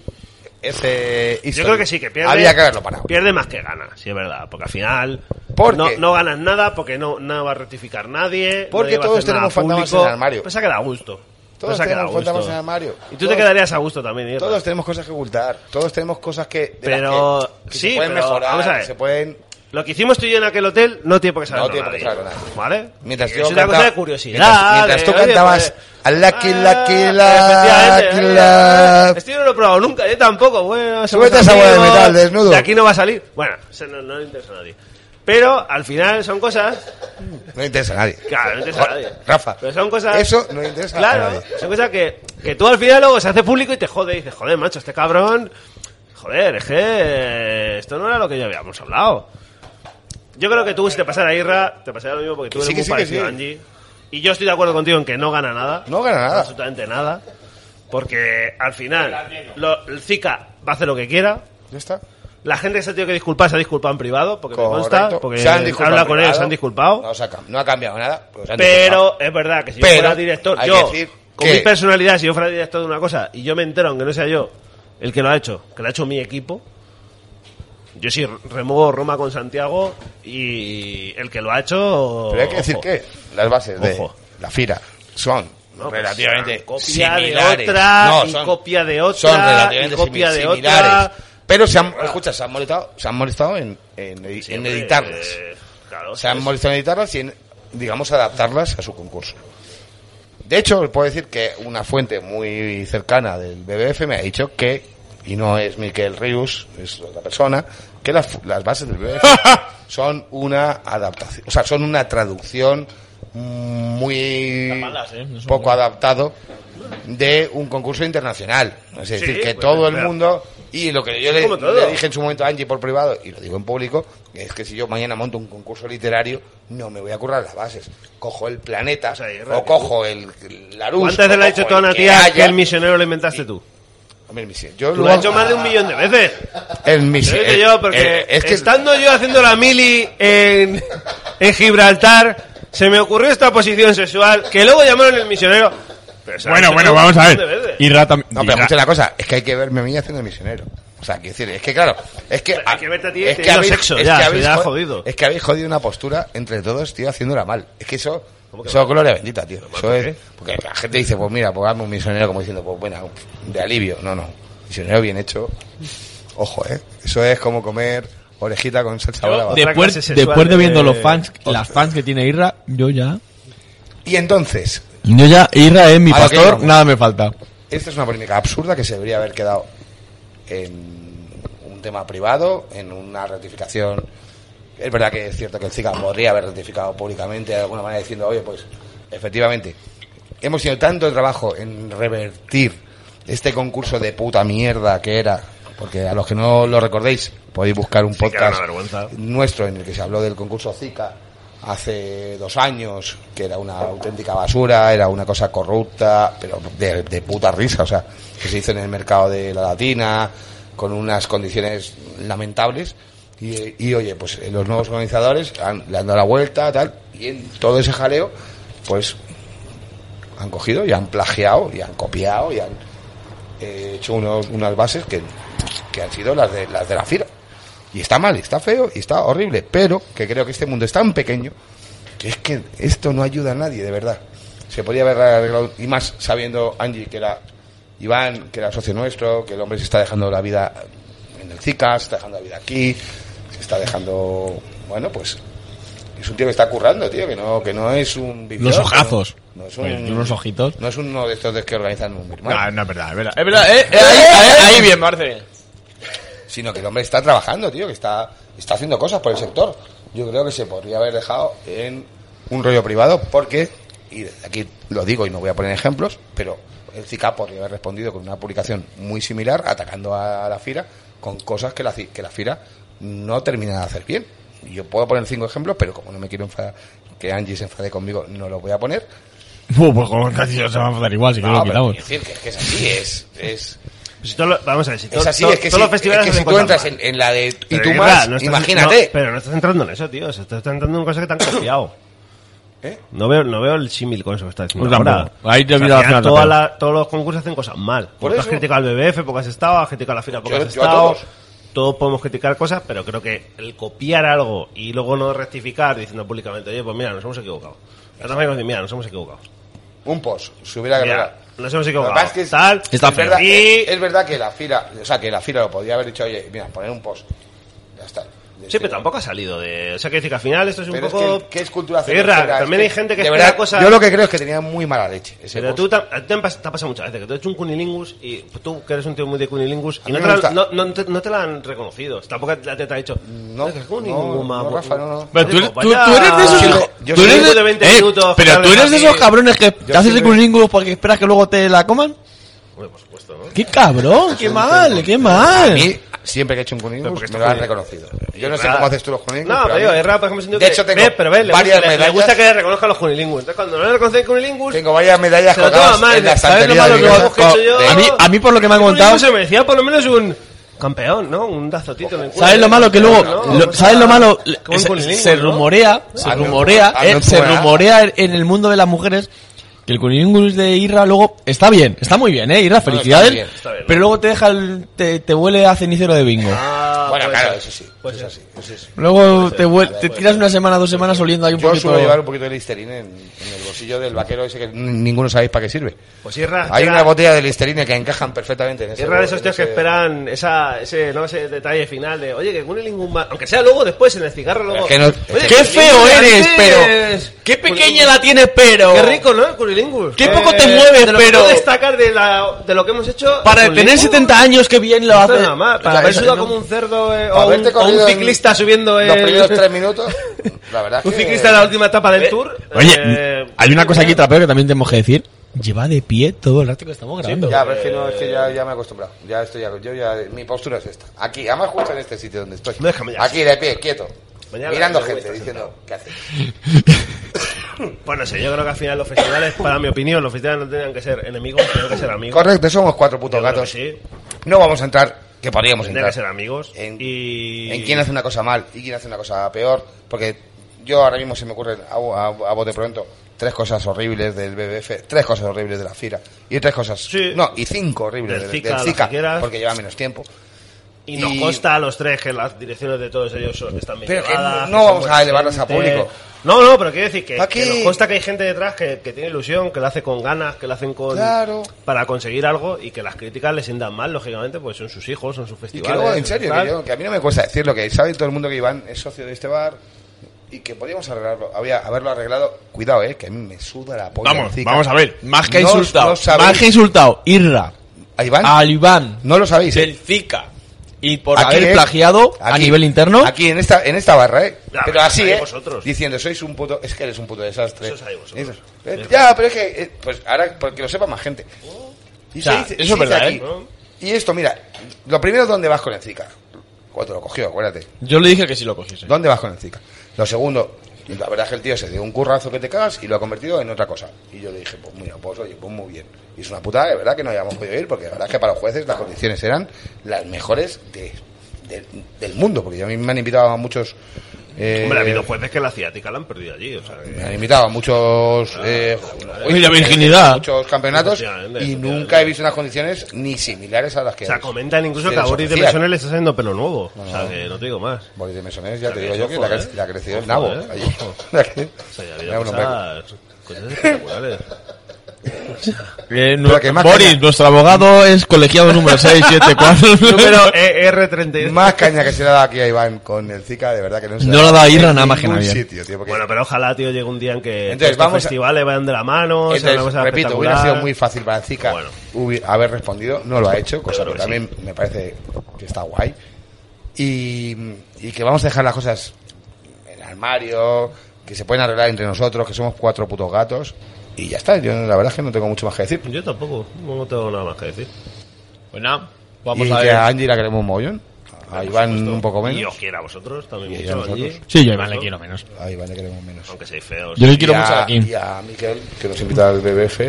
S3: ese
S2: Yo
S3: history,
S2: creo que sí, que pierde.
S3: Había que haberlo parado.
S2: Pierde más que gana, sí, es verdad. Porque al final.
S3: ¿Por
S2: no,
S3: qué?
S2: no ganas nada porque no, no va a rectificar nadie.
S3: Porque
S2: nadie va a
S3: todos
S2: hacer nada
S3: tenemos fantasmas
S2: público.
S3: en el armario.
S2: Pues se ha quedado a gusto.
S3: Todos
S2: Pues ha quedado
S3: tenemos
S2: a gusto.
S3: fantasmas en el armario.
S2: Y tú te
S3: Todos-
S2: quedarías a gusto también, Irra.
S3: Todos tenemos cosas que ocultar. Todos tenemos cosas que. de las
S2: Pero-
S3: que- que
S2: sí,
S3: se pueden
S2: pero
S3: mejorar.
S2: vamos a ver.
S3: Se pueden.
S2: Lo que hicimos tú y yo en aquel hotel no tiene por qué saber
S3: No tiene por qué saberlo nadie.
S2: ¿Vale?
S3: Mientras
S2: es
S3: yo
S2: una
S3: cantaba-
S2: cosa de curiosidad.
S3: mientras- mientras
S2: de,
S3: tú
S2: oye,
S3: cantabas,
S2: pues,
S3: "Lucky, lucky,
S2: ah, efectivamente,
S3: lucky,
S2: ah,
S3: lucky".
S2: Este yo no lo he probado nunca, yo tampoco. Bueno, somos
S3: Súbete a esa bola de
S2: amigos,
S3: metal, desnudo.
S2: De aquí no va a salir. Bueno, eso no, no le interesa a nadie. Pero al final son cosas
S3: No interesa a nadie.
S2: Claro, no interesa a nadie.
S3: Rafa.
S2: Pero son cosas.
S3: Eso no interesa
S2: Claro,
S3: a nadie.
S2: son cosas que, que tú al final luego se hace público y te jode. Y dices, joder, macho, este cabrón. joder, es que esto no era lo que ya habíamos hablado. Yo creo que tú, si te pasara Irra, te pasaría lo mismo porque tú
S3: Que
S2: eres
S3: sí, que
S2: muy
S3: sí, que
S2: parecido
S3: sí.
S2: a Angie. Y yo estoy de acuerdo contigo en que no gana nada.
S3: No gana nada.
S2: Absolutamente nada. Porque al final, lo- el Zika va a hacer lo que quiera.
S3: Ya está.
S2: La gente que se ha tenido que disculpar se ha disculpado en privado, porque me consta,
S3: Correcto.
S2: porque
S3: Se han disculpado
S2: habla
S3: en
S2: con
S3: privado.
S2: ellos, se han disculpado.
S3: No, se ha cam- no ha cambiado nada. pero se han disculpado.
S2: Pero es verdad que si
S3: Pero
S2: yo fuera director,
S3: hay
S2: yo,
S3: que decir
S2: con
S3: que-
S2: mi personalidad, si yo fuera director de una cosa y yo me entero, aunque no sea yo el que lo ha hecho, que lo ha hecho mi equipo, yo sí remuevo Roma con Santiago y el que lo ha hecho.
S3: Pero hay que decir
S2: ojo.
S3: que las bases
S2: Ojo.
S3: de la FIRA son
S2: No, pues,
S3: relativamente
S2: copia de
S3: similares.
S2: otra,
S3: No,
S2: y copia de otra,
S3: son relativamente
S2: y copia
S3: simi-
S2: de
S3: similares.
S2: otra.
S3: Pero se han, escucha, se han molestado, se han molestado en, en, edi- en
S2: Siempre,
S3: editarlas.
S2: eh, claro,
S3: se han
S2: es-
S3: molestado en editarlas y en, digamos, adaptarlas a su concurso. De hecho, puedo decir que una fuente muy cercana del BBF me ha dicho que, y no es Miquel Rius, es otra persona, que las, fu- las bases del BBF son una adaptación, o sea, son una traducción muy
S4: malas, ¿eh? No son
S3: poco
S4: buenas.
S3: adaptado de un concurso internacional. Es decir, que
S2: pues,
S3: todo el
S2: espera.
S3: mundo, y lo que yo le,
S2: Como todo.
S3: le dije en su momento a Angie por privado, y lo digo en público, es que si yo mañana monto un concurso literario, no me voy a currar las bases. Cojo el planeta,
S2: O sea, es
S3: o
S2: rápido.
S3: cojo el, el Larus.
S2: Pues ¿Cuántas veces
S3: o
S2: le ha
S3: cojo
S2: dicho toda
S3: el
S2: una
S3: que
S2: tía
S3: haya.
S2: que el misionero lo inventaste tú?
S3: Hombre, el misionero. Yo
S2: Tú lo has hecho más de un millón de veces.
S3: El misionero.
S2: Yo, yo, porque
S3: Eh, es que
S2: estando yo haciendo la mili en, en Gibraltar, se me ocurrió esta posición sexual que luego llamaron el misionero. Pero se la
S10: Bueno,
S2: han
S10: bueno,
S2: hecho
S10: vamos a
S2: un montón de
S10: ver.
S2: veces.
S10: Irra también.
S3: No, pero escucha la cosa, es que hay que verme a mí haciendo el misionero. O sea, quiero decir, es que claro, es que...
S2: Pero hay que verte a ti teniendo
S3: habéis,
S2: sexo, ya,
S3: que
S2: eso
S3: habéis
S2: ya
S3: jod-
S2: jodido.
S3: Es que habéis jodido una postura entre todos, tío, haciéndola mal. Es que eso... Eso es gloria bendita, tío. Eso es... Porque la gente dice, pues mira, pues hazme un misionero como diciendo, pues bueno, de alivio. No, no. Misionero bien hecho. Ojo, ¿eh? Eso es como comer orejita con salsa brava.
S2: otra
S4: Después,
S2: clase sexual
S4: después de viendo
S2: de-
S4: los fans, las fans que tiene Irra, yo ya.
S3: Y entonces,
S7: Yo ya, Irra es mi
S3: A lo Ah, que
S7: pastor,
S3: íbamos.
S7: nada me falta.
S3: Esta es una polémica absurda que se debería haber quedado en un tema privado, en una ratificación. Es verdad que es cierto que el CICA podría haber ratificado públicamente de alguna manera diciendo, oye, pues efectivamente, hemos tenido tanto trabajo en revertir este concurso de puta mierda que era, porque a los que no lo recordéis, podéis buscar un
S2: que era
S3: podcast
S2: una vergüenza.
S3: nuestro en el que se habló del concurso Zika hace dos años, que era una auténtica basura, era una cosa corrupta, pero de, de puta risa, o sea, que se hizo en el mercado de la latina, con unas condiciones lamentables. Y, eh, y, oye, pues eh, los nuevos organizadores han- le han dado la vuelta, tal, y en todo ese jaleo, pues han cogido y han plagiado y han copiado y han eh, hecho unos, unas bases que, que han sido las de, las de la FIRA. Y está mal, y está feo, y está horrible, pero que creo que este mundo es tan pequeño que es que esto no ayuda a nadie, de verdad. Se podría haber arreglado, y más sabiendo Angie que era Iván, que era socio nuestro, que el hombre se está dejando la vida en el Zika, se está dejando la vida aquí, se está dejando, bueno, pues es un tío que está currando, tío, que no, que no es un... vividor, que no-
S10: ojazos.
S3: No, es
S10: Oye,
S3: un,
S10: tiene unos ojitos.
S3: no es uno de estos de que organizan un Birman,
S10: No, no es verdad, es verdad.
S4: Ah, Es verdad, eh, eh, ahí, ahí- ahí bien, me parece bien.
S3: sino que el hombre está trabajando, tío, que está, está haciendo cosas por el sector. Yo creo que se podría haber dejado en un rollo privado porque, y desde aquí lo digo y no voy a poner ejemplos, pero el CICA podría haber respondido con una publicación muy similar atacando a la FIRA con cosas que la, ci- que la FIRA no termina de hacer bien. Y Yo puedo poner cinco ejemplos, pero como no me quiero enfadar, que Angie se enfade conmigo, no lo voy a poner.
S10: Uh, pues como nadie se va a enfadar igual, si que
S3: No,
S10: lo
S3: pero
S10: quitamos.
S3: quiero decir que es, que es así, es... es
S2: Pues si todo lo- vamos a ver, si todo-
S3: Es así,
S2: todo-
S3: es que,
S2: todos
S3: si,
S2: los festivales
S3: es que si
S2: hacen
S3: tú
S2: cosas
S3: entras
S2: mal.
S3: en, en la de y
S2: Pero
S3: tú
S2: Irra,
S3: más,
S2: no estás-
S3: imagínate.
S2: no, pero no estás entrando en eso, tío. Se está entrando en cosas que te han copiado.
S3: ¿Eh?
S2: No veo, no veo el símil con eso que está diciendo.
S10: Yo tampoco.
S2: ahora.
S10: Ahí te
S2: O sea,
S10: mira
S2: al
S10: la final
S2: final toda
S10: también.
S2: la- Todos los concursos hacen cosas mal.
S3: Por
S2: Por has
S3: eso.
S2: criticado al BBF porque has estado, has criticado a la FIRA porque
S3: Yo-
S2: has
S3: yo a
S2: estado.
S3: todos.
S2: Todos podemos criticar cosas, pero creo que el copiar algo y luego no rectificar diciendo públicamente, oye, pues mira, nos hemos equivocado. La otra manera de decir, mira, nos hemos equivocado.
S3: un post, si hubiera que
S2: Mira,
S3: hablar.
S2: nos hemos
S3: Lo que
S2: equivocado.
S3: pasa es que es-
S2: Tal,
S3: es,
S2: y-
S3: verdad,
S2: y-
S3: es, es verdad que la fila, o sea, que la fila lo podía haber dicho, oye, mira, poner un post. Ya está. Este,
S2: Sí, pero tampoco ha salido de... O sea, que decir que al final esto es un
S3: Pero es
S2: poco...
S3: que, ¿qué es cultura
S2: Guerra,
S3: cervecera? Es
S2: también
S3: que,
S2: hay gente que
S3: este? de
S2: espera
S3: verdad,
S2: cosas...
S3: Yo lo que creo es que tenía muy mala leche. ese
S2: Pero
S3: post.
S2: tú tam- a ti te, han pas- te ha pasado muchas veces que tú has hecho un cunilingus y tú que eres un tío muy de cunilingus y
S3: mí
S2: no
S3: me
S2: te, la,
S3: gusta.
S2: han- no, no te, no te la han reconocido. Tampoco la te, te ha dicho.
S3: No,
S2: "Es que es
S3: no,
S2: cunilingus, ma,
S3: no,
S2: bu-
S3: Rafa, no, no.
S10: Pero tú,
S2: Digo,
S10: tú-
S2: vaya-
S10: tú eres de esos
S3: pues Yo
S10: hijos.
S3: siempre-
S10: tú
S3: yo
S10: eres
S2: siempre-
S10: de,
S2: de 20
S10: eh,
S2: minutos,
S10: pero tú
S2: Javi,
S10: eres de esos
S2: Javi.
S10: cabrones que te haces
S3: siempre-
S10: el currículum porque esperas que luego te la coman.
S2: Hombre, por supuesto, ¿no?
S4: ¡Qué cabrón! ¡Qué mal! ¡Qué
S3: A
S4: mal!
S3: mí, siempre que he hecho un cunilingus,
S2: porque esto
S3: me lo han
S2: es-
S3: reconocido. Yo no sé
S2: Erra.
S3: cómo haces tú los cunilingus.
S2: No, pero digo,
S3: a mí-
S2: Erra, por ejemplo, siento
S3: De
S2: que-
S3: hecho, tengo
S2: ve, pero ve, le
S3: varias
S2: gusta, le- le
S3: medallas.
S2: gusta que le reconozcan los cunilingus. Entonces, cuando no le reconocen cunilingus,
S3: Tengo varias medallas
S2: se lo toma
S3: colgadas
S2: mal.
S3: en la
S2: ¿Sabes lo
S3: estantería
S2: malo
S3: de mi
S2: que
S3: casa.
S2: hemos hecho yo?
S3: De-
S7: A mí, a mí por lo que me han
S2: Cunilingus
S7: contado...
S2: se merecía por lo menos un campeón, ¿no? Un dazotito en el culo.
S7: ¿Sabes lo malo que luego?
S2: No,
S7: lo-
S2: no,
S7: ¿Sabes lo malo?
S2: qué buen
S7: Se- Se,
S2: cunilingus, ¿no?
S7: rumorea, se
S3: Ah, no,
S7: rumorea,
S3: ah, no
S7: eh,
S3: es
S7: se
S3: buena.
S7: rumorea en- en el mundo de las mujeres que el cunilingus de Irra luego está bien, está muy bien, eh, Irra, felicidades,
S3: bien, está
S2: bien, ¿no?
S7: pero luego te deja el- te, te huele a cenicero de bingo.
S2: Ah,
S3: Bueno,
S2: pues,
S3: claro, eso sí.
S2: Pues
S3: eso sí, eso sí.
S7: Luego te, huel- te tiras una semana, dos semanas oliendo ahí un
S3: pues Yo
S7: poquito.
S3: suelo llevar un poquito de Listerine en, en el bolsillo del vaquero ese que n- ninguno sabéis para qué sirve.
S2: Pues Irra,
S3: Hay
S2: Irra-
S3: una botella de Listerine que encajan perfectamente en ese...
S2: Es raro
S3: en
S2: esos tíos que
S3: ese-
S2: esperan esa, ese, no, ese detalle final de, oye, que Cunilingus va... Aunque sea luego, después, en el cigarro, luego...
S3: Es que no-
S2: "Oye,
S3: ¡Qué
S2: que
S7: ¡Qué feo
S2: Cunilingus
S7: eres,
S2: antes!
S7: pero! ¡Qué pequeña la tienes, pero!
S2: Qué rico, ¿no? El Cunilingus.
S7: Qué
S2: Eh,
S7: poco te mueves,
S2: de lo que
S7: pero-
S2: puedo destacar de, la, de lo que hemos hecho...
S7: Para
S2: el
S7: tener
S2: Cunilingus,
S7: 70 años, qué bien lo
S2: no está
S7: hace.
S2: nada mal. Para
S3: Claro,
S2: haber
S3: eso,
S2: sudado
S3: ¿no?
S2: como un cerdo eh,
S3: Para
S2: o, un,
S3: haberte
S2: o un
S3: corrido en
S2: ciclista subiendo
S3: Los
S2: el-
S3: primeros tres minutos, la verdad
S2: Un
S3: que-
S2: ciclista en la última etapa del Tour.
S7: Oye,
S2: eh,
S7: hay una cosa aquí, trapeo, que también tenemos que decir. Lleva de pie todo el rato que estamos grabando.
S3: Ya, pero es que, no, es que ya, ya me he acostumbrado. Ya estoy, yo ya, mi postura es esta. Aquí, además justo en este sitio donde estoy.
S2: Déjame ya.
S3: Aquí de pie, quieto.
S2: Mañana
S3: mirando
S2: me voy a
S3: gente,
S2: estar
S3: diciendo, ¿qué haces?
S2: Pues no sé, yo creo que al final los festivales, para mi opinión, los festivales no tenían que ser enemigos, tenían que ser amigos.
S3: Correcto, somos cuatro putos
S2: Yo creo que
S3: gatos.
S2: Sí,
S3: No vamos a entrar, que podríamos
S2: tenían que
S3: entrar.
S2: ser amigos.
S3: En,
S2: y...
S3: en quién hace una cosa mal y quién hace una cosa peor. Porque yo ahora mismo se me ocurren a, a, a bote pronto tres cosas horribles del BBF, tres cosas horribles de la FIRA y tres cosas.
S2: Sí.
S3: No, y cinco
S2: Del
S3: horribles del,
S2: Zika,
S3: del
S2: las
S3: Zika,
S2: que quieras.
S3: porque lleva menos tiempo.
S2: Y nos
S3: Y-
S2: consta a los tres que las direcciones de todos ellos son, están bien
S3: Pero que
S2: llevadas,
S3: no
S2: son
S3: vamos
S2: buena
S3: a elevarlas a
S2: gente.
S3: público.
S2: No, no, pero quiero decir que,
S3: ¿Pa'
S2: que
S3: qué?
S2: nos consta que hay gente detrás que, que tiene ilusión, que lo hace con ganas, que lo hacen con
S3: Claro.
S2: para conseguir algo y que las críticas les sientan mal, lógicamente, pues son sus hijos, son sus
S3: Y
S2: festivales.
S3: que luego, en
S2: son
S3: serio,
S2: tal.
S3: que, yo- que a mí no me cuesta decirlo, que sabe todo el mundo que Iván es socio de este bar y que podríamos arreglarlo, había, haberlo arreglado. Cuidado, eh, que a mí me suda la polla.
S10: Vamos,
S3: el Zika.
S10: vamos a ver.
S7: Más que
S3: No-
S7: insultado.
S3: no sabéis-
S7: más que insultado. Irra.
S3: ¿A Iván?
S7: Al Iván.
S3: No lo sabéis. eh.
S7: Del Zika. Y por
S3: Aquí,
S7: haber
S3: eh.
S7: plagiado a
S3: Aquí.
S7: nivel interno.
S3: Aquí en esta, en esta barra, ¿eh?
S2: Ya,
S3: pero
S2: pero
S3: así,
S2: sabéis
S3: ¿eh?
S2: vosotros.
S3: Diciendo, sois un puto. Es que eres un puto desastre.
S2: Eso sabéis vosotros.
S3: Eso. Eh, ya, pero es que. eh, pues ahora, porque lo sepa más gente.
S2: Oh.
S3: Y
S7: O sea,
S3: se
S7: eso
S3: dice- y
S7: es
S3: se dice
S7: verdad,
S3: aquí.
S7: ¿eh?
S3: Y esto, mira. Lo primero, ¿dónde vas con el Zika? Cuando lo cogió, acuérdate.
S7: Yo le dije que sí lo cogiese.
S3: ¿Dónde vas con el Zika? Lo segundo, la verdad es que el tío se dio un currazo que te cagas y lo ha convertido en otra cosa. Y yo le dije, pues mira, pues oye, pues muy bien. Y es una putada, de verdad que no habíamos podido ir, porque la verdad es que para los jueces las condiciones eran las mejores de- de- del mundo, porque a mí me han invitado a muchos. eh,
S2: Hombre, ha habido jueces que la ciática la han perdido allí, o sea, que-
S3: me han invitado a muchos
S2: Ah,
S3: eh, jueces,
S7: Oye, la virginidad.
S3: a muchos campeonatos
S2: Efectivamente,
S3: y
S2: efectivamente.
S3: nunca he visto unas condiciones ni similares a las que
S2: o sea,
S3: hay.
S2: comentan incluso
S3: Sí,
S2: que a Boris de
S3: social.
S2: Mesones le está saliendo pelo nuevo. O sea, que no te digo más.
S3: Boris de Mesones, ya
S2: Ojo,
S3: te digo yo que
S2: eh.
S3: la ha cre- le ha crecido
S2: Ojo,
S3: el nabo.
S2: eh.
S3: allí.
S2: Ojo. O sea, ya ha
S3: Era
S2: habido
S3: un hombre-
S2: cosas, cosas espectaculares.
S7: Eh, no-
S3: Pero que más
S7: Boris,
S3: caña.
S7: nuestro abogado es colegiado número 674.
S2: Número E R32.
S3: Más caña que se le ha dado aquí a Iván con el Zika, de verdad que no se
S7: No lo ha dado Irra
S3: en
S7: nada más que
S3: ningún
S7: nadie.
S3: sitio, tío, porque-
S2: Bueno, pero ojalá, tío, llegue un día en que
S3: Entonces,
S2: estos
S3: vamos a-
S2: festivales vayan de la mano, sea una
S3: Entonces,
S2: cosa
S3: repito,
S2: espectacular.
S3: hubiera sido muy fácil para el Zika
S2: Bueno.
S3: hubi- haber respondido, no lo ha hecho, cosa
S2: creo
S3: que
S2: que sí.
S3: también me parece que está guay. Y, y que vamos a dejar las cosas en el armario, que se pueden arreglar entre nosotros, que somos cuatro putos gatos. Y ya está, yo la verdad es que no tengo mucho más que decir.
S2: Yo tampoco, no tengo nada más que decir.
S7: Pues nada, vamos
S3: y
S7: a
S3: que
S7: ver.
S3: a Angie la queremos un mogollón, a Iván un poco
S2: Y os
S3: menos.
S2: quiera a vosotros también
S3: Y a
S2: mucho
S3: nosotros.
S2: allí,
S7: Sí, yo a Iván le quiero menos.
S3: A Iván le queremos menos.
S2: aunque seáis feos.
S7: Yo le
S3: Y
S7: quiero mucho
S3: a,
S7: a Kim.
S3: y a Miquel, que nos invita al BBF,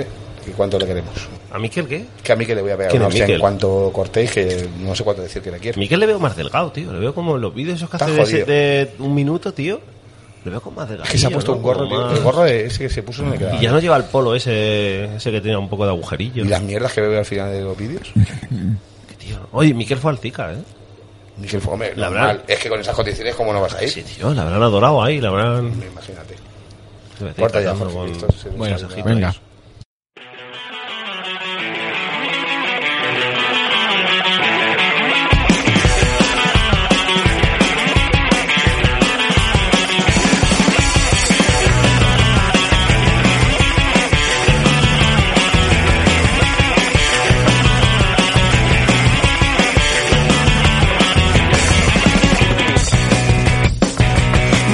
S3: y cuánto le queremos.
S2: ¿A Miquel qué?
S3: Que a Miquel le voy a pegar
S2: ¿Quién
S3: una
S2: es
S3: hostia en
S2: Miquel?
S3: cuanto cortéis, que no sé cuánto decir que le quiero.
S2: Miquel le veo más delgado, tío. Le veo como en los vídeos esos que
S3: Está
S2: hace de, ese-
S3: jodido.
S2: de un minuto, tío. Le veo como más delgado.
S3: Es que se ha puesto
S2: ¿no?
S3: un gorro,
S2: Como
S3: tío.
S2: más-
S3: El gorro de- ese que se puso no le quedaba.
S2: Y ya no lleva el polo ese, ese que tenía un poco de agujerillo.
S3: Y las mierdas que veo al final de los vídeos.
S2: ¿Qué tío? Oye, Miquel fue al Zika, ¿eh?
S3: Miquel Fome,
S2: La
S3: normal.
S2: verdad.
S3: Es que con esas condiciones, ¿cómo no vas a ir?
S2: Sí, tío, la habrán adorado ahí, la habrán...
S3: Imagínate.
S2: Debe estar
S3: Corta ya,
S2: tratando
S3: Jorge,
S2: con-
S3: esto se-
S2: con
S3: Bueno,
S2: mensajitos.
S7: Venga.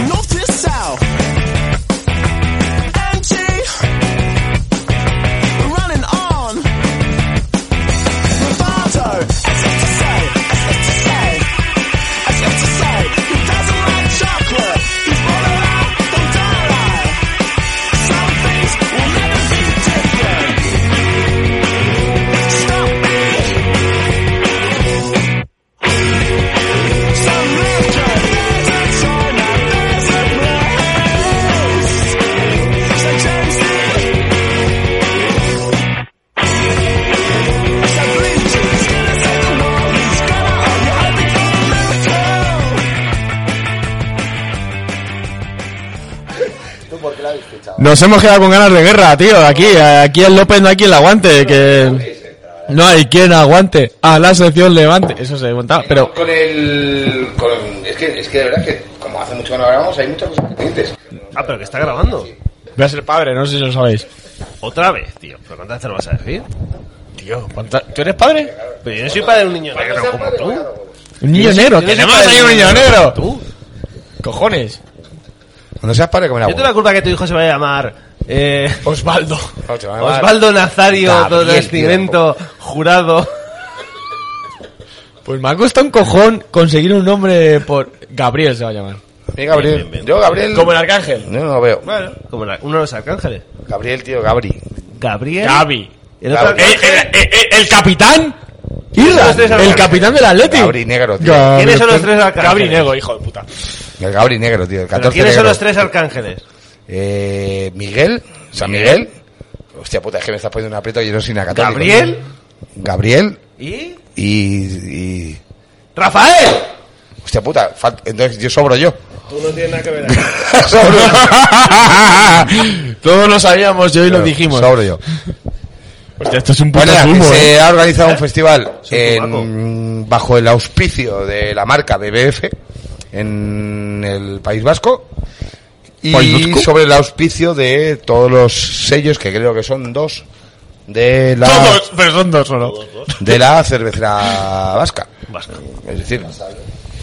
S8: North to south. Anti
S10: Nos hemos quedado con ganas de guerra, tío. Aquí, aquí el López no hay quien la aguante. Que no hay quien aguante a la sección Levante. Eso se contaba, pero
S3: Con el. con- es, que, es que de verdad que, como hace mucho que no grabamos, hay muchas cosas pendientes.
S2: Ah, pero que está grabando.
S10: voy a ser padre, no sé si lo sabéis.
S2: Otra vez, tío. ¿Pero cuántas veces lo vas a decir?
S10: Tío, ¿cuánta- ¿tú eres padre?
S2: Pero yo no soy padre de un niño negro como tú.
S10: Un niño negro, tenemos ahí un Ah, niño negro.
S2: Tú.
S10: Cojones.
S3: Cuando seas padre, come la
S2: Yo tengo la culpa que tu hijo se vaya a llamar eh, Osvaldo.
S3: No, se va a llamar
S2: Osvaldo Nazario,
S3: Gabriel,
S2: Don Nascimento, jurado.
S10: Pues me ha costado un cojón conseguir un nombre por... Gabriel se va a llamar.
S3: Mi Gabriel.
S2: Bien, bien, bien.
S3: Yo, Gabriel.
S10: Como el arcángel.
S3: Yo no lo veo.
S2: Bueno, como la- uno de los arcángeles.
S3: Gabriel, tío, Gabri.
S2: Gabriel.
S10: Gabi.
S2: El otro Eh,
S3: Gabi.
S2: arcángel.
S10: el, el- Eh, el capitán?
S2: Los
S10: Irra,
S2: tres al-
S10: el capitán del Atlético.
S3: Gabri negro, tío.
S2: ¿Quiénes son los tres arcángeles?
S10: Gabri negro, hijo de puta.
S3: El Gabri negro, tío. El
S2: ¿Pero
S3: 14
S2: ¿Quiénes son
S3: negro.
S2: los tres arcángeles?
S3: Eh, Miguel, San Miguel. Hostia puta, es que me estás poniendo un aprieto y yo no soy nada católico.
S2: Gabriel.
S3: Gabriel
S2: ¿Y?
S3: y. y-
S2: ¡Rafael!
S3: Hostia puta, fal- entonces yo sobro yo.
S2: Tú no tienes nada que ver ahí.
S3: sobro
S10: Todos lo sabíamos y hoy lo dijimos.
S3: Sobro yo.
S10: Hostia, esto es un puto eh.
S3: Bueno, que
S10: zumo,
S2: ¿eh?
S3: se ha organizado un festival
S2: Soy
S3: en, bajo el auspicio de la marca BBF en el País Vasco y
S10: ¿País
S3: sobre el auspicio de todos los sellos que creo que son dos de la
S10: Todos, pero son dos solo.
S3: de la cervecera vasca,
S2: Vasco.
S3: es decir,
S2: ¿Quién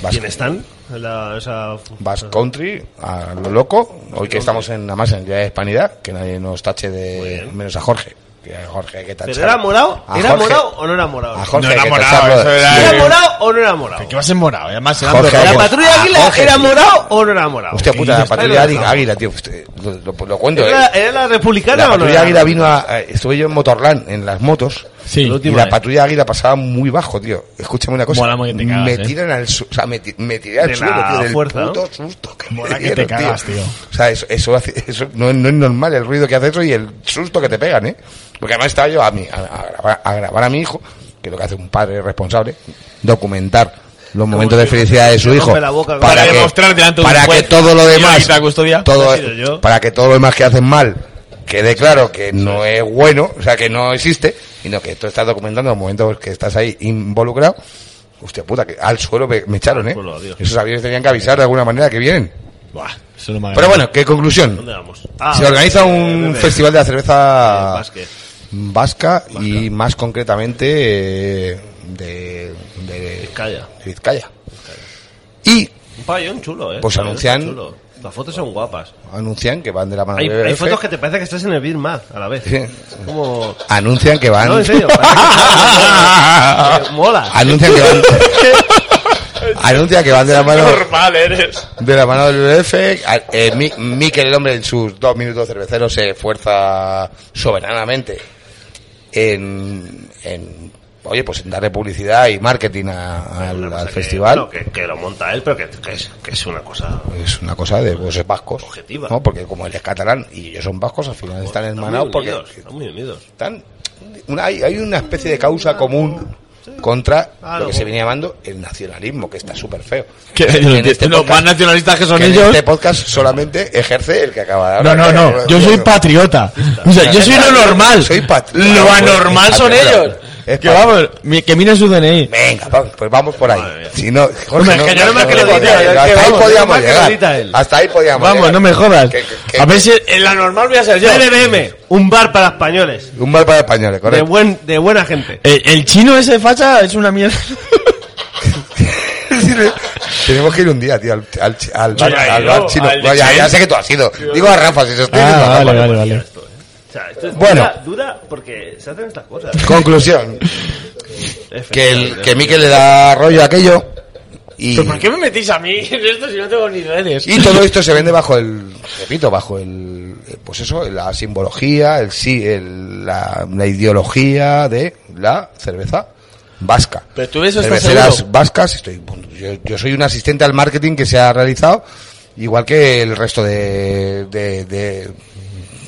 S3: Vasco,
S2: están? La, esa...
S3: Basque Country a lo loco, hoy que estamos en la masa en la hispanidad, que nadie nos tache de menos a Jorge, que a Jorge hay que
S2: ¿Pero
S3: tacharlo.
S2: era morado?
S3: A
S2: ¿Era
S3: Jorge-
S2: morado o no era morado?
S3: A Jorge
S10: No era
S3: hay que
S10: morado,
S3: tacharlo de-
S10: eso era-
S2: ¿Era morado o no era morado?
S10: ¿Qué vas en morado? Además, se
S3: Jorge,
S2: ¿La
S3: Vamos,
S2: patrulla
S3: a
S2: águila
S3: Jorge,
S2: era
S3: tío.
S2: morado o no era morado?
S3: ah, Hostia puta, la
S2: Ahí
S3: patrulla
S2: lo dejamos.
S3: águila, tío. usted- Lo, lo- lo cuento,
S2: ¿Era,
S3: eh.
S2: era la republicana
S3: La
S2: o no?
S3: patrulla
S2: era?
S3: águila vino a. a- Estuve yo en Motorland, en las motos.
S10: Sí.
S3: Y la patrulla águila pasaba muy bajo, tío. Escúchame una cosa.
S10: Mola muy que te cagas,
S3: me
S10: eh.
S3: tiran al su- o sea, me, ti- me tiré al
S2: De
S3: suelo,
S2: la
S3: tío, del
S2: fuerza, ¿no?
S3: puto susto que
S10: Mola
S3: me
S10: que te
S3: dieron,
S10: cagas, tío.
S3: O sea, eso, eso, hace- eso no, es- no es normal el ruido que hace eso y el susto que te pegan, eh. Porque además estaba yo a, mi, a, a grabar, a grabar a mi hijo, que es lo que hace un padre responsable, documentar los momentos de felicidad de su
S2: rompe
S3: hijo
S2: la boca
S10: para demostrar delante de un
S3: para
S10: juez.
S3: que todo lo
S10: Y
S3: demás
S10: ahorita custodia.
S3: todo
S2: Ha sido yo.
S3: para que todo lo demás que hacen mal quede claro que no es bueno, o sea, que no existe, sino que tú estás documentando los momentos que estás ahí involucrado. Hostia puta, que al suelo me, me echaron, ¿eh?
S2: suelo, adiós.
S3: Esos aviones tenían que avisar de alguna manera que vienen.
S10: Eso no me
S3: Pero bueno, ¿qué conclusión?
S2: ¿Dónde vamos? Ah,
S3: Se organiza
S2: eh,
S3: un
S2: bebé.
S3: festival de la
S2: Eh,
S3: cerveza
S2: Vázquez.
S3: vasca y más concretamente eh, de, de-
S2: Vizcaya.
S3: de Vizcaya. Y
S2: Un pabellón chulo, ¿eh?
S3: Pues
S2: Pabellón
S3: anuncian- Ah,
S2: chulo. Las fotos son guapas.
S3: anuncian que van de la mano
S2: Hay,
S3: de
S2: hay
S3: BBF.
S2: fotos que te parece que estás en el Big Mac a la vez.
S3: eh, Sí.
S2: Es como...
S3: Anuncian que van.
S2: No, en serio. parece que- Mola.
S3: Anuncian que van. Anuncian que van de la mano. De la mano del BF. Eh, Mi- Mikel, el hombre, en sus dos minutos cerveceros, se esfuerza soberanamente en. en oye, pues en darle publicidad y marketing a- al,
S2: Una
S3: al
S2: cosa que-
S3: festival.
S2: bueno, que, que lo monta él, pero que, que es, que es una cosa.
S3: Es una cosa de pues, vascos.
S2: Objetiva. Pues
S3: ¿no? Porque como él es catalán y ellos son vascos, al final están hermanados
S2: muy
S3: porque
S2: unidos, están muy unidos.
S3: están- una- hay, hay una especie de causa común contra
S2: Ah,
S3: lo
S2: no.
S3: que se viene llamando el nacionalismo, que está súper feo.
S10: Que yo
S3: En
S10: no entiendo.
S3: este
S10: Los más
S3: podcast-
S10: nacionalistas que son
S3: que en
S10: ellos.
S3: este podcast solamente ejerce el que acaba de
S10: No,
S3: hablar.
S10: no, no. Yo soy patriota. O sea, yo soy lo normal.
S3: Soy patriota.
S10: Lo anormal son
S3: Patriota.
S10: ellos.
S3: Es
S10: Que
S3: patriota.
S10: vamos, mi- que miren su DNI.
S3: Venga, vamos, pues vamos por ahí. Si no,
S10: Hombre, es que yo no me
S2: acredito,
S3: podía-
S2: es que
S3: hasta ahí
S2: vamos, no me
S3: podíamos
S2: acredita
S3: llegar.
S2: él.
S3: Hasta ahí podíamos
S10: Vamos,
S3: llegar.
S10: no me jodas.
S3: pues, Que- que- que-
S10: A ver si en la normal voy a ser yo.
S2: BBM, un bar para españoles.
S3: Un mal para españoles,
S2: De,
S3: correcto.
S2: buen, de buena gente.
S10: El, el chino ese facha es una mierda.
S3: Tenemos que ir un día, tío, al, al, chi- al,
S10: Yo
S3: bar-
S10: ya he
S3: al
S10: ido,
S3: bar chino.
S10: al de
S3: No, ya,
S10: Chen.
S3: ya sé que tú has ido. Digo a Rafa, si se estoy diciendo a
S10: Ah,
S3: Rafa.
S10: vale, vale, vale.
S2: ¿eh? O sea, esto es
S3: Bueno.
S2: dura, dura porque se hacen estas cosas.
S3: Conclusión. Que, el, que Mikel le da rollo a aquello. Y,
S10: me metís a mí en esto si no tengo ni redes?
S3: y todo esto se vende bajo el, repito, bajo el, eh, pues eso, la simbología, el sí, el, la, la ideología de la cerveza vasca.
S10: Pero tú de eso estás
S3: Cerveceras
S10: seguro.
S3: vascas, estoy, yo, yo soy un asistente al marketing que se ha realizado, igual que el resto de, de, de,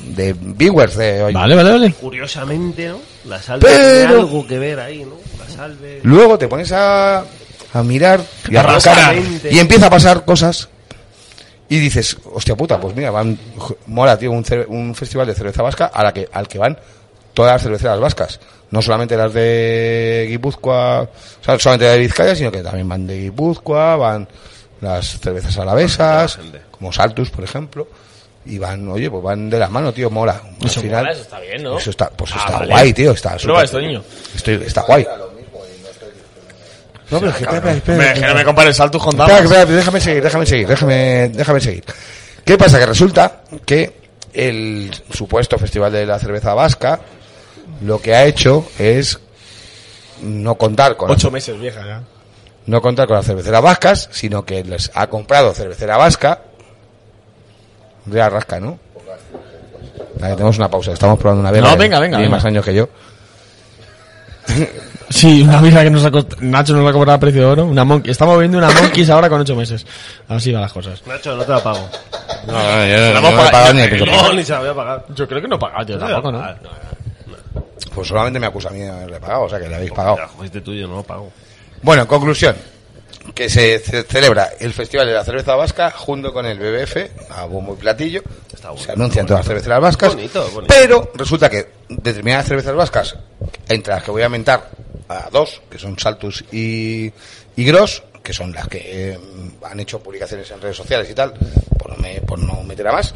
S3: de viewers de hoy.
S10: Vale, vale, vale.
S2: Curiosamente, ¿no? La salve tiene
S3: Pero-
S2: algo que ver ahí, ¿no? La salve.
S3: Luego te pones a, a mirar y a
S10: A rascar.
S3: rascar, y empieza a pasar cosas Y dices, hostia puta, pues mira, van, jo- mola, tío, un, cer- un festival de cerveza vasca a la que, al que van todas las cerveceras vascas. No solamente las de Guipúzcoa, o sea, solamente de Vizcaya, sino que también van de Guipúzcoa, van las cervezas alavesas, como Saltus, por ejemplo, y van, oye, pues van de la mano, tío, mola. Al
S4: Eso
S3: final,
S4: mola, eso está bien, ¿no?
S3: Eso está, pues
S4: Ah,
S3: está
S4: vale.
S3: guay, tío, está
S4: Prueba
S3: súper-
S4: esto, niño.
S3: Estoy, está guay. No, pero es que, espera, espera, espera,
S4: que no me compares saltos con
S3: Espera,
S4: damas.
S3: espera, espera, déjame seguir, déjame seguir, déjame, déjame seguir. ¿Qué pasa? Que resulta que el supuesto Festival de la Cerveza Vasca lo que ha hecho es no contar con,
S7: Ocho meses vieja ya.
S3: no contar con las cerveceras vascas, sino que les ha comprado cervecera vasca. Andrea Rasca, ¿no? Vale, tenemos una pausa, estamos probando una vela.
S7: No,
S3: eh,
S7: venga, venga,
S3: Tiene
S7: venga.
S3: más años que yo.
S7: Sí, una vida que nos ha costado- Nacho nos la cobrado a precio de oro. Una monkey. Estamos viendo una monkeys ahora con ocho meses. Así van las cosas.
S2: Nacho, no te la pago.
S3: No, yo
S7: hemos pagado-
S2: No, ni se la voy a pagar. Ah,
S7: Yo creo que no pagaba yo tampoco, ¿no?
S3: Pues solamente me acusa a mí de haberle pagado, o sea que le habéis pagado.
S2: Ya, fuiste tuyo, no lo pago.
S3: Bueno, en conclusión, que se ce- celebra el Festival de la Cerveza Vasca junto con el BBF a bombo y platillo. se anuncian todas las cerveceras vascas.
S2: Bonito, bonito.
S3: Pero resulta que determinadas cervezas vascas, entre las que voy a mentar a dos, que son Saltus y, y Gross, que son las que eh, han hecho publicaciones en redes sociales y tal, por no, me- por no meter a más,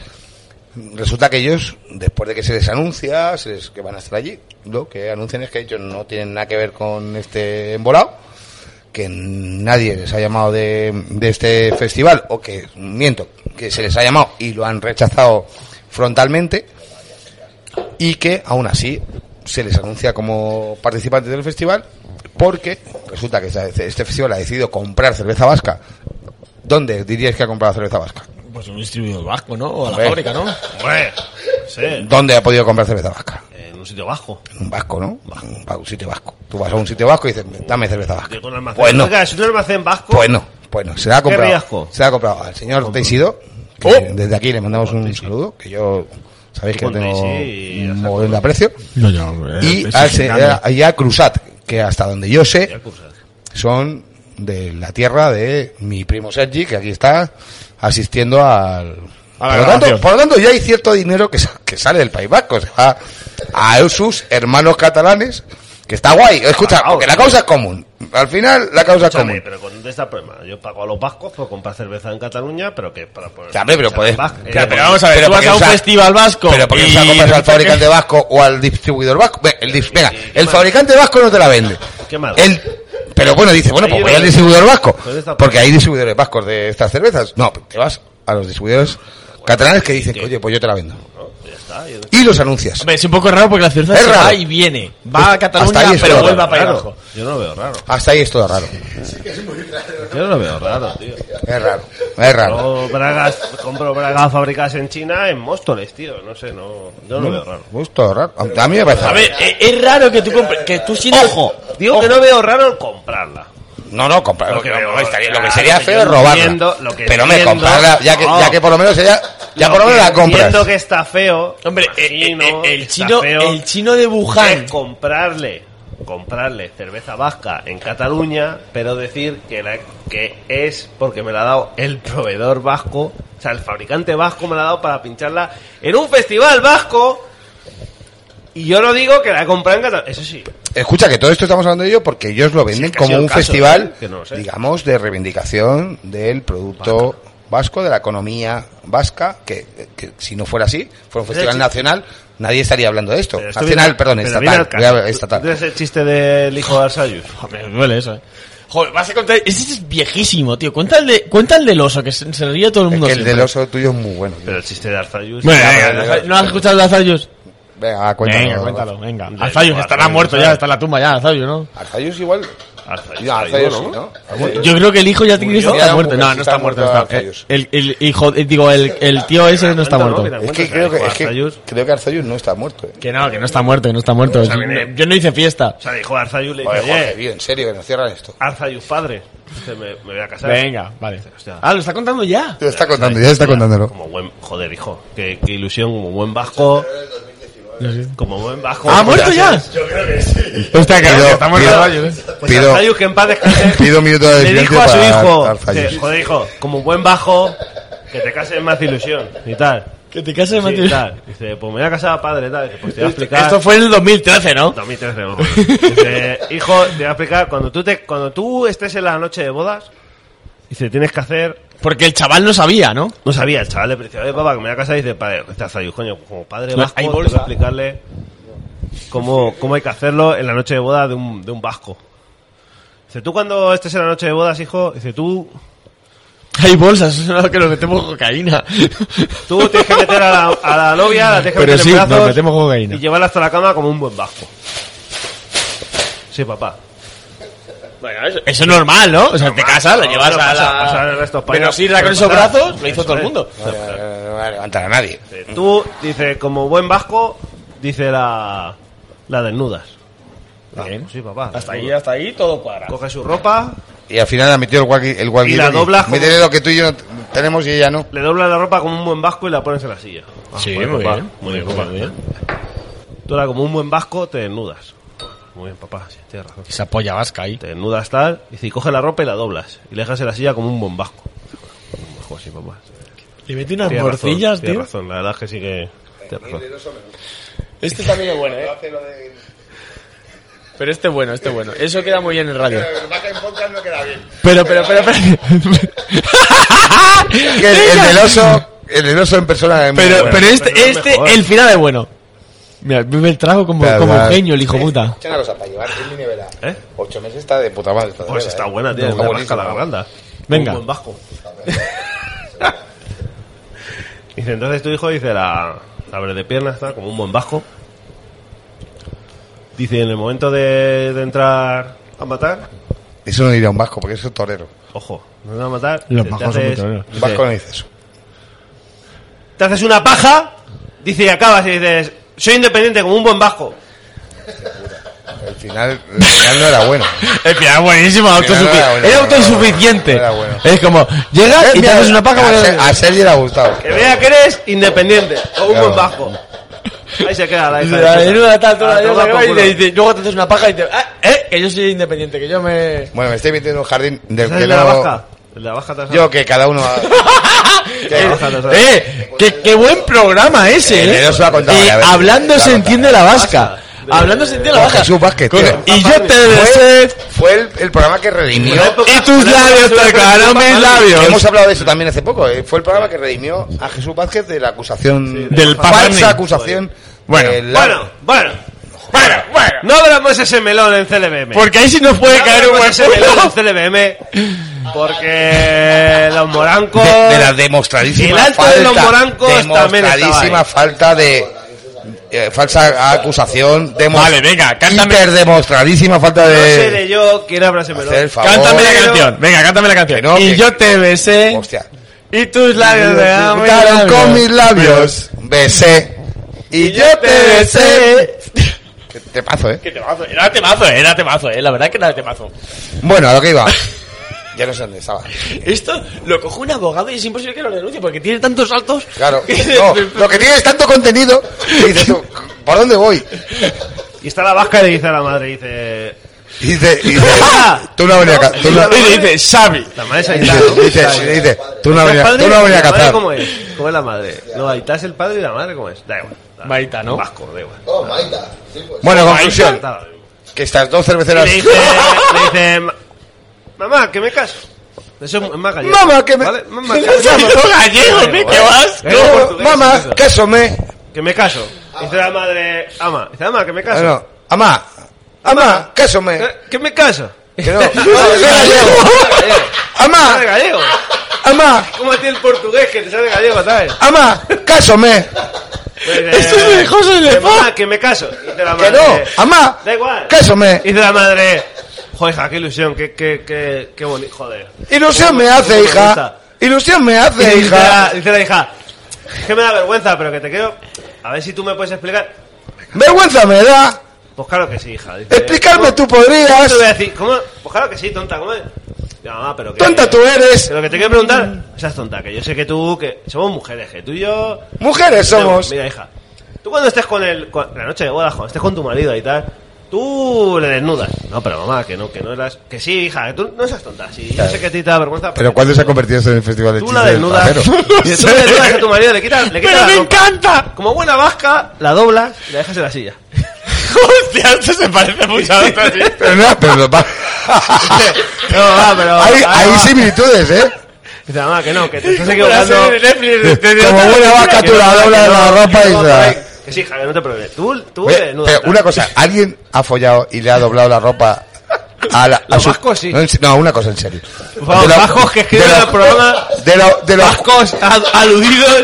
S3: resulta que ellos, después de que se les anuncia, se les, que van a estar allí, lo que anuncian es que ellos no tienen nada que ver con este embolado, que nadie les ha llamado de, de este festival, o que, miento, que se les ha llamado y lo han rechazado frontalmente, y que aún así se les anuncia como participantes del festival, porque resulta que esta- este festival ha decidido comprar cerveza vasca. ¿Dónde diríais que ha comprado cerveza vasca?
S7: Pues un distribuidor vasco, ¿no? O a la
S3: Hombre.
S7: fábrica, ¿no?
S2: Hombre, sí,
S3: ¿Dónde ha podido comprar cerveza vasca?
S2: en un sitio bajo.
S3: Un vasco, ¿no? Un, va- un sitio vasco. Tú vas a un sitio vasco y dices, dame cerveza vasca.
S2: Llega un almacén.
S3: Pues no,
S2: Oiga, es un almacén vasco.
S3: pues no, pues no. Se la ha comprado,
S2: riesgo?
S3: se la ha comprado al señor Teixido, que
S2: Oh.
S3: desde aquí le mandamos un saludo, que yo sabéis que
S2: Con
S3: tengo
S2: Teixi y a
S3: un
S2: saco.
S3: mogollón de aprecio.
S4: Eh,
S7: No, yo. eh,
S3: Y eh, al se- a- y a Cruzat, que hasta donde yo sé, son de la tierra de mi primo Sergi, que aquí está asistiendo al...
S7: A la
S3: por, lo
S7: grabación.
S3: tanto, por lo tanto, ya hay cierto dinero que, sa- que sale del País Vasco, se va a sus hermanos catalanes, que está guay. Escucha, porque la causa es común. Al final, la causa es
S2: Escúchame,
S3: común.
S2: pero con este problema. Yo pago a los vascos por comprar cerveza en Cataluña, pero que para poner.
S3: Ya, hombre, pero
S2: cerveza Eh,
S3: puedes-
S2: vasca.
S3: Claro,
S7: pero vamos a ver, tú
S3: porque
S7: vas a un
S3: usa-
S7: festival vasco.
S3: Pero porque no se la compras al fabricante vasco o al distribuidor vasco. Ve, El,
S2: Eh,
S3: dis- venga, el fabricante vasco no te la vende.
S2: Qué mal.
S3: El, pero bueno, dice, bueno, pues voy al distribuidor vasco. Porque hay distribuidores vascos de estas cervezas. No, te vas a los distribuidores catalanes que dicen, oye, pues yo te la vendo. Y los anuncias.
S7: Hombre, es un poco raro porque la cerveza
S3: Es
S7: se
S3: raro.
S7: va y viene. Va a Cataluña,
S3: ahí es
S7: pero
S3: raro.
S7: vuelve a País
S2: Raro.
S7: Vasco.
S2: Yo no lo veo raro.
S3: Hasta ahí es todo raro.
S2: Yo no lo veo raro, tío.
S3: Es raro. Es raro.
S2: Yo bragas, compro bragas fabricadas en China en Móstoles, tío. No sé, no. Yo no
S3: Mm.
S2: lo veo raro.
S3: Es todo raro. A mí me parece
S7: A
S3: raro.
S7: ver, eh, es raro que tú compres. Que tú siendo. Ojo.
S2: Digo
S3: Oh.
S2: que no veo raro el comprarla.
S3: No, no, comprar. Lo
S2: Lo
S3: que,
S2: que veo,
S3: estaría- lo
S2: claro,
S3: que sería
S2: lo que
S3: feo
S2: yo
S3: es robarla.
S2: entiendo, lo que
S3: pero me
S2: entiendo-
S3: comprarla, ya que, ya
S2: No.
S3: que por lo menos sería. Ya por lo menos la compras.
S2: Entiendo que está feo.
S7: Hombre, eh, eh,
S2: imagino,
S7: eh, el
S2: está
S7: chino,
S2: feo.
S7: el chino de Wuhan.
S3: Eh,
S2: es comprarle comprarle cerveza vasca en Cataluña, pero decir que la que es porque me la ha dado el proveedor vasco, o sea, el fabricante vasco me la ha dado para pincharla en un festival vasco. Y yo no digo que la he comprado en Cataluña, eso sí.
S3: Escucha, que todo esto estamos hablando de ello porque ellos lo
S2: Sí,
S3: venden
S2: que ha
S3: como
S2: sido
S3: un
S2: el caso,
S3: festival,
S2: ¿eh? Que no lo sé.
S3: digamos, de reivindicación del producto vasco, de la economía vasca, que, que si no fuera así, fuera un festival
S2: sí.
S3: nacional, nadie estaría hablando de esto.
S2: Pero esto
S3: Nacional,
S2: viene-
S3: perdón,
S2: pero viene
S3: estatal.
S2: al caso.
S3: voy a- estatal.
S2: ¿Tú tienes el chiste del hijo de Arsayus?
S7: Joder, me duele eso, eh. Joder, vas a contar. Ese es viejísimo, tío. Cuenta el, de, cuenta el del oso, que se, se ríe todo el
S3: Es
S7: mundo.
S3: que el del
S7: siempre.
S3: oso tuyo es muy bueno. tío.
S2: Pero el chiste de Arzayus...
S7: Bueno,
S3: Ya, Pues
S7: venga,
S3: venga,
S7: ¿No has escuchado de Azayus?
S3: Venga, cuéntalo.
S7: Venga, cuéntalo, venga.
S2: Del
S7: Azayus estará
S2: Azayus,
S7: muerto ya,
S2: ¿sabes?
S7: está en la tumba ya, Azayus, ¿no?
S3: Arzayus igual.
S2: Arzayus,
S3: Ya, Arzayus,
S2: Pues Arzayus,
S3: sí,
S2: ¿no?
S3: ¿no? Arzayus.
S7: Yo creo que el hijo ya tiene que
S3: Eh, Murió.
S7: estar muerto.
S3: Ya,
S7: No, no está
S3: está
S7: muerto.
S3: muerto
S7: está-
S3: Azayus.
S7: El, el hijo, eh, digo, el, el tío ese no está
S2: Cuenta, ¿no?
S7: muerto.
S2: Mira,
S3: Es que
S2: cuenta,
S3: creo que,
S2: hijo de
S3: es que,
S2: Arzayus.
S3: creo que Arzayus no está muerto. eh.
S7: Que no, que no está muerto, que no está muerto.
S2: sea, viene-
S7: Yo no hice fiesta.
S2: O sea, el hijo de Arzayus le dice,
S3: Joder, Jorge,
S2: oye,
S3: tío, en serio, que nos cierran esto.
S2: Arzayus padre, dice, me, me voy a casar.
S7: Venga, vale.
S2: Hostia.
S7: Ah, lo está contando ya.
S3: Ya está contando, ya está contándolo.
S2: Como buen, joder, hijo, qué, qué ilusión, como buen vasco. Como buen vasco.
S7: ¿Ha muerto ya?
S4: Pues
S10: Hostia, que
S3: Pido-
S10: estamos
S3: pido-
S10: grabados.
S2: Pues
S3: pido-
S2: Arzayus, que en paz descanse,
S3: pido un minuto de
S2: Le
S3: silencio
S2: dijo a su
S3: para
S2: hijo,
S3: Arzayus.
S2: que, joder, hijo, como buen bajo, que te cases más ilusión y tal.
S4: Que te cases,
S2: Sí, tal. Dice, pues me voy a casar a padre, tal. Dice, pues te voy a explicar.
S4: Esto fue en el 2013, ¿no?
S2: 2013, no. Dice, hijo, te voy a explicar, cuando tú, te, cuando tú estés en la noche de bodas, dice, tienes que hacer...
S4: Porque el chaval no sabía, ¿no?
S2: No sabía, el chaval le decía, oye, papá, que me voy a casar. Dice, padre, ¿qué estás ahí, coño? Como padre
S4: No,
S2: vasco,
S4: hay
S2: tengo que
S4: bolsa.
S2: explicarle cómo, cómo hay que hacerlo en la noche de bodas de un, de un vasco. Dice, tú cuando estés en la noche de bodas, hijo, dice, tú
S4: Hay bolsas, eso es lo que nos metemos cocaína.
S2: Tú tienes que meter a la, a la novia, la tienes que
S10: Pero
S2: meter
S10: sí,
S2: en brazos
S10: nos metemos cocaína.
S2: y llevarla hasta la cama como un buen vasco. Sí, papá.
S4: Bueno, eso, eso es normal, ¿no? O sea, te casas, la
S2: No,
S4: llevas
S2: no
S4: a
S2: pasa,
S4: la...
S2: pasa en el resto de España.
S4: Pero si irla con
S2: Pero
S4: esos
S2: pasa.
S4: brazos, lo
S2: Eso
S4: hizo
S2: eh.
S4: todo el
S2: es.
S4: mundo.
S3: No, no, no, no va a levantar a nadie.
S2: Dice, Tú, dice, como buen vasco, dice la, la desnudas. Ah,
S4: Bien.
S2: pues sí, papá.
S4: Hasta ahí,
S2: desnuda.
S4: hasta ahí, todo cuadra.
S2: Coge su ropa,
S3: Y al final ha metido el walkie el walkie
S2: Y la dobla como-
S3: Métele lo que tú y yo no t- tenemos y ella no.
S2: le dobla la ropa como un buen vasco y la pones en la silla. Ah,
S4: Sí,
S2: joder,
S4: muy
S2: papá.
S4: bien.
S2: Muy bien, papá. Tú ahora, como un buen vasco, te desnudas. Muy bien, papá, sí, tienes razón.
S4: Esa polla vasca ahí.
S2: Te desnudas tal, y si coge la ropa y la doblas. Y le dejas en la silla como un buen vasco. Un vasco así, papá.
S4: Le mete unas
S2: Tienes razón,
S4: morcillas,
S2: tienes
S4: tío.
S2: razón, la verdad es que sí que. tienes razón.
S4: Este también es bueno, ¿eh? Pero este bueno, este bueno. Eso queda muy bien en radio. Pero, pero, pero, pero...
S3: Que el, el del oso, el del oso en persona es muy
S4: Pero,
S3: bueno.
S4: pero este,
S2: pero no es
S4: este,
S2: mejor.
S4: el final es bueno. Mira, bebe el trago como,
S3: Claro,
S4: como
S3: claro.
S4: un genio, el hijo puta.
S3: Escucha Eh, una cosa, para llevar en mi nevera.
S2: ¿Eh?
S3: Ocho meses está de puta madre. esta
S2: Pues
S3: nevera,
S2: está
S3: ¿eh?
S2: buena, tío. Una
S3: Está
S2: vasca a
S3: buenísima.
S2: la garganta.
S4: Venga.
S2: Un buen vasco. dice, entonces tu hijo dice la, la verde pierna está como un buen vasco. Dice, en el momento de, de entrar a matar,
S3: Eso no diría un vasco, porque eso es torero.
S2: ojo, no te va a matar.
S10: Los
S2: te
S10: vascos son
S2: haces-
S10: muy toreros.
S3: Un
S2: dice,
S3: vasco no dice eso.
S2: te haces una paja, dice y acabas y dices, soy independiente como un buen vasco.
S3: El final, el final no era bueno.
S10: El final es buenísimo, autosufi-
S3: Era bueno,
S10: es
S3: era bueno,
S10: autosuficiente.
S3: era bueno.
S10: Es como,
S4: Eh,
S10: llegas y te haces una paja.
S3: Eh, a,
S10: bueno, eh.
S3: Ser- a Sergi le ha gustado.
S2: Que vea que eres independiente como un
S3: Claro.
S2: buen vasco. Ahí se queda la hija. de
S4: La
S2: puta.
S4: menuda tal, toda
S2: A
S4: la-
S2: tomar por
S4: y te
S2: culo.
S4: dice, luego te haces una paja y te... Ah, eh, que yo soy independiente, que yo me...
S3: Bueno, me estoy metiendo en un jardín del
S2: ¿Sabes
S3: que
S2: el de la
S3: no...
S2: vasca? El de la vasca tasada.
S3: Yo, que cada uno... ha-
S2: El de la vasca tasada.
S10: eh, qué, qué buen programa ese,
S3: El
S10: eh.
S3: de los ha contado
S10: Eh,
S3: varias veces.
S10: hablando
S3: Lo ha
S10: se
S3: contado.
S10: entiende la vasca.
S4: Hablando sin la
S3: Con
S4: baja.
S3: Jesús Vázquez,
S10: Con-
S3: tío.
S10: y yo te deseo-
S3: Fue el, el programa que redimió...
S10: Y tus labios tocaron mis
S3: Hemos
S10: labios.
S3: hablado de eso también hace poco. eh. Fue el programa que redimió a Jesús Vázquez de la acusación...
S10: del pajarni.
S3: falsa acusación. Bueno,
S2: Bueno, bueno. Bueno, bueno. No abramos ese melón en CLBM.
S10: Porque ahí sí nos puede
S2: no
S10: caer un
S2: abramos
S10: buen
S2: ese melón en
S10: puto.
S2: CLBM. Porque los morancos.
S3: de, de la demostradísima
S2: El alto
S3: falta,
S2: de los morancos también estaba
S3: demostradísima
S2: ahí.
S3: falta de eh, falsa acusación demo-
S10: Vale, venga, cántame.
S3: hiperdemostradísima falta
S2: No seré
S3: de
S2: yo quien abra ese melón.
S3: hacer el favor
S10: Cántame la
S3: Pero-
S10: canción. Venga, cántame la canción.
S3: Que no,
S10: y
S3: que-
S10: yo te besé.
S3: hostia
S10: Y tus labios me
S4: Ah,
S10: daban
S3: Me
S10: mis
S3: juntaron
S10: labios.
S3: con mis labios besé y yo te besé Qué tepazo eh
S4: Qué temazo, Era temazo, era temazo, eh. La verdad que era temazo.
S3: bueno a lo que iba ya no sé dónde estaba
S4: Esto lo coge un abogado y es imposible que lo denuncie porque tiene tantos saltos.
S3: claro no, lo que tiene es tanto contenido que dices tú, ¿por dónde voy?
S2: Y está la vasca y le dice a la madre, dice.
S3: y dice, y dice
S2: Ah.
S3: tú no venías acá tú no,
S10: Y le dice, Xavi.
S2: La madre es
S3: Dice,
S2: Aitá, ¿no?
S3: dice,
S2: Aitá,
S3: dice, tú no
S2: ¿Es
S3: venías,
S2: padre?
S3: tú no
S2: ¿Y
S3: venías
S2: la
S3: a
S2: madre
S3: cazar.
S2: ¿Cómo es? ¿Cómo es la madre? No, Aitá es el padre y la madre, ¿cómo es? Da igual. Da-
S4: Maita, ¿no?
S2: Vasco, da igual.
S5: Oh, Maida. Sí, pues.
S3: Bueno, conclusión,
S2: Da lo mismo.
S3: que estas dos
S2: Y
S3: cerveceras...
S2: le dice, le dice, "Ma- mamá, que me caso. Eso es más gallego.
S3: Mamá, que me-
S2: ¿Vale? Mamá,
S3: Eso es algo
S2: gallego, Eh,
S4: ¿qué vas?
S3: No, mamá, cásame.
S2: Que me caso. Dice la madre, ama. Dice, ama, que me
S3: Ah,
S2: caso.
S3: no, amá, amá, cásame.
S2: "Eh, Que me caso. Ah,
S3: Que no, no, soy gallego.
S2: ¿Te
S3: Amá,
S2: sale gallego?
S3: amá,
S2: ¿Cómo tiene el portugués que te sale gallego, sabes?
S3: amá, cásame. Pues,
S2: Esto es de José Mamá, que me caso. Dice la
S3: Que
S2: madre.
S3: no, amá,
S2: Da igual.
S3: cásame.
S2: Dice la madre, joder, hija, qué ilusión, qué, qué, qué, qué bonito, joder.
S3: Ilusión me hace, hija. Ilusión me hace,
S2: Dice la,
S3: hija.
S2: dice la hija, "Es que me da vergüenza, pero que te quiero. A ver si tú me puedes explicar.
S3: Vergüenza me da.
S2: Pues claro que sí, hija. Dice,
S3: Explicarme
S2: "¿Cómo-
S3: tú
S2: ¿Cómo
S3: podrías.
S2: te voy a decir? ¿Cómo? Pues claro que sí, tonta, ¿cómo es? Ya, mamá, pero que,
S3: Tonta tú eres.
S2: que lo que te quiero preguntar, no seas tonta, que yo sé que tú, que somos mujeres, que tú y yo.
S3: Mujeres somos.
S2: Mira, hija, tú cuando estés con el. con- la noche de bodas, cuando estés con tu marido y tal, Tú le desnudas. No, pero mamá, que no, que no eras. Que sí, hija, que tú no seas tonta. Sí, yo sé que a ti te da vergüenza.
S3: Pero ¿cuándo se ha convertido eso en el festival de
S2: Tú
S3: chistes
S2: la
S3: del
S2: desnudas.
S3: pajero?
S2: Y tú le desnudas a tu marido, le quitas. Le quitas
S10: ¡Pero
S2: la
S10: me
S2: ropa.
S10: encanta!
S2: Como buena vasca, la doblas y la dejas en la silla.
S10: Hostia, esto se parece mucho a otro chiste.
S3: Pero no, pero... no,
S2: va, pero-
S3: Hay,
S2: va,
S3: hay
S2: va.
S3: similitudes, ¿eh?
S2: Dice, mamá, que no, que te estás
S10: Una
S2: equivocando.
S10: serie de Netflix de- de-
S3: Como buena vaca, tú la doblas la ropa y la...
S2: Que sí, hija, que no te preocupes. Tú, tú
S3: Oye,
S2: le desnudas.
S3: pero una cosa, ¿alguien ha follado y le ha doblado la ropa a la... a
S2: Los
S3: su-
S2: vascos sí.
S3: No, en- no, una cosa en serio.
S2: favor,
S3: De la-
S2: vascos que
S3: de
S2: escriben
S3: la-
S2: el programa.
S3: De los... De los...
S2: Vascos al- aludidos.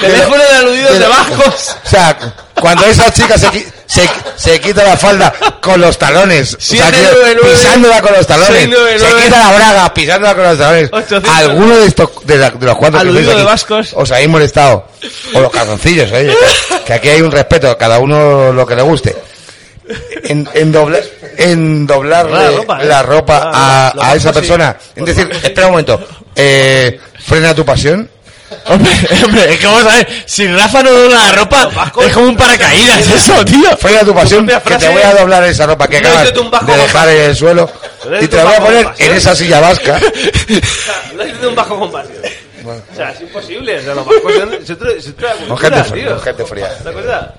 S2: Teléfono de aludidos de,
S3: de-
S2: vascos.
S3: O sea, cuando esa chica se, qui- se, se quita la falda con los talones, o sea, que-
S2: 799,
S3: pisándola con los talones,
S2: 699.
S3: se quita la braga pisándola con los talones,
S2: 800.
S3: alguno de estos de, la- de los cuatro que
S2: Aludido
S3: estáis
S2: de
S3: aquí
S2: vascos.
S3: os habéis molestado, o los calzoncillos, oye, que- que aquí hay un respeto, cada uno lo que le guste. En, en, doblar en doblarle
S2: Doblar
S3: la
S2: la
S3: ropa,
S2: ropa, ¿eh? Ah,
S3: a,
S2: lo
S3: a
S2: vasco
S3: esa
S2: sí.
S3: persona. Es decir, espera un momento, eh, frena tu pasión.
S10: Hombre, hombre, es que vamos a ver, si Rafa no dobla la ropa, es como un paracaídas eso, tío.
S3: Frena tu pasión,
S2: propia
S3: que te
S2: frase.
S3: voy a doblar esa ropa que
S2: No
S3: acabas
S2: hiciste un bajo
S3: de
S2: con
S3: dejar en el suelo
S2: No
S3: y
S2: hiciste
S3: te la
S2: un
S3: voy a
S2: bajo
S3: poner
S2: con
S3: en
S2: pasión.
S3: esa silla vasca.
S2: No es de un bajo compasión. O sea, es imposible. O sea, los vascos son, es otra- es otra
S3: Con
S2: cultura,
S3: gente fría,
S2: tío.
S3: con gente fría.
S2: ¿La cosa?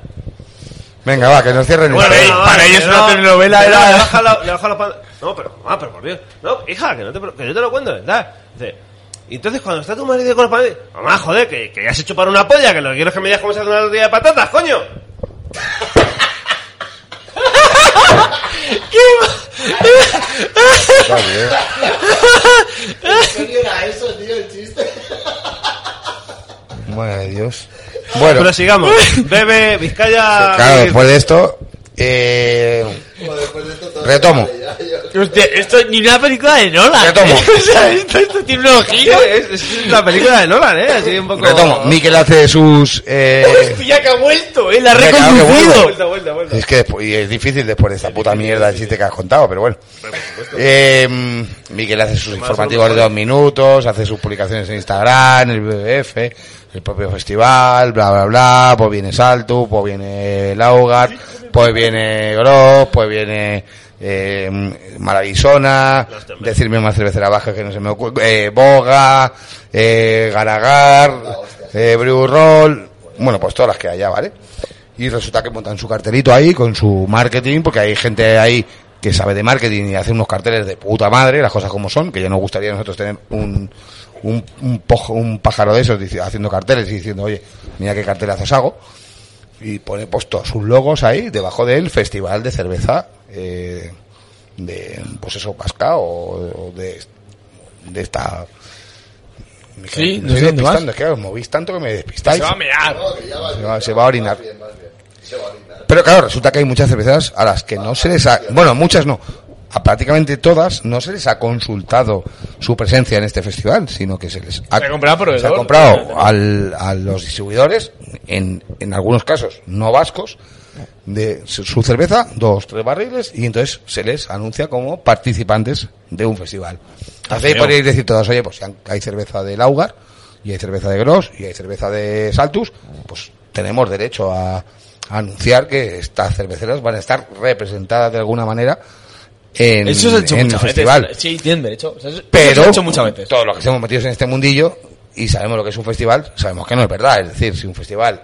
S3: Venga, va, que nos cierren
S10: Bueno,
S3: esto.
S10: eh,
S2: No,
S10: para
S2: no,
S10: ellos
S2: que
S10: una
S2: no,
S10: telenovela
S2: que no,
S10: era-
S2: Le baja la, le baja la pan- No, pero, ah, pero por Dios. No, hija, que, no te, pre- que yo te lo cuento, ¿verdad? Dice, y entonces cuando está tu marido con la pan... Mamá, joder, que, que ya has hecho para una polla, que lo que quiero es que me digas cómo se hace una tortilla de patatas, coño.
S3: Madre de Dios. Bueno,
S2: Pero sigamos. Bebe, Vizcaya...
S3: claro, pues- después de esto, eh, retomo.
S10: Hostia, esto ni una película de Nola.
S3: Retomo.
S2: ¿eh?
S10: o sea, esto, esto tiene unos
S2: Sí,
S10: giros.
S2: es, es la película de Nolan, ¿eh? Así un poco...
S3: Retomo. Miquel hace sus... Eh,
S10: Hostia, que ha vuelto, eh, la ha
S3: Venga, que
S10: reconducido.
S2: Vuelta, vuelta, vuelta.
S3: es que después- y es difícil después de esta puta mierda de chiste que has contado, pero bueno. Eh, mm, Miquel hace sus informativos de dos minutos, hace sus publicaciones en Instagram, el BBF, el propio festival, bla, bla, bla. Pues viene Saltu, pues viene Laugar, pues viene Gross, pues viene eh, mm, Maravisona, decirme una cervecera baja que no se me ocurre, eh, Boga, eh, Garagar, eh, Brew Roll, bueno, pues todas las que haya, ¿vale? Y resulta que montan su cartelito ahí con su marketing, porque hay gente ahí que sabe de marketing y hace unos carteles de puta madre, las cosas como son, que ya nos gustaría a nosotros tener un, un, un, pojo- un pájaro de esos dici- haciendo carteles y diciendo, oye, mira qué cartelazos hago. Y pone pues todos sus logos ahí, debajo del festival de cerveza, eh, de, pues eso, vasca o, o de, de esta...
S10: Sí, no
S3: me
S10: sé
S3: estoy
S10: dónde vas.
S3: despistando, es que os movís tanto que me despistáis.
S10: Se va a mear.
S3: Se va, se va a orinar. Pero claro, resulta que hay muchas cerveceras a las que no se les ha... Bueno, muchas no. A prácticamente todas no se les ha consultado su presencia en este festival, sino que se les ha,
S10: Se ha comprado proveedor.
S3: se ha comprado al- a los distribuidores, en, en algunos casos no vascos, de su su cerveza, dos, tres barriles, y entonces se les anuncia como participantes de un festival.
S4: Ah,
S3: Así
S10: feo.
S3: podríais decir todos, oye, pues si han- hay cerveza de Laugar, y hay cerveza de Gross, y hay cerveza de Saltus, pues tenemos derecho a, a anunciar que estas cerveceras van a estar representadas de alguna manera en,
S4: Eso se ha hecho
S3: en el
S4: muchas
S3: festival.
S4: veces. Sí, tienen derecho. O sea, eso- eso se
S3: Pero
S4: ha hecho muchas veces.
S3: todos los que estamos metidos en este mundillo y sabemos lo que es un festival, sabemos que no es verdad. Es decir, si un festival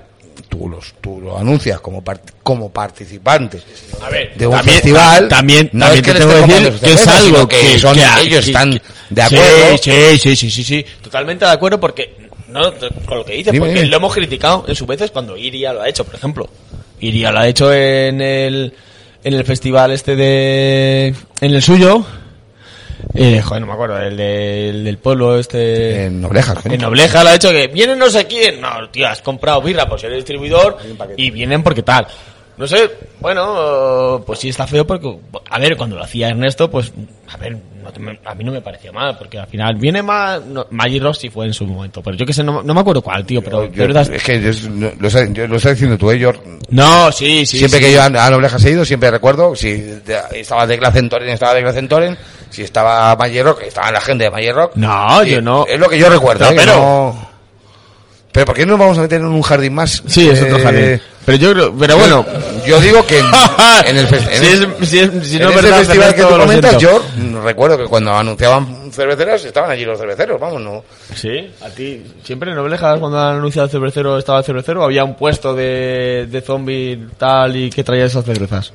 S3: tú, los, tú lo anuncias como, part- como participante
S4: A ver,
S3: de un
S10: También-
S3: festival,
S10: también-
S3: no
S10: también
S3: es que
S10: te
S3: le
S10: tengo
S3: esté
S10: que
S3: comprando
S10: decir
S3: su
S10: que es
S3: cerveza,
S10: algo
S3: sino que,
S10: que-
S3: son,
S10: que a-
S3: ellos
S10: que-
S3: están de
S10: Sí,
S3: acuerdo.
S10: Sí, sí, sí, sí, sí.
S4: Totalmente de acuerdo porque no t- con lo que dices,
S3: Dime,
S4: porque
S3: dime.
S4: lo hemos criticado en sus veces cuando Iria lo ha hecho, por ejemplo. Iria lo ha hecho en el en el festival este de en el suyo. Eh, joder, no me acuerdo, el, de- el del pueblo este
S3: En oblejas, coño.
S4: en Nobleja lo ha hecho que vienen no sé quién. No, tío, has comprado birra por ser el distribuidor y vienen porque tal. No sé, bueno, pues sí está feo porque, a ver, cuando lo hacía Ernesto, pues, a ver, no te- me- a mí no me parecía mal, porque al final viene más, no, Maggie Rossi fue en su momento, pero yo que sé, no, no me acuerdo cuál, tío, pero,
S3: Yo-
S4: pero das-
S3: es que yo- no- lo, sé- yo- lo estás diciendo tú, ¿eh? yo
S4: no, sí, sí.
S3: siempre
S4: sí.
S3: que yo a, a Noblejas he ido, siempre recuerdo si de- estaba Decla Centoren, estaba Decla Centoren, si estaba Mayer Rock, estaba la gente de Mayer Rock.
S4: No,
S3: Sí,
S4: yo no.
S3: Es lo que yo recuerdo.
S4: No,
S3: ¿eh?
S4: pero-
S3: No- Pero ¿por qué no nos vamos a meter en un jardín más? Eh,
S10: Sí, es otro jardín. Pero yo creo, pero bueno.
S3: Yo digo que en, en el fes- en
S10: si,
S3: el-
S10: es, si, es, si
S3: en
S10: no es
S3: ese
S10: verdad,
S3: festival que
S10: Fernando,
S3: tú
S10: lo
S3: comentas,
S10: siento.
S3: yo mm, recuerdo que cuando anunciaban cerveceros estaban allí los cerveceros, vamos, no.
S4: Sí, a ti. Siempre no me dejas cuando han anunciado el cervecero estaba el cervecero. Había un puesto de, de zombie tal y que traía esas cervezas.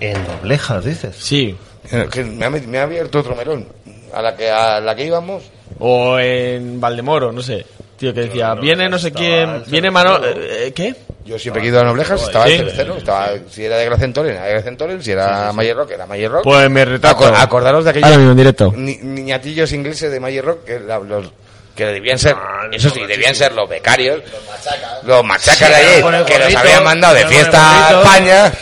S11: En doblejas, dices.
S4: Sí.
S3: Eh, que Me ha, met- me ha abierto otro melón. A la que, a la que íbamos.
S4: O en Valdemoro, no sé. Tío que decía, viene no sé quién, viene Manolo. eh, eh, ¿Qué?
S3: Yo siempre que he ido a Noblejas estaba
S4: Ah, Sí.
S3: el cervecero. Estaba, si era de Gracentoren, era de Gracentoren. Si era Mayer Rock, era Mayer Rock.
S4: Pues me retracto.
S3: Aco- acordaros de
S10: Ahora mismo en
S3: aquellos
S10: directo.
S3: ni- niñatillos ingleses de Mayer Rock que, la- los, que debían ser, eso sí, debían ser los becarios. Los machacas de
S11: con el
S3: allí, que los
S11: gorrito,
S3: habían mandado de
S11: con el
S3: fiesta a
S11: gorrito.
S3: España.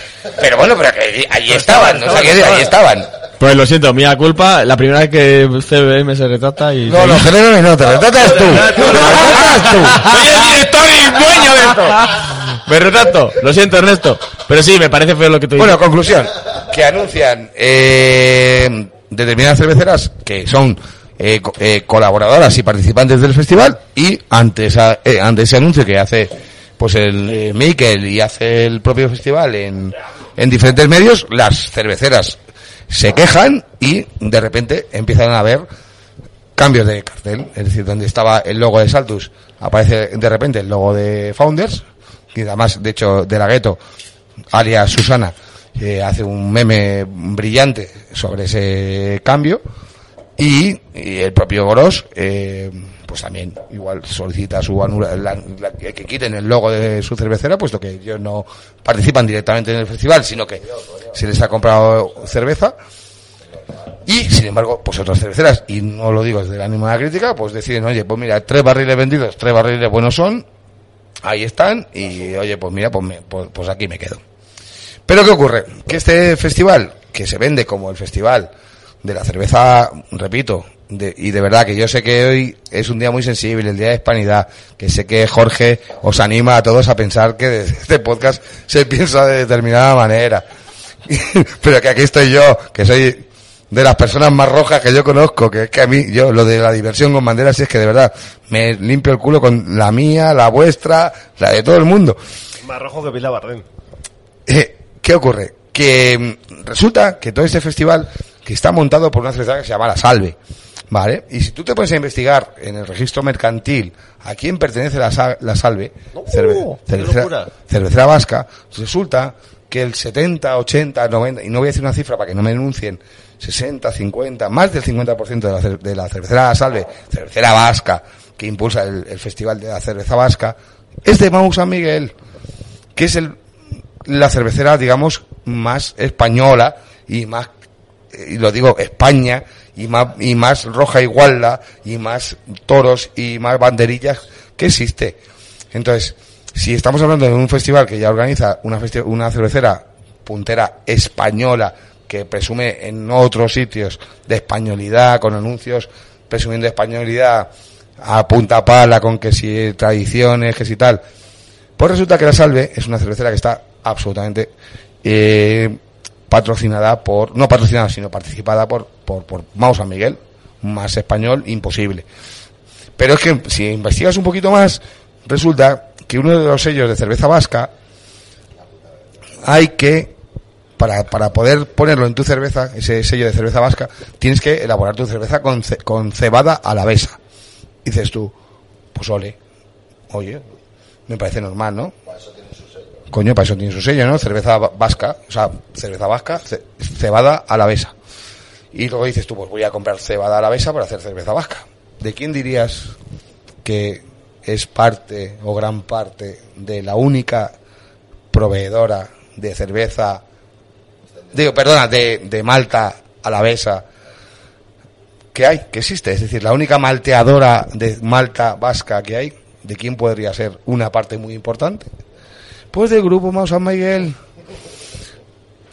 S3: Pero bueno, pero que allí, allí estaban, no sé qué decir, allí estaban.
S10: Pues lo siento, mía culpa, la primera vez que CBM se retrata y...
S12: No, no, Jerónimo, no, te retratas tú. Te retratas tú.
S10: ¡Soy el director y dueño de esto! Me retrato, lo siento Ernesto, pero sí, me parece feo lo que tú dices.
S3: Bueno, conclusión. Que anuncian eh, determinadas cerveceras que son eh, co- eh, colaboradoras y participantes del festival y ante, esa- eh, ante ese anuncio que hace pues el eh, Mikel y hace el propio festival en, en diferentes medios, las cerveceras se quejan y de repente empiezan a ver cambios de cartel. Es decir, donde estaba el logo de Saltus, aparece de repente el logo de Founders, y además, de hecho, de la gueto, alias Susana, eh, hace un meme brillante sobre ese cambio. Y, y el propio Goros, eh, pues también igual solicita su anula- la- la- que que quiten el logo de su cervecera, puesto que ellos no participan directamente en el festival, sino que se les ha comprado cerveza. Y, sin embargo, pues otras cerveceras, y no lo digo desde el ánimo de la crítica, pues deciden, oye, pues mira, tres barriles vendidos, tres barriles buenos son, ahí están, y oye, pues mira, pues, me- pues, pues aquí me quedo. Pero ¿qué ocurre? Que este festival, que se vende como el festival de la cerveza, repito, de- y de verdad que yo sé que hoy es un día muy sensible, el día de hispanidad, que sé que Jorge os anima a todos a pensar que desde este podcast se piensa de determinada manera. Pero que aquí estoy yo, que soy de las personas más rojas que yo conozco, que es que a mí, yo, lo de la diversión con banderas, es que de verdad, me limpio el culo con la mía, la vuestra, la de todo el mundo.
S11: Más rojo que Pilar Barren.
S3: Eh, ¿Qué ocurre? Que mm, resulta que todo este festival que está montado por una cerveza que se llama La Salve, ¿vale? Y si tú te pones a investigar en el registro mercantil a quién pertenece La, Sa- La Salve, cerve-
S11: ¡Qué
S3: cervecera,
S11: locura!
S3: cervecera vasca, resulta que el 70, 80, 90, y no voy a decir una cifra para que no me denuncien, 60, 50, más del 50% de la, cer- de la cervecera La Salve, cervecera vasca, que impulsa el, el Festival de la Cerveza Vasca, es de Mau San Miguel que es el, la cervecera, digamos, más española y más, eh, y lo digo, España, y más, y más roja igualda, y más toros, y más banderillas que existe. Entonces, si estamos hablando de un festival que ya organiza una, festi- una cervecera puntera española, que presume en otros sitios de españolidad, con anuncios presumiendo españolidad, a punta pala con que si tradiciones, que si tal, pues resulta que la Salve es una cervecera que está absolutamente eh, patrocinada por, no patrocinada, sino participada por, por, por Mau San Miguel, más español imposible. Pero es que si investigas un poquito más, resulta que uno de los sellos de cerveza vasca hay que, para, para poder ponerlo en tu cerveza, ese sello de cerveza vasca, tienes que elaborar tu cerveza con, ce- con cebada alavesa. Dices tú, pues ole, oye, me parece normal, ¿no? Coño, para eso tiene su sello, ¿no? Cerveza va- vasca, o sea, cerveza vasca, ce- cebada alavesa. Y luego dices tú, pues voy a comprar cebada alavesa para hacer cerveza vasca. ¿De quién dirías que es parte o gran parte de la única proveedora de cerveza, digo, perdona, de, de malta alavesa que hay, que existe? Es decir, la única malteadora de malta vasca que hay, ¿de quién podría ser una parte muy importante? Pues del grupo Mau San Miguel.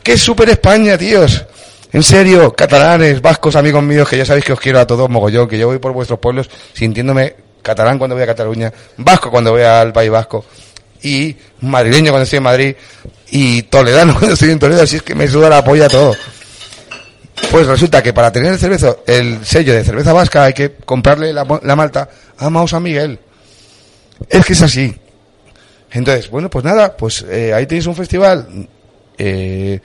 S3: ¡Qué super España, tíos! En serio, catalanes, vascos, amigos míos, que ya sabéis que os quiero a todos mogollón, que yo voy por vuestros pueblos sintiéndome catalán cuando voy a Cataluña, vasco cuando voy al País Vasco, y madrileño cuando estoy en Madrid, y toledano cuando estoy en Toledo, así es que me suda la polla todo. Pues resulta que para tener el cerveza, el sello de cerveza vasca hay que comprarle la, la malta a Mau San Miguel. Es que es así. Entonces, bueno, pues nada, pues eh, ahí tenéis un festival eh,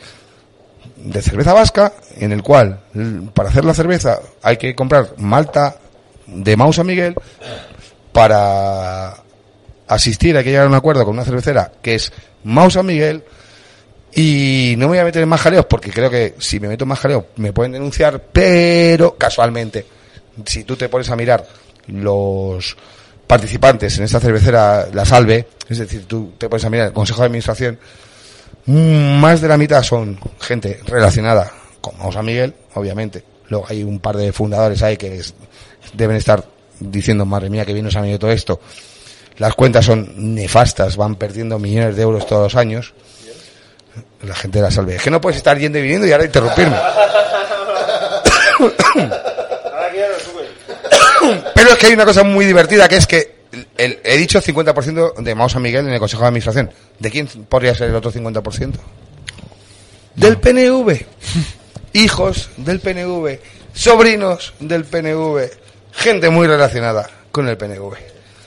S3: de cerveza vasca en el cual l- para hacer la cerveza hay que comprar malta de Mausa Miguel para asistir hay que llegar a un acuerdo con una cervecera que es Mausa Miguel y no me voy a meter en más jaleos porque creo que si me meto en más jaleos me pueden denunciar, pero casualmente, si tú te pones a mirar los participantes en esta cervecera, la salve, es decir, tú te pones a mirar el consejo de administración, mm, más de la mitad son gente relacionada con Mausa Miguel, obviamente. Luego hay un par de fundadores ahí que es- deben estar diciendo, madre mía, que bien nos ha venido todo esto. Las cuentas son nefastas, van perdiendo millones de euros todos los años la gente de la salve. Es que no puedes estar yendo y viniendo y ahora interrumpirme. Pero es que hay una cosa muy divertida que es que el- he dicho 50% de Mao San Miguel en el Consejo de Administración. ¿De quién podría ser el otro 50%? Del PNV. Hijos del PNV. Sobrinos del PNV. Gente muy relacionada con el PNV.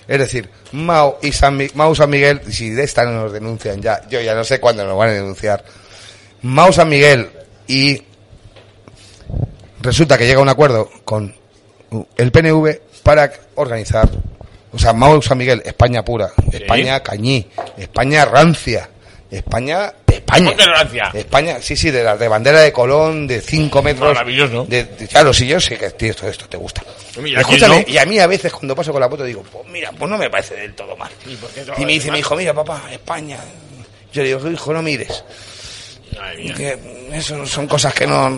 S3: Es decir, Mao y San, Mi- Mao San Miguel, si de esta no nos denuncian ya, yo ya no sé cuándo nos van a denunciar. Mao San Miguel y resulta que llega a un acuerdo con el PNV para organizar, o sea, Mao San Miguel, España pura, España cañí, España rancia, España de España.
S12: ¿Cómo que rancia?
S3: España, sí, sí, de la de bandera de Colón, de 5 metros.
S12: Maravilloso.
S3: De, de- claro, sí, yo sé que a ti esto, esto te gusta.
S12: Hombre, ¿y a
S3: Escúchame,
S12: quién no?
S3: y a mí a veces cuando paso con la moto digo, pues mira, pues no me parece del todo mal.
S12: ¿Y, por qué no?
S3: Y me dice mi hijo, mira papá, España. Yo le digo, hijo, no mires. Que eso son cosas que no...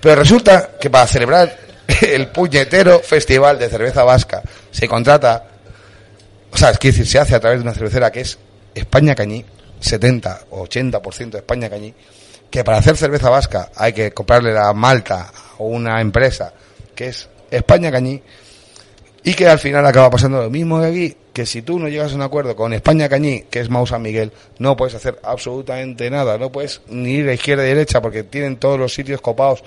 S3: Pero resulta que para celebrar el puñetero festival de cerveza vasca se contrata, o sea, es que decir, se hace a través de una cervecera que es España Cañí, 70 o 80% de España Cañí, que para hacer cerveza vasca hay que comprarle la malta a una empresa que es España Cañí y que al final acaba pasando lo mismo que aquí, que si tú no llegas a un acuerdo con España Cañí, que es Mau San Miguel, no puedes hacer absolutamente nada, no puedes ni ir a izquierda y derecha porque tienen todos los sitios copados,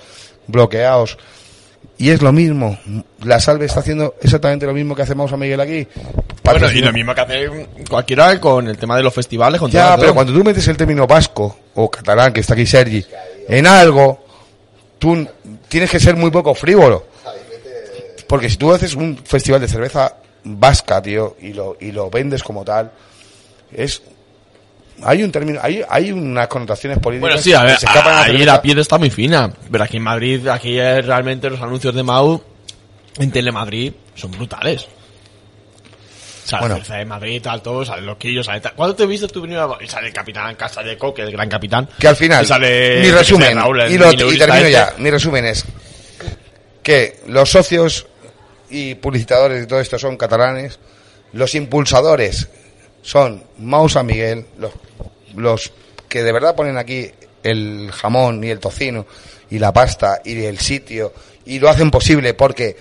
S3: bloqueados. Y es lo mismo, la Salve está haciendo exactamente lo mismo que hace Mau San Miguel aquí.
S4: Bueno, y
S3: Patrocina-
S4: lo mismo que hace cualquiera con el tema de los festivales. Con
S3: ya,
S4: todo,
S3: pero
S4: todo.
S3: cuando tú metes el término vasco o catalán, que está aquí Sergi, en algo, tú n- tienes que ser muy poco frívolo. Porque si tú haces un festival de cerveza vasca, tío, y lo, y lo vendes como tal, es... Hay un término, hay, hay unas connotaciones políticas
S4: Bueno, sí, a ver,
S3: que se escapan a la
S4: ahí
S3: cerveza.
S4: la piel está muy fina. Pero aquí en Madrid, aquí es realmente los anuncios de Mau en Telemadrid son brutales. O sea,
S3: Bueno.
S4: la cerveza de Madrid, tal, todo, sale Loquillo, sale tal. ¿Cuándo te viste tu primera vez? Y Sale el capitán Casa de Coque, el gran capitán.
S3: que al final
S4: Y
S3: mi
S4: sale, yo qué sé,
S3: resumen
S4: Raúl, el
S3: y, lo- y
S4: minorista
S3: termino
S4: este.
S3: ya mi resumen es que los socios y publicitadores y todo esto son catalanes los impulsadores son Mau San Miguel los, los que de verdad ponen aquí el jamón y el tocino y la pasta y el sitio y lo hacen posible porque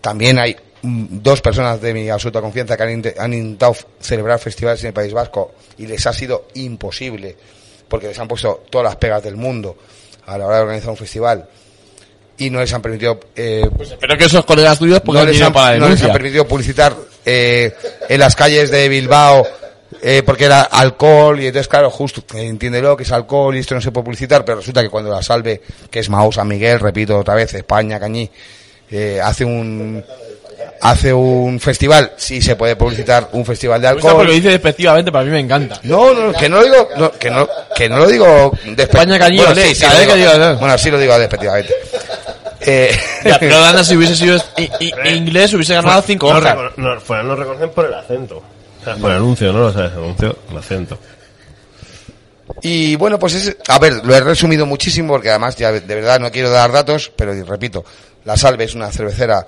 S3: también hay mm, dos personas de mi absoluta confianza que han, inte- han intentado celebrar festivales en el País Vasco y les ha sido imposible porque les han puesto todas las pegas del mundo a la hora de organizar un festival y no les han permitido eh,
S4: Pero Pues que esos colegas tuyos, porque
S3: no
S4: han
S3: les,
S4: ido
S3: han,
S4: para la
S3: no les
S4: denuncia.
S3: han permitido publicitar eh, en las calles de Bilbao eh, porque era alcohol y entonces claro justo eh, entiéndelo que es alcohol y esto no se puede publicitar pero resulta que cuando la salve que es Mao San Miguel repito otra vez España Cañí eh, hace un hace un festival sí se puede publicitar un festival de
S4: Me gusta porque lo
S3: alcohol
S4: dice despectivamente, para mí me encanta.
S3: no, no, que no lo digo, no, que no, que no lo digo despe-
S4: España Cañí,
S3: Bueno,
S4: olé,
S3: sí, sí,
S4: cada
S3: lo
S4: vez que
S3: digo-
S4: digo, no.
S3: bueno, sí lo digo despectivamente. Eh,
S4: Ya, pero Dana, si hubiese sido i- i- inglés, hubiese ganado 5
S11: Nos
S4: horas.
S11: recono- nos- fuera, nos reconocen por el acento. O sea, Por el anuncio, ¿no? O sea, el anuncio, el acento.
S3: Y bueno, pues es, a ver, lo he resumido muchísimo porque además ya de verdad no quiero dar datos, pero repito, La Salve es una cervecera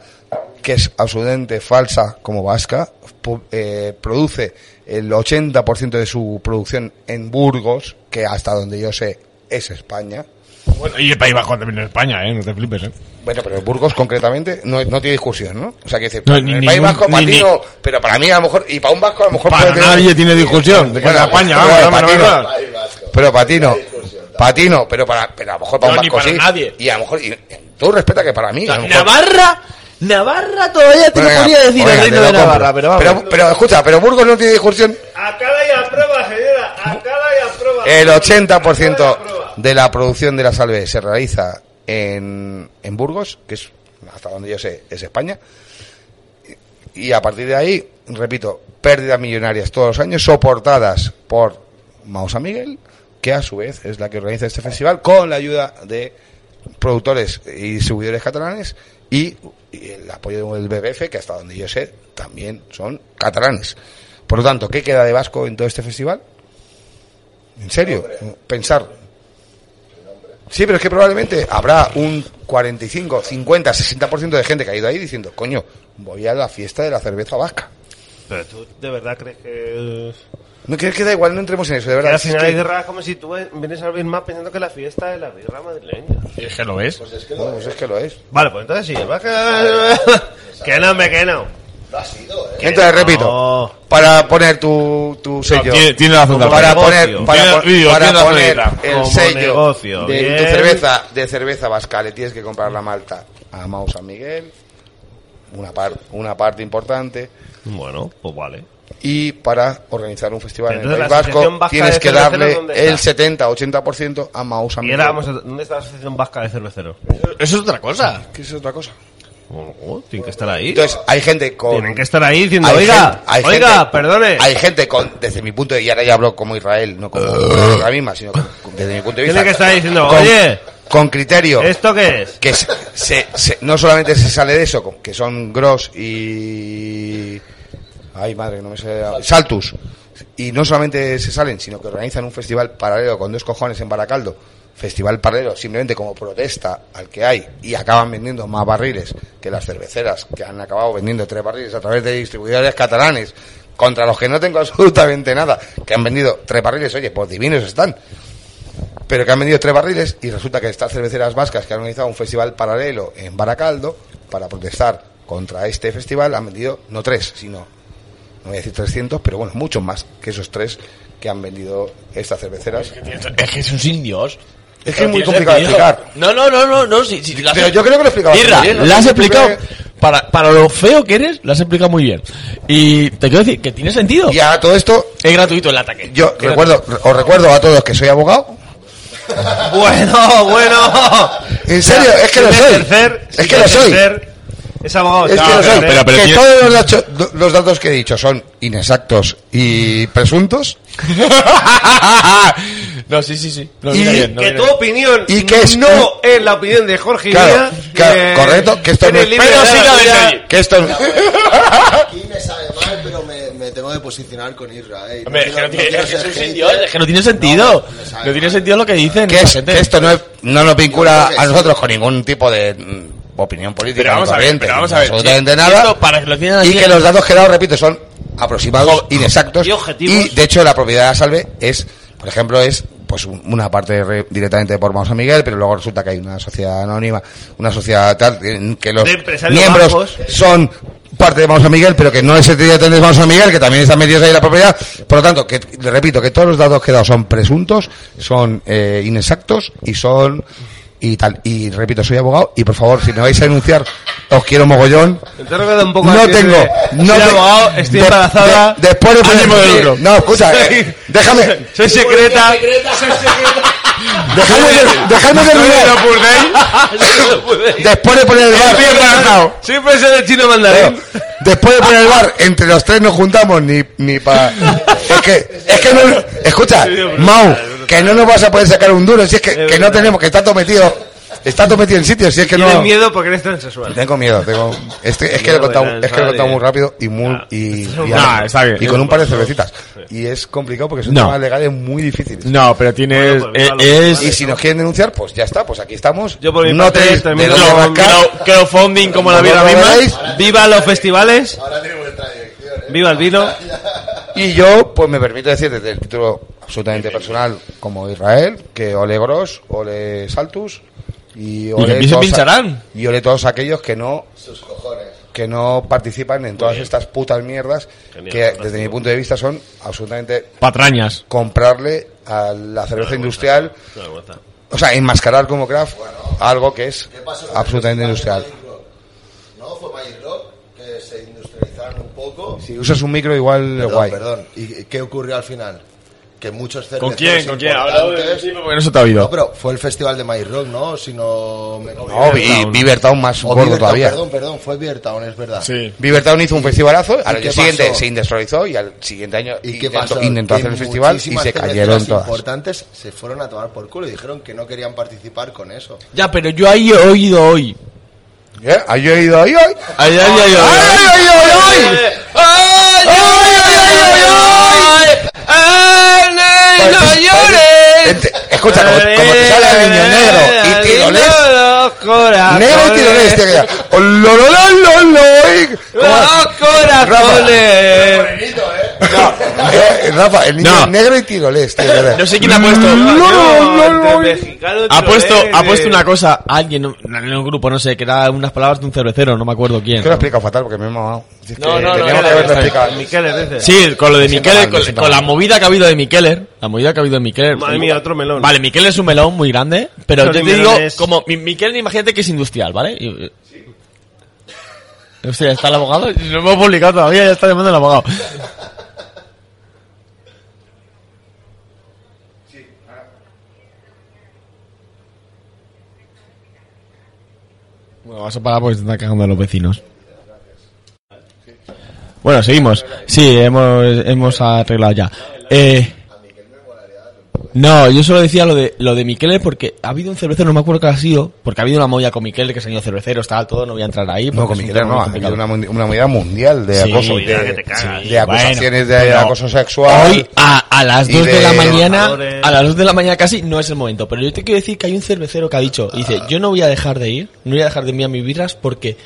S3: que es absolutamente falsa como vasca, pu- eh, produce el 80% de su producción en Burgos, que hasta donde yo sé es España.
S4: Bueno, y el País Bajo también en España, ¿eh? No te flipes, ¿eh?
S3: Bueno, pero Burgos concretamente no, no tiene discusión, ¿no? O sea, que decir,
S4: No,
S3: en
S4: ni
S3: el País
S4: ningún-
S3: Vasco para
S4: ni-
S3: ti
S4: ni-
S3: no, pero para mí a lo mejor, y para un vasco a lo mejor
S10: Para
S3: puede tener-
S10: nadie tiene discusión. De que
S3: Bueno,
S10: en España,
S3: bueno,
S10: vamos,
S3: para
S10: vamos,
S3: ti no.
S10: vamos.
S3: Pero Patino, Patino, pero para, pero a lo mejor para
S4: No,
S3: un
S4: ni
S3: vasco
S4: para
S3: sí.
S4: nadie.
S3: Y a lo mejor, y- tú respeta que para mí. a lo mejor-
S4: Navarra Navarra todavía te lo
S3: Venga,
S4: podría decir el
S3: venga,
S4: reino
S3: te lo
S4: de
S3: compro.
S4: Navarra, pero vamos.
S3: Pero, pero escucha, pero Burgos no tiene discusión.
S2: Acaba y aprueba, señora. Acaba y aprueba.
S3: El 80% de la producción de la salve se realiza en, en Burgos, que es, hasta donde yo sé, es España. Y a partir de ahí, repito, pérdidas millonarias todos los años soportadas por Mausa Miguel, que a su vez es la que organiza este festival con la ayuda de productores y distribuidores catalanes y, y el apoyo del BBF, que hasta donde yo sé, también son catalanes. Por lo tanto, ¿qué queda de Vasco en todo este festival? ¿En serio? Pensar. Sí, pero es que probablemente habrá un 45, 50, 60% de gente que ha ido ahí diciendo, coño, voy a la fiesta de la cerveza vasca.
S2: Pero tú de verdad crees que.
S3: No crees que da igual, no entremos en eso,
S2: Que
S3: de verdad.
S2: al
S3: si es
S2: final hay
S3: que-
S2: guerra como si tú vienes al más pensando que la fiesta es la birra madrileña.
S3: Es que lo es. Pues es que lo, es. que lo es.
S2: Vale, pues entonces sí. vas que- Que no, me que no.
S3: Entonces, repito, para poner tu, tu sello.
S13: tiene- tiene razón
S3: Como
S13: también.
S3: Para poner,
S13: Negocio.
S3: para,
S13: Tiene-
S3: pon-
S13: digo,
S3: para
S13: tiene razón
S3: poner
S13: Negra.
S3: el
S13: Como
S3: sello
S13: negocio,
S3: de
S13: bien.
S3: tu cerveza, de cerveza vasca, le tienes que comprar la malta a Mau San Miguel. Una, par- una parte importante.
S2: Bueno, pues vale.
S3: Y para organizar un festival
S2: Entonces,
S3: en el
S2: la
S3: País
S2: Asociación
S3: Vasco,
S2: Vasca
S3: tienes
S2: de
S3: que
S2: Cerveceros,
S3: darle
S2: ¿dónde
S3: el
S2: está?
S3: 70-80% a Mau San
S2: Y
S3: Miguel.
S2: ahora vamos a... ¿Dónde está la asociación vasca de cerveceros?
S3: Eso es otra cosa. ¿Qué es otra cosa?
S2: Bueno, tienen que estar ahí.
S3: Entonces, hay gente con.
S2: Tienen que estar ahí diciendo,
S3: Hay
S2: oiga,
S3: gente- hay
S2: oiga,
S3: gente-
S2: perdone.
S3: Hay gente con, desde mi punto de vista, y ahora ya hablo como Israel, no como la misma, sino con- con- desde mi punto de vista.
S2: Eh. Tiene que estar ahí diciendo,
S3: con-
S2: oye,
S3: Con criterio.
S2: ¿esto qué es?
S3: Que se- se- se- no solamente se sale de eso, con- que son Gross y. Ay, madre, no me sé. Saltus. Y no solamente se salen, sino que organizan un festival paralelo con dos cojones en Baracaldo. Festival paralelo, simplemente como protesta al que hay, y acaban vendiendo más barriles que las cerveceras, que han acabado vendiendo tres barriles a través de distribuidores catalanes, contra los que no tengo absolutamente nada, que han vendido tres barriles, oye, pues divinos están pero que han vendido tres barriles y resulta que estas cerveceras vascas que han organizado un festival paralelo en Baracaldo para protestar contra este festival han vendido no tres, sino, no voy a decir 300, pero bueno, muchos más que esos tres que han vendido estas cerveceras.
S4: Es que son sin Dios.
S3: Es que es muy complicado de explicar.
S4: No, no, no, no, no. Si, si, lo has-
S3: Pero yo creo que lo he explicado
S4: Irra,
S3: bastante bien,
S4: la has
S3: ¿no?
S4: explicado.
S3: Yo creo
S4: Para, para lo feo que eres, lo has explicado muy bien. Y te quiero decir que tiene sentido.
S3: Y a todo esto,
S4: Es gratuito el ataque.
S3: yo recuerdo, os recuerdo a todos que soy abogado.
S2: Bueno, bueno.
S3: En serio, es que lo
S2: Sin
S3: soy.
S2: ejercer,
S3: Es
S2: sin
S3: que lo soy.
S2: ejercer, Es abogado.
S3: Es
S2: sin
S3: que lo soy.
S2: ejercer.
S13: pero- pero
S3: que
S13: tiene-
S3: todos los, dacho- do- los datos que he dicho son inexactos y presuntos.
S4: no, sí, sí, sí. No,
S3: Y-
S4: viene bien, no
S2: que
S4: viene
S2: tu
S4: bien.
S2: opinión
S3: ¿Y qué es?
S2: no es la opinión de Jorge
S3: Claro,
S2: Iría,
S3: claro,
S2: eh,
S3: correcto, que esto no
S2: tiene
S3: es-
S2: libre
S4: Pero
S2: de
S4: sí
S2: la
S4: la
S2: vida.
S4: verdad.
S3: Que esto no-
S5: Aquí me sabe mal, pero me, me tengo que posicionar con Isra. eh. No
S4: Hombre, es que no
S5: quiero- no
S4: tiene-
S5: quiero
S4: es que es
S5: ser
S4: un sin
S5: hater.
S4: Dios,
S3: ¿eh?
S4: es que no tiene sentido.
S5: No, me sabe
S4: No tiene
S5: mal.
S4: sentido lo que dicen.
S3: que,
S4: esta
S3: es-
S4: gente.
S3: que esto no, es- no nos vincula
S5: Yo creo que
S3: a
S5: sí.
S3: nosotros con ningún tipo de mm, opinión política.
S4: Pero vamos
S3: ni
S4: a ver,
S3: corriente,
S4: pero vamos
S3: ni
S4: a ver,
S3: Absolutamente
S4: si-
S3: nada.
S4: esto para que lo tengan
S3: y
S4: así-
S3: que los datos que he dado, repito, son aproximados, inexactos.
S2: y objetivos.
S3: de hecho, la propiedad de la salve es, por ejemplo, es pues un- una parte re- directamente por Mausa Miguel, pero luego resulta que hay una sociedad anónima, una sociedad tal, en que los
S2: De empresarios
S3: miembros
S2: bajos.
S3: son parte de Vamos a Miguel, pero que no es el directamente de Vamos a Miguel, que también están metidos ahí en la propiedad. Por lo tanto, que le repito que todos los datos que he dado son presuntos, son eh, inexactos y son y tal. Y repito, soy abogado y por favor, si me vais a denunciar, os quiero mogollón.
S2: Te he rogado un poco
S3: No
S2: antes
S3: tengo,
S2: de-
S3: no
S2: Soy
S3: te-
S2: abogado, estoy
S3: de-
S2: embarazada.
S3: de- después de
S2: Ánimo de lucro.
S3: No, escucha, eh, déjame,
S2: Soy secreta.
S3: déjame, ter- déjame terminar. Después de poner el bar,
S2: Siempre es el chino mandarín.
S3: Pero, Eh, después de poner el bar, entre los tres nos juntamos ni, ni para. Es que, es que no. Escucha, Mau, que no nos vas a poder sacar un duro si es que, que no tenemos, que está todo metido. Está todo metido en sitio, si es que
S2: Tienes
S3: no.
S2: miedo porque eres transexual.
S3: Tengo miedo, tengo. Estoy- es que lo he
S2: Miedo
S3: contado,
S2: verás,
S3: es que lo he
S2: vale.
S3: contado
S2: Ah,
S3: muy rápido y muy. Y,
S2: esto es un-
S3: y-
S13: Nah, está bien.
S3: y con un par de cervecitas. Y es complicado porque son
S13: No.
S3: temas legales muy difíciles.
S13: No, pero tienes.
S2: Bueno, pues,
S13: eh,
S2: vale,
S13: es.
S3: Y si nos quieren denunciar, pues ya está, pues aquí estamos.
S2: Yo por mi
S3: no
S2: parte
S3: tenéis de
S2: termino
S3: dónde
S2: con-
S3: rascar.
S4: Crow- crowdfunding como la vida
S3: ¿Vosotros
S4: misma.
S3: veréis?
S2: Viva los festivales.
S5: Ahora tiene vuestra dirección. ¿eh?
S2: Viva el vino.
S3: Y yo, pues me permito decir desde el título absolutamente personal, como Israel, que ole Gross, ole Saltus y
S4: que
S3: ole,
S4: empiecen
S3: todos,
S4: pincharán.
S3: y ole todos aquellos que no
S5: Sus cojones.
S3: que no participan en todas estas putas mierdas que desde mi punto de vista son absolutamente
S13: Patrañas.
S3: comprarle a la cerveza industrial, o sea, enmascarar como craft algo que es absolutamente industrial.
S5: No, fue
S3: Si usas un micro, igual
S5: Perdón,
S3: guay.
S5: perdón. ¿Y qué ocurrió al final? Que muchos cerveceros
S3: ¿Con quién? ¿Con quién?
S5: importantes-
S3: Habla de- decime, porque no se te ha oído.
S5: No, pero fue el festival de My Rock, ¿no? Si no... me-
S3: No, y Beavertown más
S5: O
S3: gordo
S5: Beavertown,
S3: todavía.
S5: Perdón, perdón, fue Beavertown, es verdad.
S3: Beavertown hizo un festivalazo, al
S5: ¿Y qué
S3: año siguiente
S5: pasó?
S3: se industrializó y al siguiente año
S5: ¿Y qué
S3: intentó,
S5: pasó?
S3: intentó
S5: Que
S3: hacer el festival y
S5: muchísimas
S3: se cayeron
S5: cerveceras
S3: todas.
S5: importantes se fueron a tomar por culo y dijeron que no querían participar con eso.
S4: Ya, pero yo ahí he oído hoy.
S3: ¿Eh? ¿Ahí he oído ahí hoy?
S4: Ahí, ahí, ahí,
S2: Eh.
S3: Escucha, como,
S2: Eh,
S3: como te sale el niño negro y tiroles. Negro y tiroles, tío, que ya. ¡Olololololol! ¿Cómo
S2: Ah,
S3: vas? Eh, Rafa, el niño
S10: No.
S3: negro y tiroles, tío.
S10: No sé
S4: Mm,
S10: quién ha puesto. No,
S4: Ha puesto, ha puesto una cosa, alguien en un grupo, no sé, que era unas palabras de un cervecero, no me acuerdo quién.
S3: Que lo he explicado fatal porque me he mamado. Si es que
S4: no, no,
S3: teníamos que
S4: no,
S3: haberlo
S4: no,
S3: explicado.
S4: Sí, con lo de
S3: Me siento
S4: Miqueler,
S3: mal, me
S4: con,
S3: siento
S4: con la
S3: mal.
S4: movida que ha habido de Miqueler, la movida que ha habido de Miqueler.
S2: Madre mía, otro melón.
S4: Vale, Miqueler es un melón muy grande, pero
S2: Son
S4: yo te digo,
S2: melones.
S4: como Mi- Miqueler, imagínate que es industrial, ¿vale? Y- eh, Hostia, está el abogado, no hemos publicado todavía, ya está llamando el abogado.
S10: Bueno, vas a parar porque se están cagando los vecinos. Bueno, seguimos. Sí, hemos, hemos arreglado ya. Eh,
S4: No, yo solo decía lo de lo de Miqueler porque ha habido un cervecero, no me acuerdo qué ha sido, porque ha habido una movida con Miqueler que se han ido cerveceros, tal, todo, no voy a entrar ahí.
S3: No,
S4: porque
S3: con
S4: es un
S3: Miqueler
S4: tema
S3: no,
S4: muy
S3: ha habido
S4: complicado.
S3: una, mun- una unidad mundial de
S4: Sí,
S3: acoso,
S4: ya
S3: de,
S4: que te cagas.
S3: sí, de acusaciones
S4: Bueno,
S3: de
S4: pero
S3: acoso sexual.
S4: Hoy a, a las
S3: y
S4: 2 de, la
S3: de
S4: mañana,
S3: trabajadores.
S4: a las 2 de la mañana casi no es el momento, pero yo te quiero decir que hay un cervecero que ha dicho, dice,
S3: Ah.
S4: yo no voy a dejar de ir, no voy a dejar de enviar mis birras porque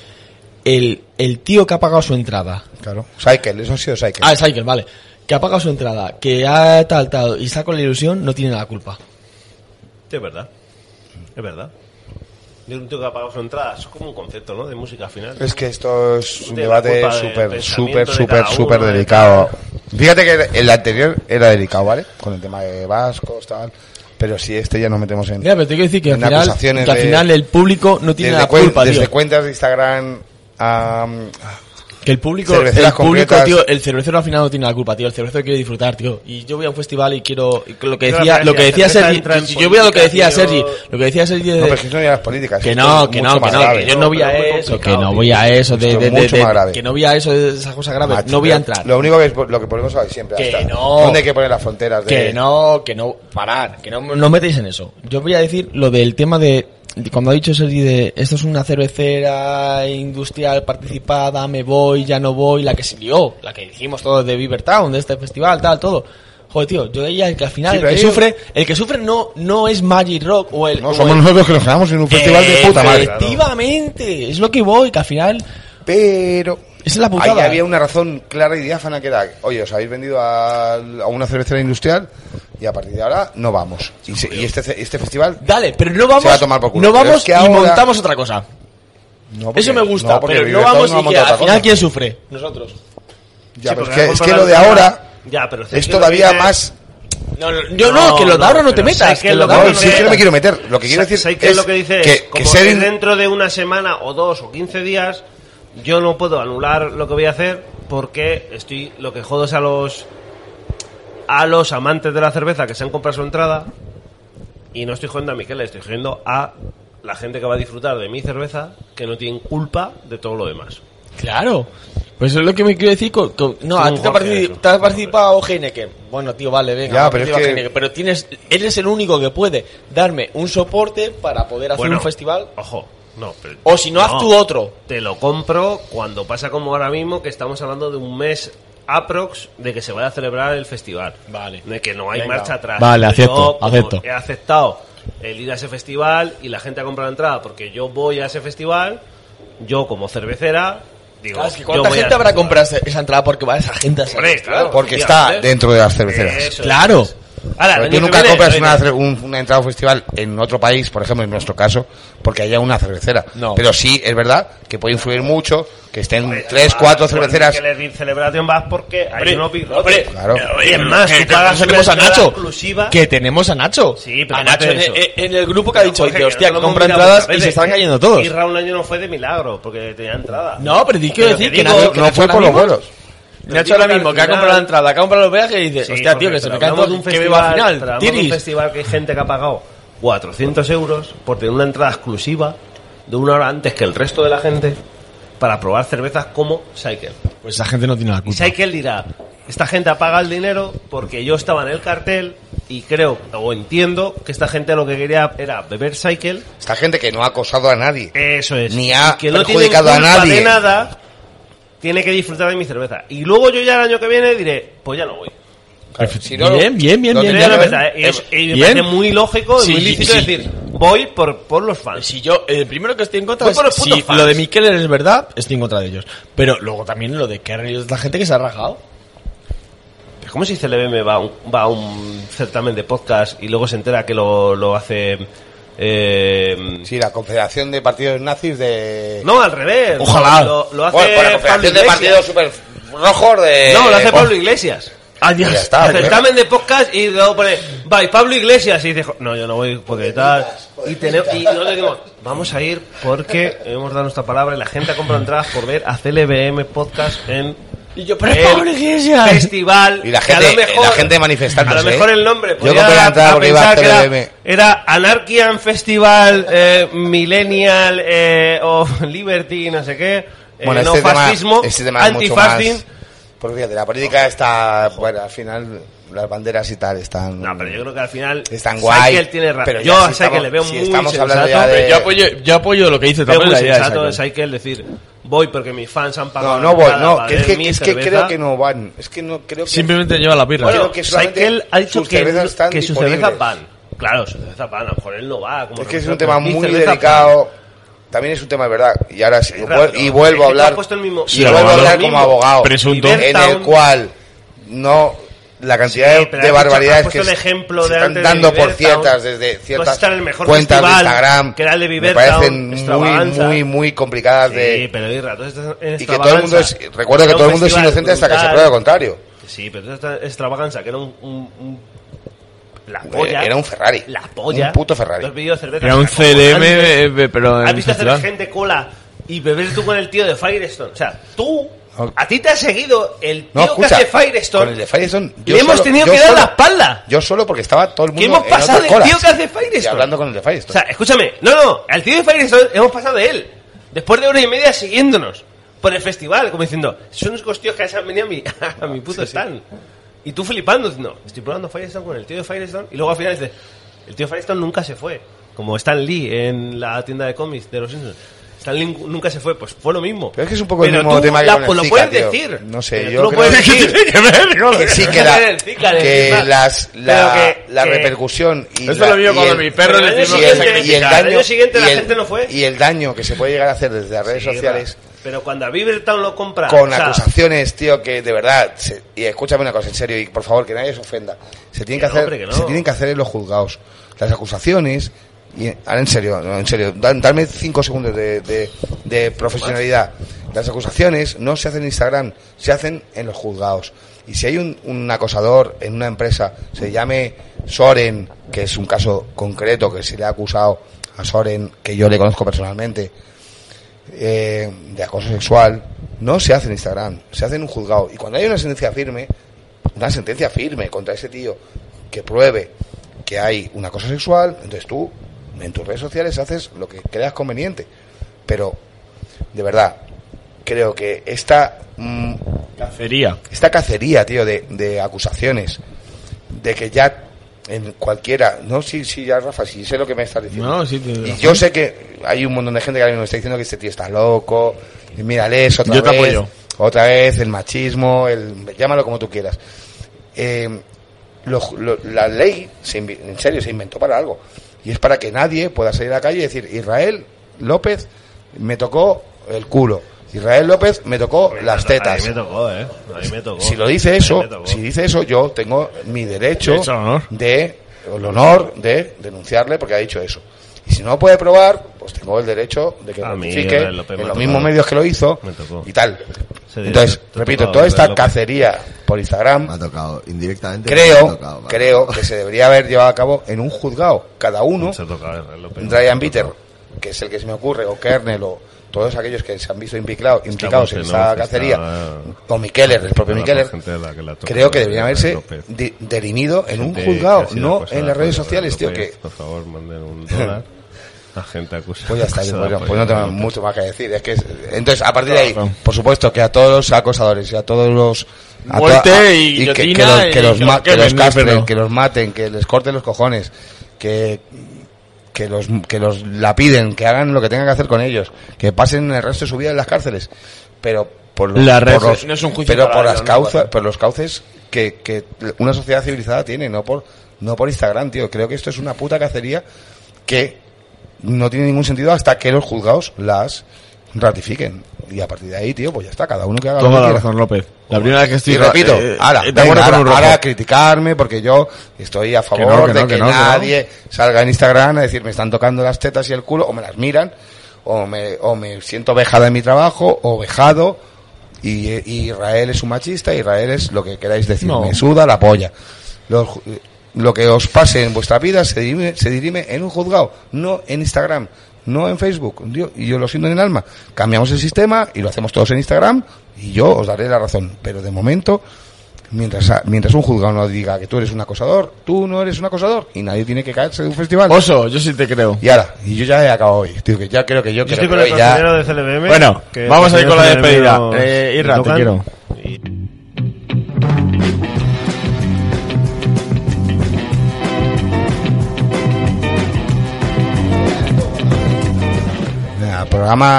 S4: el, el tío que ha pagado su entrada.
S3: Claro. Cycle, eso ha sido Cycle.
S4: Ah, es Cycle, vale. Que ha pagado su entrada, que ha tal, tal, y está con la ilusión, no tiene la culpa.
S2: Sí, es verdad. Es verdad. Yo no tengo que pagar su entrada. Es como un concepto, ¿no? De música al final.
S3: Es que esto es un
S2: Tiene
S3: debate
S2: culpa del
S3: súper, súper,
S2: pensamiento de
S3: súper,
S2: cada
S3: súper
S4: ¿eh?
S2: uno, de
S3: delicado. Fíjate que el anterior era delicado, ¿vale? Con el tema de vascos, tal. Pero si este ya nos metemos en.
S4: Mira, pero te quiero decir que al
S3: en
S4: final,
S3: acusaciones
S4: que al
S3: de-
S4: final el público no tiene
S3: desde
S4: la
S3: cuen-
S4: culpa,
S3: Desde
S4: tío.
S3: cuentas de Instagram a.
S4: Que el público,
S3: Cerveceras
S4: el público,
S3: concretas.
S4: tío, el cervecero al final no tiene la culpa, tío. El cervecero quiere disfrutar, tío. Y yo voy a un festival y quiero y lo que
S3: Yo
S4: decía,
S3: la
S4: lo que
S3: cerveza
S4: decía Sergi.
S3: entra en
S4: Yo voy a lo que
S3: política,
S4: decía
S3: tío.
S4: Sergi, lo que decía Sergi de-
S3: No, pero es que eso no ya las políticas.
S4: que
S3: esto
S4: no,
S3: es
S4: que
S3: mucho
S4: no, que
S3: más
S4: no,
S3: grave.
S4: que yo no voy a eso, que no voy a eso, de,
S3: Esto es
S4: de- de-
S3: mucho
S4: de-
S3: más grave.
S4: que no voy a eso de esas cosas graves,
S3: Macho,
S4: no voy a
S3: pero
S4: entrar.
S3: Lo único que es lo que ponemos hoy siempre.
S4: Que
S3: ya está.
S4: no.
S3: ¿Dónde hay que poner las fronteras? de-
S4: Que no, que no, parar, que no, no os metéis en eso. Yo voy a decir lo del tema de, de cuando ha dicho Sergi de esto es una cervecera industrial participada, me voy, ya no voy, la que se lió, la que dijimos todos de Beavertown, de este festival, tal, todo. Joder, tío, yo veía que al final
S3: Sí,
S4: el
S3: pero
S4: que
S3: ahí-
S4: sufre, el que sufre no, no es Magic Rock o el...
S3: No,
S4: o
S3: somos
S4: el-
S3: nosotros que nos quedamos
S4: Eh,
S3: en un festival de puta madre.
S4: Efectivamente, es lo que voy, que al final...
S3: Pero...
S4: Esa es la
S3: Ahí
S4: putada.
S3: había una razón clara y diáfana que era, oye, os habéis vendido a, a una cervecera industrial y a partir de ahora no vamos. Y, se- y este, ce- este festival...
S4: Dale, pero no vamos,
S3: Se va a tomar por culo.
S4: no
S3: Pero
S4: vamos
S3: es que
S4: y
S3: ahora-
S4: montamos otra cosa.
S3: no, porque-
S4: Eso me gusta,
S3: porque
S4: pero no
S3: Beavertown
S4: vamos
S3: ha
S4: y que
S3: montado
S4: al
S3: otra
S4: final
S3: cosa.
S4: quién sufre. Nosotros.
S3: Ya,
S2: Sí,
S3: pero
S2: porque
S3: es que,
S2: vamos
S3: es
S2: a
S3: que lo
S2: hablar
S3: de
S2: de
S3: ahora
S2: Ya, pero sé
S3: es
S2: que lo
S3: todavía
S2: tienes-
S3: más...
S4: Yo no,
S2: No,
S4: que lo de
S2: no,
S4: ahora no te
S2: pero
S4: metas.
S2: sé que
S4: Que
S2: lo
S4: lo de
S2: de
S4: ahora
S3: No,
S4: no
S3: si yo
S4: te
S3: no
S4: metas.
S3: me quiero meter. Lo que quiero
S2: Sa-
S3: decir
S2: ¿sabes qué
S3: es
S2: lo que dice?
S3: que, que
S2: Como
S3: ser...
S2: que dentro de una semana o dos o 15 días yo no puedo anular lo que voy a hacer porque estoy lo que jodo es a los a los amantes de la cerveza que se han comprado su entrada y no estoy jodiendo a Miquel, estoy jodiendo a la gente que va a disfrutar de mi cerveza que no tienen culpa de todo lo demás.
S4: Claro. Pues eso es lo que me quiero decir. con- con- no,
S2: Tú
S4: a ti te, ha
S2: Jorge,
S4: partici-
S2: eso.
S4: te has participado Heineken. Bueno, tío, vale, venga.
S3: Ya,
S4: va,
S3: pero es
S4: participa
S3: que-
S4: Heineken. pero tienes, eres el único que puede darme un soporte para poder hacer
S2: Bueno,
S4: un festival.
S2: Ojo, no. pero-
S4: O si no, haz tú otro.
S2: Te lo compro cuando pasa como ahora mismo, que estamos hablando de un mes aprox de que se vaya a celebrar el festival.
S4: Vale.
S2: De que no hay
S4: Venga.
S2: marcha atrás.
S10: Vale,
S2: Yo,
S10: acepto,
S2: como
S10: acepto.
S2: He aceptado el ir a ese festival y la gente ha comprado la entrada porque yo voy a ese festival, yo como cervecera, digo...
S4: Claro, es que
S2: yo
S4: ¿Cuánta
S2: voy
S4: gente
S2: a-
S4: habrá comprado esa- esa entrada porque va esa gente a esa
S2: Hombre, claro,
S3: Porque
S2: efectivamente.
S3: está
S4: ¿eh?
S3: dentro de las cerveceras.
S2: Eso es.
S4: Claro.
S2: Ahora, el
S3: Pero
S2: año
S3: tú
S2: que
S3: nunca
S2: viene,
S3: compras
S2: oye,
S3: una, cer- un- una entrada a un festival en otro país, por ejemplo, en nuestro caso, porque haya una cervecera.
S4: No.
S3: Pero sí, es verdad que puede influir mucho que estén tres, cuatro cerveceras.
S2: Que le celebración vas porque hay unos
S4: Hombre,
S2: birrotes.
S3: Claro.
S2: eh, Oye, es más, tú pagas
S4: que tenemos
S2: una
S4: a
S2: entrada
S4: Nacho.
S2: exclusiva.
S4: Que tenemos a Nacho.
S2: Sí, pero
S4: a Nacho
S2: aparte
S4: en,
S2: de eso.
S4: en- en el grupo que ha dicho,
S2: Jorge,
S4: dice,
S2: no
S4: hostia, que
S2: lo hemos
S4: compra
S2: mirado
S4: entrados
S2: muchas
S4: y se
S2: veces,
S4: están
S2: ¿eh?
S4: cayendo todos.
S2: Y Raúl Año no fue de milagro, porque tenía entrada.
S4: No, pero di- quiero
S2: Pero
S4: decir
S2: te
S4: que
S2: digo
S4: Nacho-
S3: No fue por los vuelos.
S4: Me ha hecho ahora mismo que ha comprado la entrada, que ha comprado los viajes y dice,
S2: Sí,
S4: hostia, tío,
S2: porque-
S4: que se
S2: pero
S4: me cae
S2: hablamos de
S4: todo,
S2: un
S4: que me va
S2: festival,
S4: al
S2: pero
S4: final,
S2: hablamos de un
S4: tiris.
S2: festival que hay gente que ha pagado 400 euros por tener una entrada exclusiva de una hora antes que el resto de la gente para probar cervezas como Cycle.
S10: Pues esa gente no tiene la
S2: Y
S10: culpa.
S2: Cycle dirá, esta gente ha pagado el dinero porque yo estaba en el cartel y creo o entiendo que esta gente lo que quería era beber Cycle.
S3: Esta gente que no ha acosado a nadie.
S2: Eso es.
S3: Ni ha
S2: Y que no tiene
S3: perjudicado a nadie.
S2: de nada, tiene que disfrutar de mi cerveza. Y luego yo ya el año que viene diré, pues ya no voy.
S3: Si no,
S10: bien, bien, bien,
S3: no
S10: bien.
S3: tenía
S10: bien,
S3: la
S10: bien.
S2: verdad,
S4: eh,
S2: es- ¿eh? y me
S10: Bien.
S2: parece muy lógico y
S4: Sí,
S2: muy
S4: sí,
S2: lícito
S4: sí.
S2: decir, voy por, por los fans.
S4: Si yo, el primero que estoy en contra
S2: Voy
S4: es,
S2: por los putos
S4: si
S2: fans.
S4: lo de Mikel es verdad, estoy en contra de ellos. Pero luego también lo de Kerry es la gente que se ha rajado.
S2: Pero ¿Cómo si CLBM va a un, va a un certamen de podcast y luego se entera que lo, lo hace... eh,
S3: Sí, la Confederación de Partidos Nazis de...
S2: No, al revés.
S4: Ojalá.
S2: Lo, lo hace
S3: Bueno, por la
S2: Pablo
S3: Confederación de
S2: Iglesias.
S3: Partidos Super Rojos de...
S2: No, lo hace
S3: Bueno,
S2: Pablo Iglesias.
S3: Eh, oh. ya
S4: Adiós.
S3: está, pues.
S2: certamen de podcast y luego pone, va, y Pablo Iglesias. Y dice, jo- no, yo no voy porque tal. Y, tenemos, y nosotros decimos, vamos a ir porque hemos dado nuestra palabra y la gente ha comprado entradas por ver a CLBM Podcast en
S4: Y yo, pero eh,
S2: el
S4: Pablo Iglesias.
S2: festival.
S3: Y la
S2: que a
S3: gente-
S2: lo mejor-
S3: la gente manifestándose,
S2: A lo mejor
S3: ¿eh?
S2: el nombre.
S3: Yo
S2: podía
S3: compré la
S2: dar
S3: entrada
S2: a
S3: porque iba a
S2: pensar que era-
S3: CLBM.
S2: Era Anarchian Festival eh, Millennial eh, of Liberty, no sé qué. eh,
S3: Bueno,
S2: no
S3: este,
S2: fascismo,
S3: tema, este tema es mucho más...
S2: antifascism.
S3: Porque fíjate, la política está... Bueno, al final las banderas y tal están...
S2: No, pero yo creo que al final.
S3: Es tan guay,
S2: Saikel tiene razón.
S3: pero ya
S2: yo
S3: si
S2: a Saikel
S3: estamos-
S2: le veo
S3: si
S2: muy
S3: estamos
S2: sensato.
S3: hablando ya de-
S4: Yo apoyo, yo apoyo lo que
S2: Veo
S4: dice también
S2: muy
S4: la idea de
S2: sensato de
S4: Saquon.
S2: Saikel decir, voy porque mis fans han pagado.
S3: No, no voy,
S2: entrada
S3: no.
S2: para
S3: que es
S2: ver
S3: que,
S2: mi
S3: es que
S2: cerveza".
S3: creo que no van. Es que no creo que...
S10: Simplemente lleva la pirra.
S3: Bueno,
S2: Bueno,
S3: que solamente
S2: Saikel ha dicho
S3: sus
S2: que,
S3: cervezas están
S2: que sus
S3: disponibles.
S2: cervezas van. Claro, sus cervezas van. A lo mejor él no va. Como
S3: Es que es un
S2: nosotros,
S3: tema
S2: mis
S3: muy
S2: cervezas
S3: delicado. También es un tema de verdad. Y ahora sí,
S2: Es raro,
S3: y
S2: ¿no?
S3: vuelvo
S2: Es que tú
S3: a hablar.
S2: has puesto el mismo-
S3: y
S2: Sí,
S3: vuelvo a
S2: abogado.
S3: hablar
S2: Lo
S3: como
S2: mismo.
S3: abogado.
S10: Presunto.
S3: En el
S2: Libertown.
S3: cual no. La cantidad
S2: Sí,
S3: de-
S2: pero
S3: de
S2: has dicho- has
S3: barbaridades
S2: puesto
S3: que
S2: el
S3: se-
S2: ejemplo
S3: se
S2: de
S3: están
S2: antes de
S3: dando por
S2: Libertown.
S3: ciertas desde
S2: Tú has
S3: ciertas
S2: estado en el mejor
S3: cuentas de
S2: festival,
S3: Instagram
S2: que era el de
S3: me
S2: Libertown,
S3: parecen muy
S2: Extravaganza.
S3: muy muy complicadas
S2: pagan.
S3: de
S2: Sí, pero Irra, tú estás en
S3: y que todo el mundo es
S2: extravaganza,
S3: recuerdo que
S2: era un
S3: todo el mundo es
S2: festival
S3: inocente hasta que se
S2: brutal.
S3: pruebe lo contrario
S2: Sí, pero tú estás en extravaganza, que era un. un- un- la
S3: Eh,
S2: polla.
S3: era un Ferrari.
S2: La polla.
S3: Un puto Ferrari.
S2: Tú has bebido cervezas
S10: Era un CLM,
S2: acojonantes.
S10: eh, pero en
S2: ¿Has visto hacer
S10: festival.
S2: gente cola y beber tú con el tío de Firestone? O sea, tú, a ti te ha seguido el tío
S3: no escucha
S2: que hace Firestone.
S3: con el de Firestone
S2: y
S3: yo
S2: le hemos
S3: solo-
S2: tenido
S3: yo
S2: que dar
S3: solo-
S2: la espalda.
S3: yo solo porque estaba todo el
S2: Que
S3: mundo
S2: hemos
S3: en otras
S2: pasado del
S3: colas.
S2: tío que hace
S3: y
S2: Firestone.
S3: hablando con el de
S2: O
S3: Firestone
S2: sea, escúchame, no, no, al tío de Firestone hemos pasado de él. Después de hora y media siguiéndonos por el festival, como diciendo, son unos costillos que se han venido a mi, a mi puto stand. Y tú flipando, diciendo, estoy probando Firestone con el tío de Firestone. Y luego al final dices, el tío de Firestone nunca se fue. Como Stan Lee en la tienda de cómics de los Simpsons. Stan Lee nunca se fue, pues fue lo mismo.
S3: Pero es que es un poco el
S2: Pero
S3: mismo
S2: tú
S3: tema que
S2: la-
S3: con el
S2: lo
S3: Zika,
S2: puedes
S3: tío.
S2: decir.
S3: No sé,
S2: Pero
S3: yo
S2: tú lo
S3: creo
S2: puedes
S3: que-
S2: decir.
S3: que sí que la,
S2: El Zika, el
S3: que
S2: Zika.
S3: las la,
S2: Pero que-
S3: la
S2: que-
S3: repercusión y
S10: Esto
S3: la-
S10: lo vio
S3: y
S10: cuando
S3: el-
S10: mi perro
S2: Pero
S10: le
S2: el
S10: dimos
S3: y
S2: año
S3: el,
S10: que
S2: siguiente-
S3: y el
S2: Al
S3: daño
S2: año siguiente la
S3: y el-
S2: gente no fue.
S3: y el daño que se puede llegar a hacer desde las redes
S2: Sí,
S3: sociales
S2: va. Pero cuando a Beavertown lo compra. o
S3: con
S2: sea,
S3: acusaciones tío que de verdad se- y escúchame una cosa en serio y por favor que nadie se ofenda se
S2: Que
S3: tienen que
S2: no,
S3: hacer
S2: hombre, que no.
S3: se tienen que hacer en los juzgados las acusaciones y ahora en serio no, en serio dan- dame cinco segundos de, de- de profesionalidad las acusaciones no se hacen en Instagram se hacen en los juzgados y si hay un, un acosador en una empresa se llame Soren que es un caso concreto que se le ha acusado a Soren que yo le conozco personalmente eh, de acoso sexual no se hace en Instagram, se hace en un juzgado. Y cuando hay una sentencia firme, una sentencia firme contra ese tío que pruebe que hay un acoso sexual, entonces tú en tus redes sociales haces lo que creas conveniente. Pero, de verdad, creo que esta, mm,
S10: Cacería.
S3: esta cacería, tío, de, de acusaciones, de que ya en cualquiera, no, sí, sí, ya Rafa, sí sé lo que me estás diciendo.
S10: No, sí, te-
S3: Y yo sé que hay un montón de gente que ahora mismo está diciendo que este tío está loco, y mírale eso otra
S10: Yo te
S3: vez,
S10: apoyo.
S3: otra vez, el machismo, el llámalo como tú quieras. Eh, lo- lo- la ley, se invi- en serio, se inventó para algo. Y es para que nadie pueda salir a la calle y decir, Israel López me tocó el culo. Israel López me tocó las tetas.
S2: A mí me tocó, eh. A mí me tocó.
S3: Si lo dice
S2: A
S3: eso,
S2: mí me tocó.
S3: si dice eso, yo tengo mi derecho
S10: Derecho al honor.
S3: de el honor de denunciarle porque ha dicho eso. Y si no puede probar, pues tengo el derecho de que
S2: A
S3: lo
S2: mí,
S3: notifique
S2: Israel Ah, López me
S3: en
S2: ha
S3: los
S2: tocado.
S3: mismos medios que lo hizo
S2: Me tocó.
S3: y tal.
S2: Se dirá,
S3: Entonces,
S2: te ha
S3: repito,
S2: tocado,
S3: toda esta
S2: Israel López.
S3: cacería por Instagram
S5: Me ha tocado indirectamente. me ha
S3: creo,
S5: tocado, vale.
S3: creo que se debería haber llevado a cabo en un juzgado. Cada uno,
S2: Se ha tocado, eh, López.
S3: Ryan Peter, que es el que se me ocurre, o Kernel, o todos aquellos que se han visto implicado- implicados en
S2: gente,
S3: esta
S2: ¿no? Que
S3: cacería,
S2: está-
S3: o Mikeller, el propio
S2: la
S3: Mikeller,
S2: gente la que la toca,
S3: creo que debería
S2: la
S3: haberse
S2: López.
S3: de- derimido en un
S2: Gente
S3: juzgado,
S2: que ha sido
S3: no
S2: acusada
S3: en las redes
S2: por
S3: sociales, tío,
S2: López,
S3: que...
S2: Por favor, manden un dólar a gente acusada.
S3: Pues ya está,
S2: acusada
S3: pues, ya,
S2: por
S3: pues no tengo
S2: López.
S3: mucho más que decir. Es que es- entonces, a partir de ahí, por supuesto, que a todos los acosadores y a todos los... a
S6: Muerte
S3: toda-
S6: y
S3: que- que,
S6: guillotina
S3: los,
S6: y
S3: que los
S6: que
S3: ma-
S6: lo
S3: que los
S6: quemen,
S3: castren,
S6: pero-
S3: que los maten, que les corten los cojones, que, que, los, que los lapiden, que hagan lo que tengan que hacer con ellos, que pasen el resto de su vida en las cárceles. Pero por los,
S6: La red-
S3: por los-
S6: no es un juicio
S3: pero por
S6: paralelo,
S3: las
S6: ¿no?
S3: causas, por los cauces que, que una sociedad civilizada tiene, no por no por Instagram, tío. Creo que esto es una puta cacería que no tiene ningún sentido hasta que los juzgados las ratifiquen. Y a partir de ahí, tío, pues ya está, cada uno que haga lo
S4: Toma
S3: que
S4: la
S3: quiera.
S4: razón, López. La primera vez que estoy.
S3: Y repito,
S4: eh,
S3: ahora,
S4: eh, de
S3: venga,
S4: acuerdo con
S3: ahora,
S4: un rojo.
S3: ahora a criticarme porque yo estoy a favor
S4: no, que
S3: de
S4: no,
S3: que,
S4: que no, que no.
S3: nadie salga en Instagram a decir me están tocando las tetas y el culo, o me las miran, o me, o me siento vejada en mi trabajo, o vejado, y, eh, y Israel es un machista, Israel es lo que queráis decir,
S6: No.
S3: me suda la polla. Los ju- lo que os pase en vuestra vida se dirime, se dirime en un juzgado, no en Instagram, no en Facebook. Yo- y yo lo siento en el alma. Cambiamos el sistema y lo hacemos todos en Instagram y yo os daré la razón. Pero de momento, mientras, a- mientras un juzgado no diga que tú eres un acosador, tú no eres un acosador y nadie tiene que caerse de un festival.
S4: Oso, yo sí te creo.
S3: Y ahora, y yo ya he acabado hoy. Tío, que ya creo que yo,
S2: Yo
S3: creo
S2: estoy
S3: que
S2: con el
S3: hoy ya-
S2: consejero de CLBM.
S4: Bueno,
S2: que
S4: vamos a ir con la
S2: consejero de
S4: despedida.
S2: CLBM nos-
S4: Eh, Irra,
S2: nos
S4: te
S2: tocan.
S4: quiero.
S3: Nah, programa.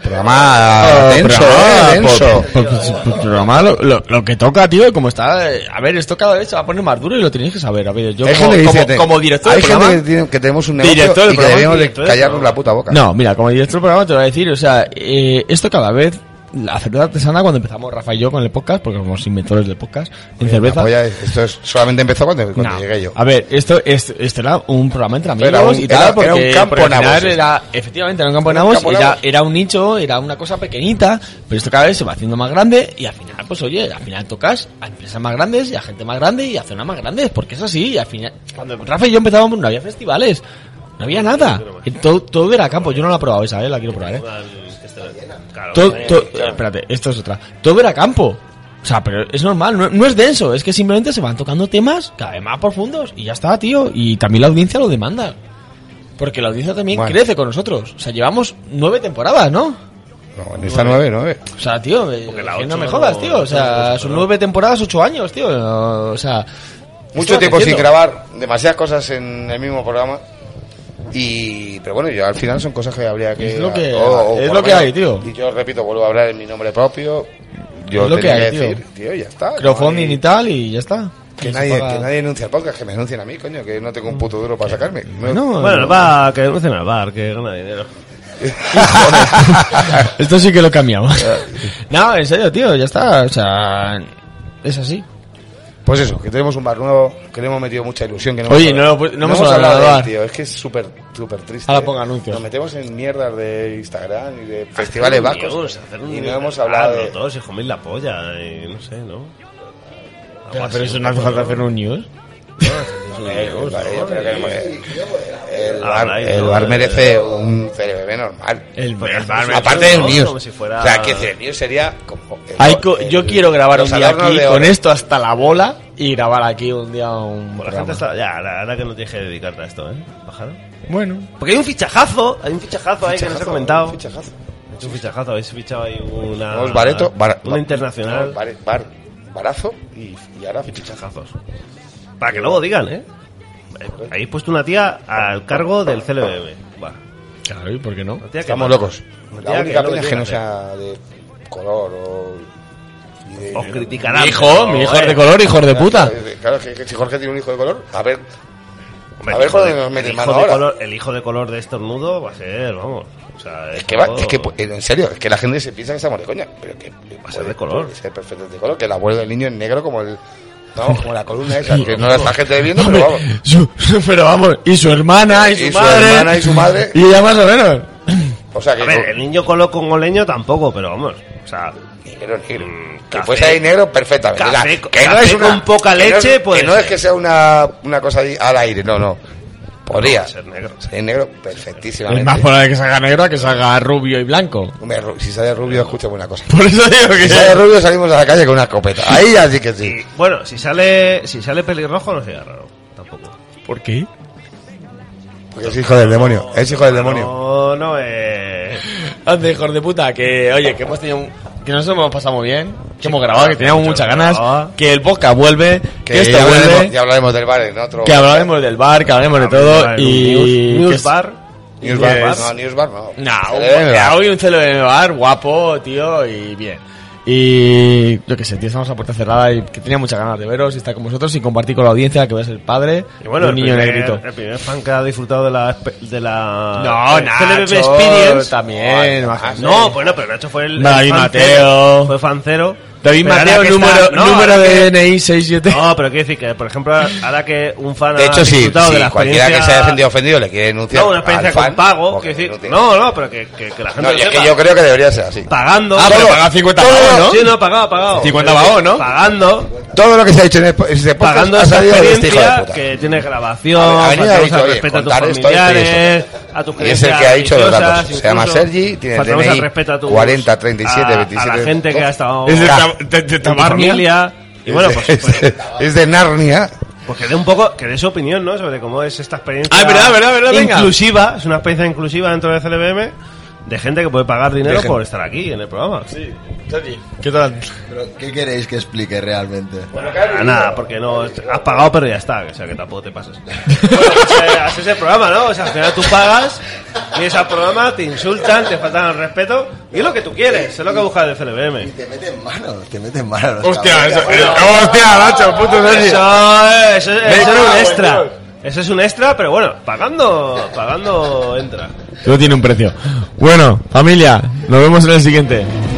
S3: Programa.
S2: Ah,
S3: denso,
S4: programa,
S3: eh, denso.
S4: por- por- por- programa lo, lo- lo que toca, tío, y como está. eh, A ver, esto cada vez se va a poner más duro y lo tenéis que saber. A ver, yo
S3: Hay
S4: como,
S3: gente que
S4: como-
S3: dice, te-
S4: como director
S3: hay
S4: del
S3: gente que,
S4: programa-
S3: tiene- que tenemos un negocio
S4: Director del
S3: y que
S4: programa,
S3: debemos de
S4: director del
S3: callarnos la puta boca.
S4: No, mira, como director del programa te lo voy a decir, o sea, eh, esto cada vez, la cerveza artesana cuando empezamos Rafa y yo con el podcast, porque somos inventores del podcast, en
S3: Oye,
S4: cerveza...
S3: la polla es- esto es- solamente empezó cuando, cuando
S4: No.
S3: llegué yo.
S4: A ver, esto, esto, esto era un programa entre amigos
S3: Era un-
S4: y tal,
S3: era-
S4: porque,
S3: era un campo
S4: porque al
S3: nabos
S4: final
S3: esto.
S4: era, efectivamente, era un campo de
S3: Era un
S4: nabos,
S3: campo
S4: era,
S3: nabos.
S4: era un nicho, era una cosa pequeñita, pero esto cada vez se va haciendo más grande y al final, pues oye, al final tocas a empresas más grandes y a gente más grande y a zonas más grandes, porque es así, y al final, cuando Rafa y yo empezábamos no había festivales, no había nada, todo, todo era campo, yo no la he probado esa, eh, la quiero probar, eh.
S2: Claro,
S4: Todo,
S2: eh,
S4: to- espérate, esto es otra. Todo era campo. O sea, pero es normal, no, no es denso, es que simplemente se van tocando temas cada vez más profundos y ya está, tío. Y también la audiencia lo demanda. Porque la audiencia también
S3: Bueno.
S4: crece con nosotros. O sea, llevamos nueve temporadas, ¿no?
S3: No, en esta 9, 9.
S4: O sea, tío, eh,
S2: la
S4: que
S2: ocho
S4: no me
S2: no-
S4: jodas, tío. O sea,
S2: no-
S4: son nueve temporadas, ocho años, tío. O sea...
S3: Mucho
S4: esto va
S3: tiempo sin
S4: creciendo.
S3: grabar, demasiadas cosas en el mismo programa. Y, pero bueno, yo al final son cosas que habría que.
S4: Es lo que- es
S3: por
S4: lo que
S3: menos-
S4: hay, tío.
S3: Y yo repito, vuelvo a hablar en mi nombre propio. Yo
S4: Es lo que
S3: tenía
S4: hay, tío.
S3: decir, tío, ya está.
S4: Crowdfunding
S3: No hay-
S4: y tal y ya está.
S3: Que
S4: Y se
S3: nadie,
S4: paga- Eh,
S3: que nadie denuncia el podcast, que me denuncien a mí, coño, que no tengo un puto duro para sacarme.
S4: No,
S2: Bueno, el bar, que denuncien al bar, que gana dinero.
S4: Esto sí que lo cambiamos. no, en serio, tío, ya está. O sea, es así.
S3: Pues eso, que tenemos un bar nuevo, que le hemos metido mucha ilusión. Que no
S4: Oye,
S3: hemos hablado-
S4: no lo pu- no hemos hablado
S3: hablado
S4: del
S3: de él,
S4: bar.
S3: tío. Es que es súper, súper triste.
S4: Ahora ponga anuncios.
S3: Nos metemos en mierdas de Instagram y de festivales
S2: Hacer un news,
S3: vascos.
S2: hacer un
S3: Y no
S2: news.
S3: hemos hablado
S2: Hazlo
S3: de...
S2: todos, hijo mil la polla, y no sé, ¿no?
S4: pero eso no hace falta hacer un news.
S3: Eh, el bar- yo creo que El el bar,
S2: Habláis,
S3: el
S2: Ah, ¿no?
S3: bar merece un CLBB normal.
S4: El- el
S2: bar merece
S3: Aparte del
S2: un-
S3: news.
S2: como si fuera-
S3: O sea, que el news sería como... el-
S4: Hay co- yo
S3: el-
S4: quiero grabar un
S3: los
S4: día
S3: adornos
S4: aquí
S3: de
S4: con
S3: oro.
S4: esto hasta la bola y grabar aquí un día un
S2: Bueno, la
S4: programa.
S2: gente está. Ya, ahora ahora que no tienes que dedicarte a esto, ¿eh? Pájaro.
S4: Bueno,
S2: Porque hay un fichajazo, hay un fichajazo ahí que nos ha
S3: Fichajazo,
S2: comentado.
S3: fichajazo.
S2: Es un fichajazo, habéis fichado ahí una.
S3: Tenemos
S4: Ah,
S3: bareto, bar-
S2: una internacional.
S3: No, bar- bar- barazo y, y ahora
S2: y fichajazos. Para que luego digan, ¿eh? Eh, Habéis puesto una tía al cargo del CLBM. Va.
S4: claro, ¿y por qué no?
S2: Una tía que
S3: Estamos
S2: manda.
S3: locos.
S2: Una tía
S3: La única
S2: no
S3: peña es que no
S2: tiene
S3: sea de color o. y de-
S2: Os criticarán.
S4: Hijo,
S2: pero,
S4: mi hijo
S2: eh,
S4: de color, hijo de
S3: Claro,
S4: puta.
S3: Claro, que, que si Jorge tiene un hijo de color, a ver.
S2: hombre,
S3: a ver
S2: hijo
S3: por
S2: de-
S3: dónde nos meten
S2: el
S3: mano
S2: hijo de
S3: ahora.
S2: color- El hijo de color de estornudo va a ser, vamos. O sea,
S3: Es que, va,
S2: todo-
S3: es que pu- en serio, es que la gente se piensa que estamos de coña, pero que va
S2: a ser de color.
S3: ser perfectamente de color, que el abuelo del niño es negro como el vamos, como la columna esa, que no la está gente viendo, pero vamos.
S4: Su- pero vamos, y su hermana, y su
S3: Y su
S4: madre.
S3: hermana, y su madre.
S4: Y ya más o menos.
S3: O sea que
S2: A ver, el niño color congoleño tampoco, pero vamos. O sea,
S3: Negro, negro.
S2: Mm,
S3: que
S2: café.
S3: fuese ahí negro, perfectamente.
S2: Café
S3: O sea,
S2: con-
S3: que no
S2: café
S3: es una,
S2: con poca
S3: que no es-
S2: leche,
S3: Que
S2: puede
S3: no es
S2: ser.
S3: que sea una, una cosa ahí al aire, no, no. Podría.
S2: ser negro.
S3: Salir negro, perfectísimamente.
S4: Es más probable que salga negro que salga rubio y blanco.
S3: Hombre, ru- si sale rubio, escúchame una cosa.
S4: Por eso digo
S3: Si
S4: que.
S3: sale rubio, salimos a la calle con una escopeta. Ahí así que sí.
S2: Y, bueno, si sale, si sale pelirrojo no sería raro. Tampoco.
S4: ¿Por qué?
S3: Porque es hijo del demonio. Es hijo del demonio.
S2: No, no, eh.
S4: Ande, hijos de puta, que oye, que hemos tenido un- que nos hemos pasado muy bien, que hemos grabado, que teníamos muchas ganas, que el podcast vuelve, que,
S3: Que
S4: este
S3: ya hablaremos,
S4: vuelve,
S3: ya hablaremos del bar en otro.
S4: que hablaremos del bar, que hablaremos de todo y
S2: News,
S4: que es-
S2: Bar.
S3: News bar,
S4: Yes.
S3: no, news bar no.
S4: No,
S3: Eh,
S4: un- hoy un celo de bar guapo, tío, y bien. Y yo qué sé, tío, estamos a puerta cerrada y que tenía muchas ganas de veros y estar con vosotros y compartir con la audiencia que voy a ser padre
S2: Y bueno,
S4: de un
S2: el
S4: niño
S2: primer,
S4: negrito.
S2: El primer fan que ha disfrutado de la. espe- De la
S4: No,
S2: eh,
S4: Nacho,
S2: CLBB Experience.
S4: también,
S2: No,
S4: baja-
S2: no, bueno, pero Nacho fue el.
S4: David
S2: el fan
S4: Mateo.
S2: cero, Fue fan cero.
S4: David
S2: Pero ahora
S4: Mateo,
S2: que
S4: número,
S2: está- no,
S4: número
S2: ahora
S4: de
S2: que-
S4: DNI 67.
S2: No, pero quiero decir que, por ejemplo, ahora que un fan
S3: De
S2: ha
S3: hecho, sí,
S2: disfrutado
S3: sí,
S2: de la
S3: cualquiera que se
S2: experiencia-
S3: haya defendido ofendido le quiere denunciar.
S2: No, una
S3: al
S2: experiencia
S3: fan,
S2: con pago.
S3: porque
S2: Quiero
S3: no
S2: decir,
S3: tiene-
S2: no, no, pero que, que, que la gente.
S3: No,
S2: lo
S3: y es que
S2: sepa.
S3: yo creo que debería ser así.
S2: Pagando.
S4: Ah, pero pagaba 50
S3: todo,
S4: pavos, ¿no?
S2: Sí, no, pagaba, pagaba.
S4: 50 pavos, ¿no?
S2: Pagando.
S3: Todo lo Pues que se ha hecho en este- en este podcast
S2: pagando
S3: ha
S2: esa
S3: salido de este hijo de
S2: experiencia
S3: puta.
S2: que tiene grabación,
S3: Ha venido y ha
S2: faltamos
S3: dicho,
S2: al
S3: oye,
S2: respeto a tus
S3: contar esto, esto y
S2: familiares, a tus
S3: Y es el que ha dicho los datos. Se llama Sergi, tiene el
S2: faltamos al
S3: DNI
S2: respeto a tus,
S3: 40, 37,
S2: a-
S3: 27.
S2: a la gente que ha estado
S4: Es de,
S2: con
S4: ta- de- de
S2: tu
S4: Tabarnia.
S2: familia y bueno, pues,
S3: es,
S2: pues,
S3: de, es de Narnia.
S2: pues que dé un poco, que dé su opinión, ¿no? Sobre cómo es esta experiencia
S4: Ah, es verdad, verdad, verdad, venga.
S2: inclusiva, es una experiencia inclusiva dentro de CLBM de gente que puede pagar dinero por estar aquí en el programa.
S4: ¿Qué tal?
S5: Pero, ¿Qué queréis que explique realmente?
S2: Ah, nada, porque no has pagado, pero ya está. O sea, que tampoco te pases. bueno, pues, eh, así es el programa, ¿no? O sea, al final tú pagas, vienes al programa, te insultan, te faltan al respeto, y es lo que tú quieres, es lo que buscas de CLBM.
S5: Te meten manos, te meten manos. los
S4: Hostia,
S5: cabrones.
S4: eso, eh, hostia, Nacho, puto Sergi.
S2: Eso, eso, eso es
S4: cago
S2: un
S4: en
S2: extra.
S4: Dios.
S2: Eso es un extra, pero bueno, pagando, pagando entra.
S4: Todo tiene un precio. Bueno, familia, nos vemos en el siguiente.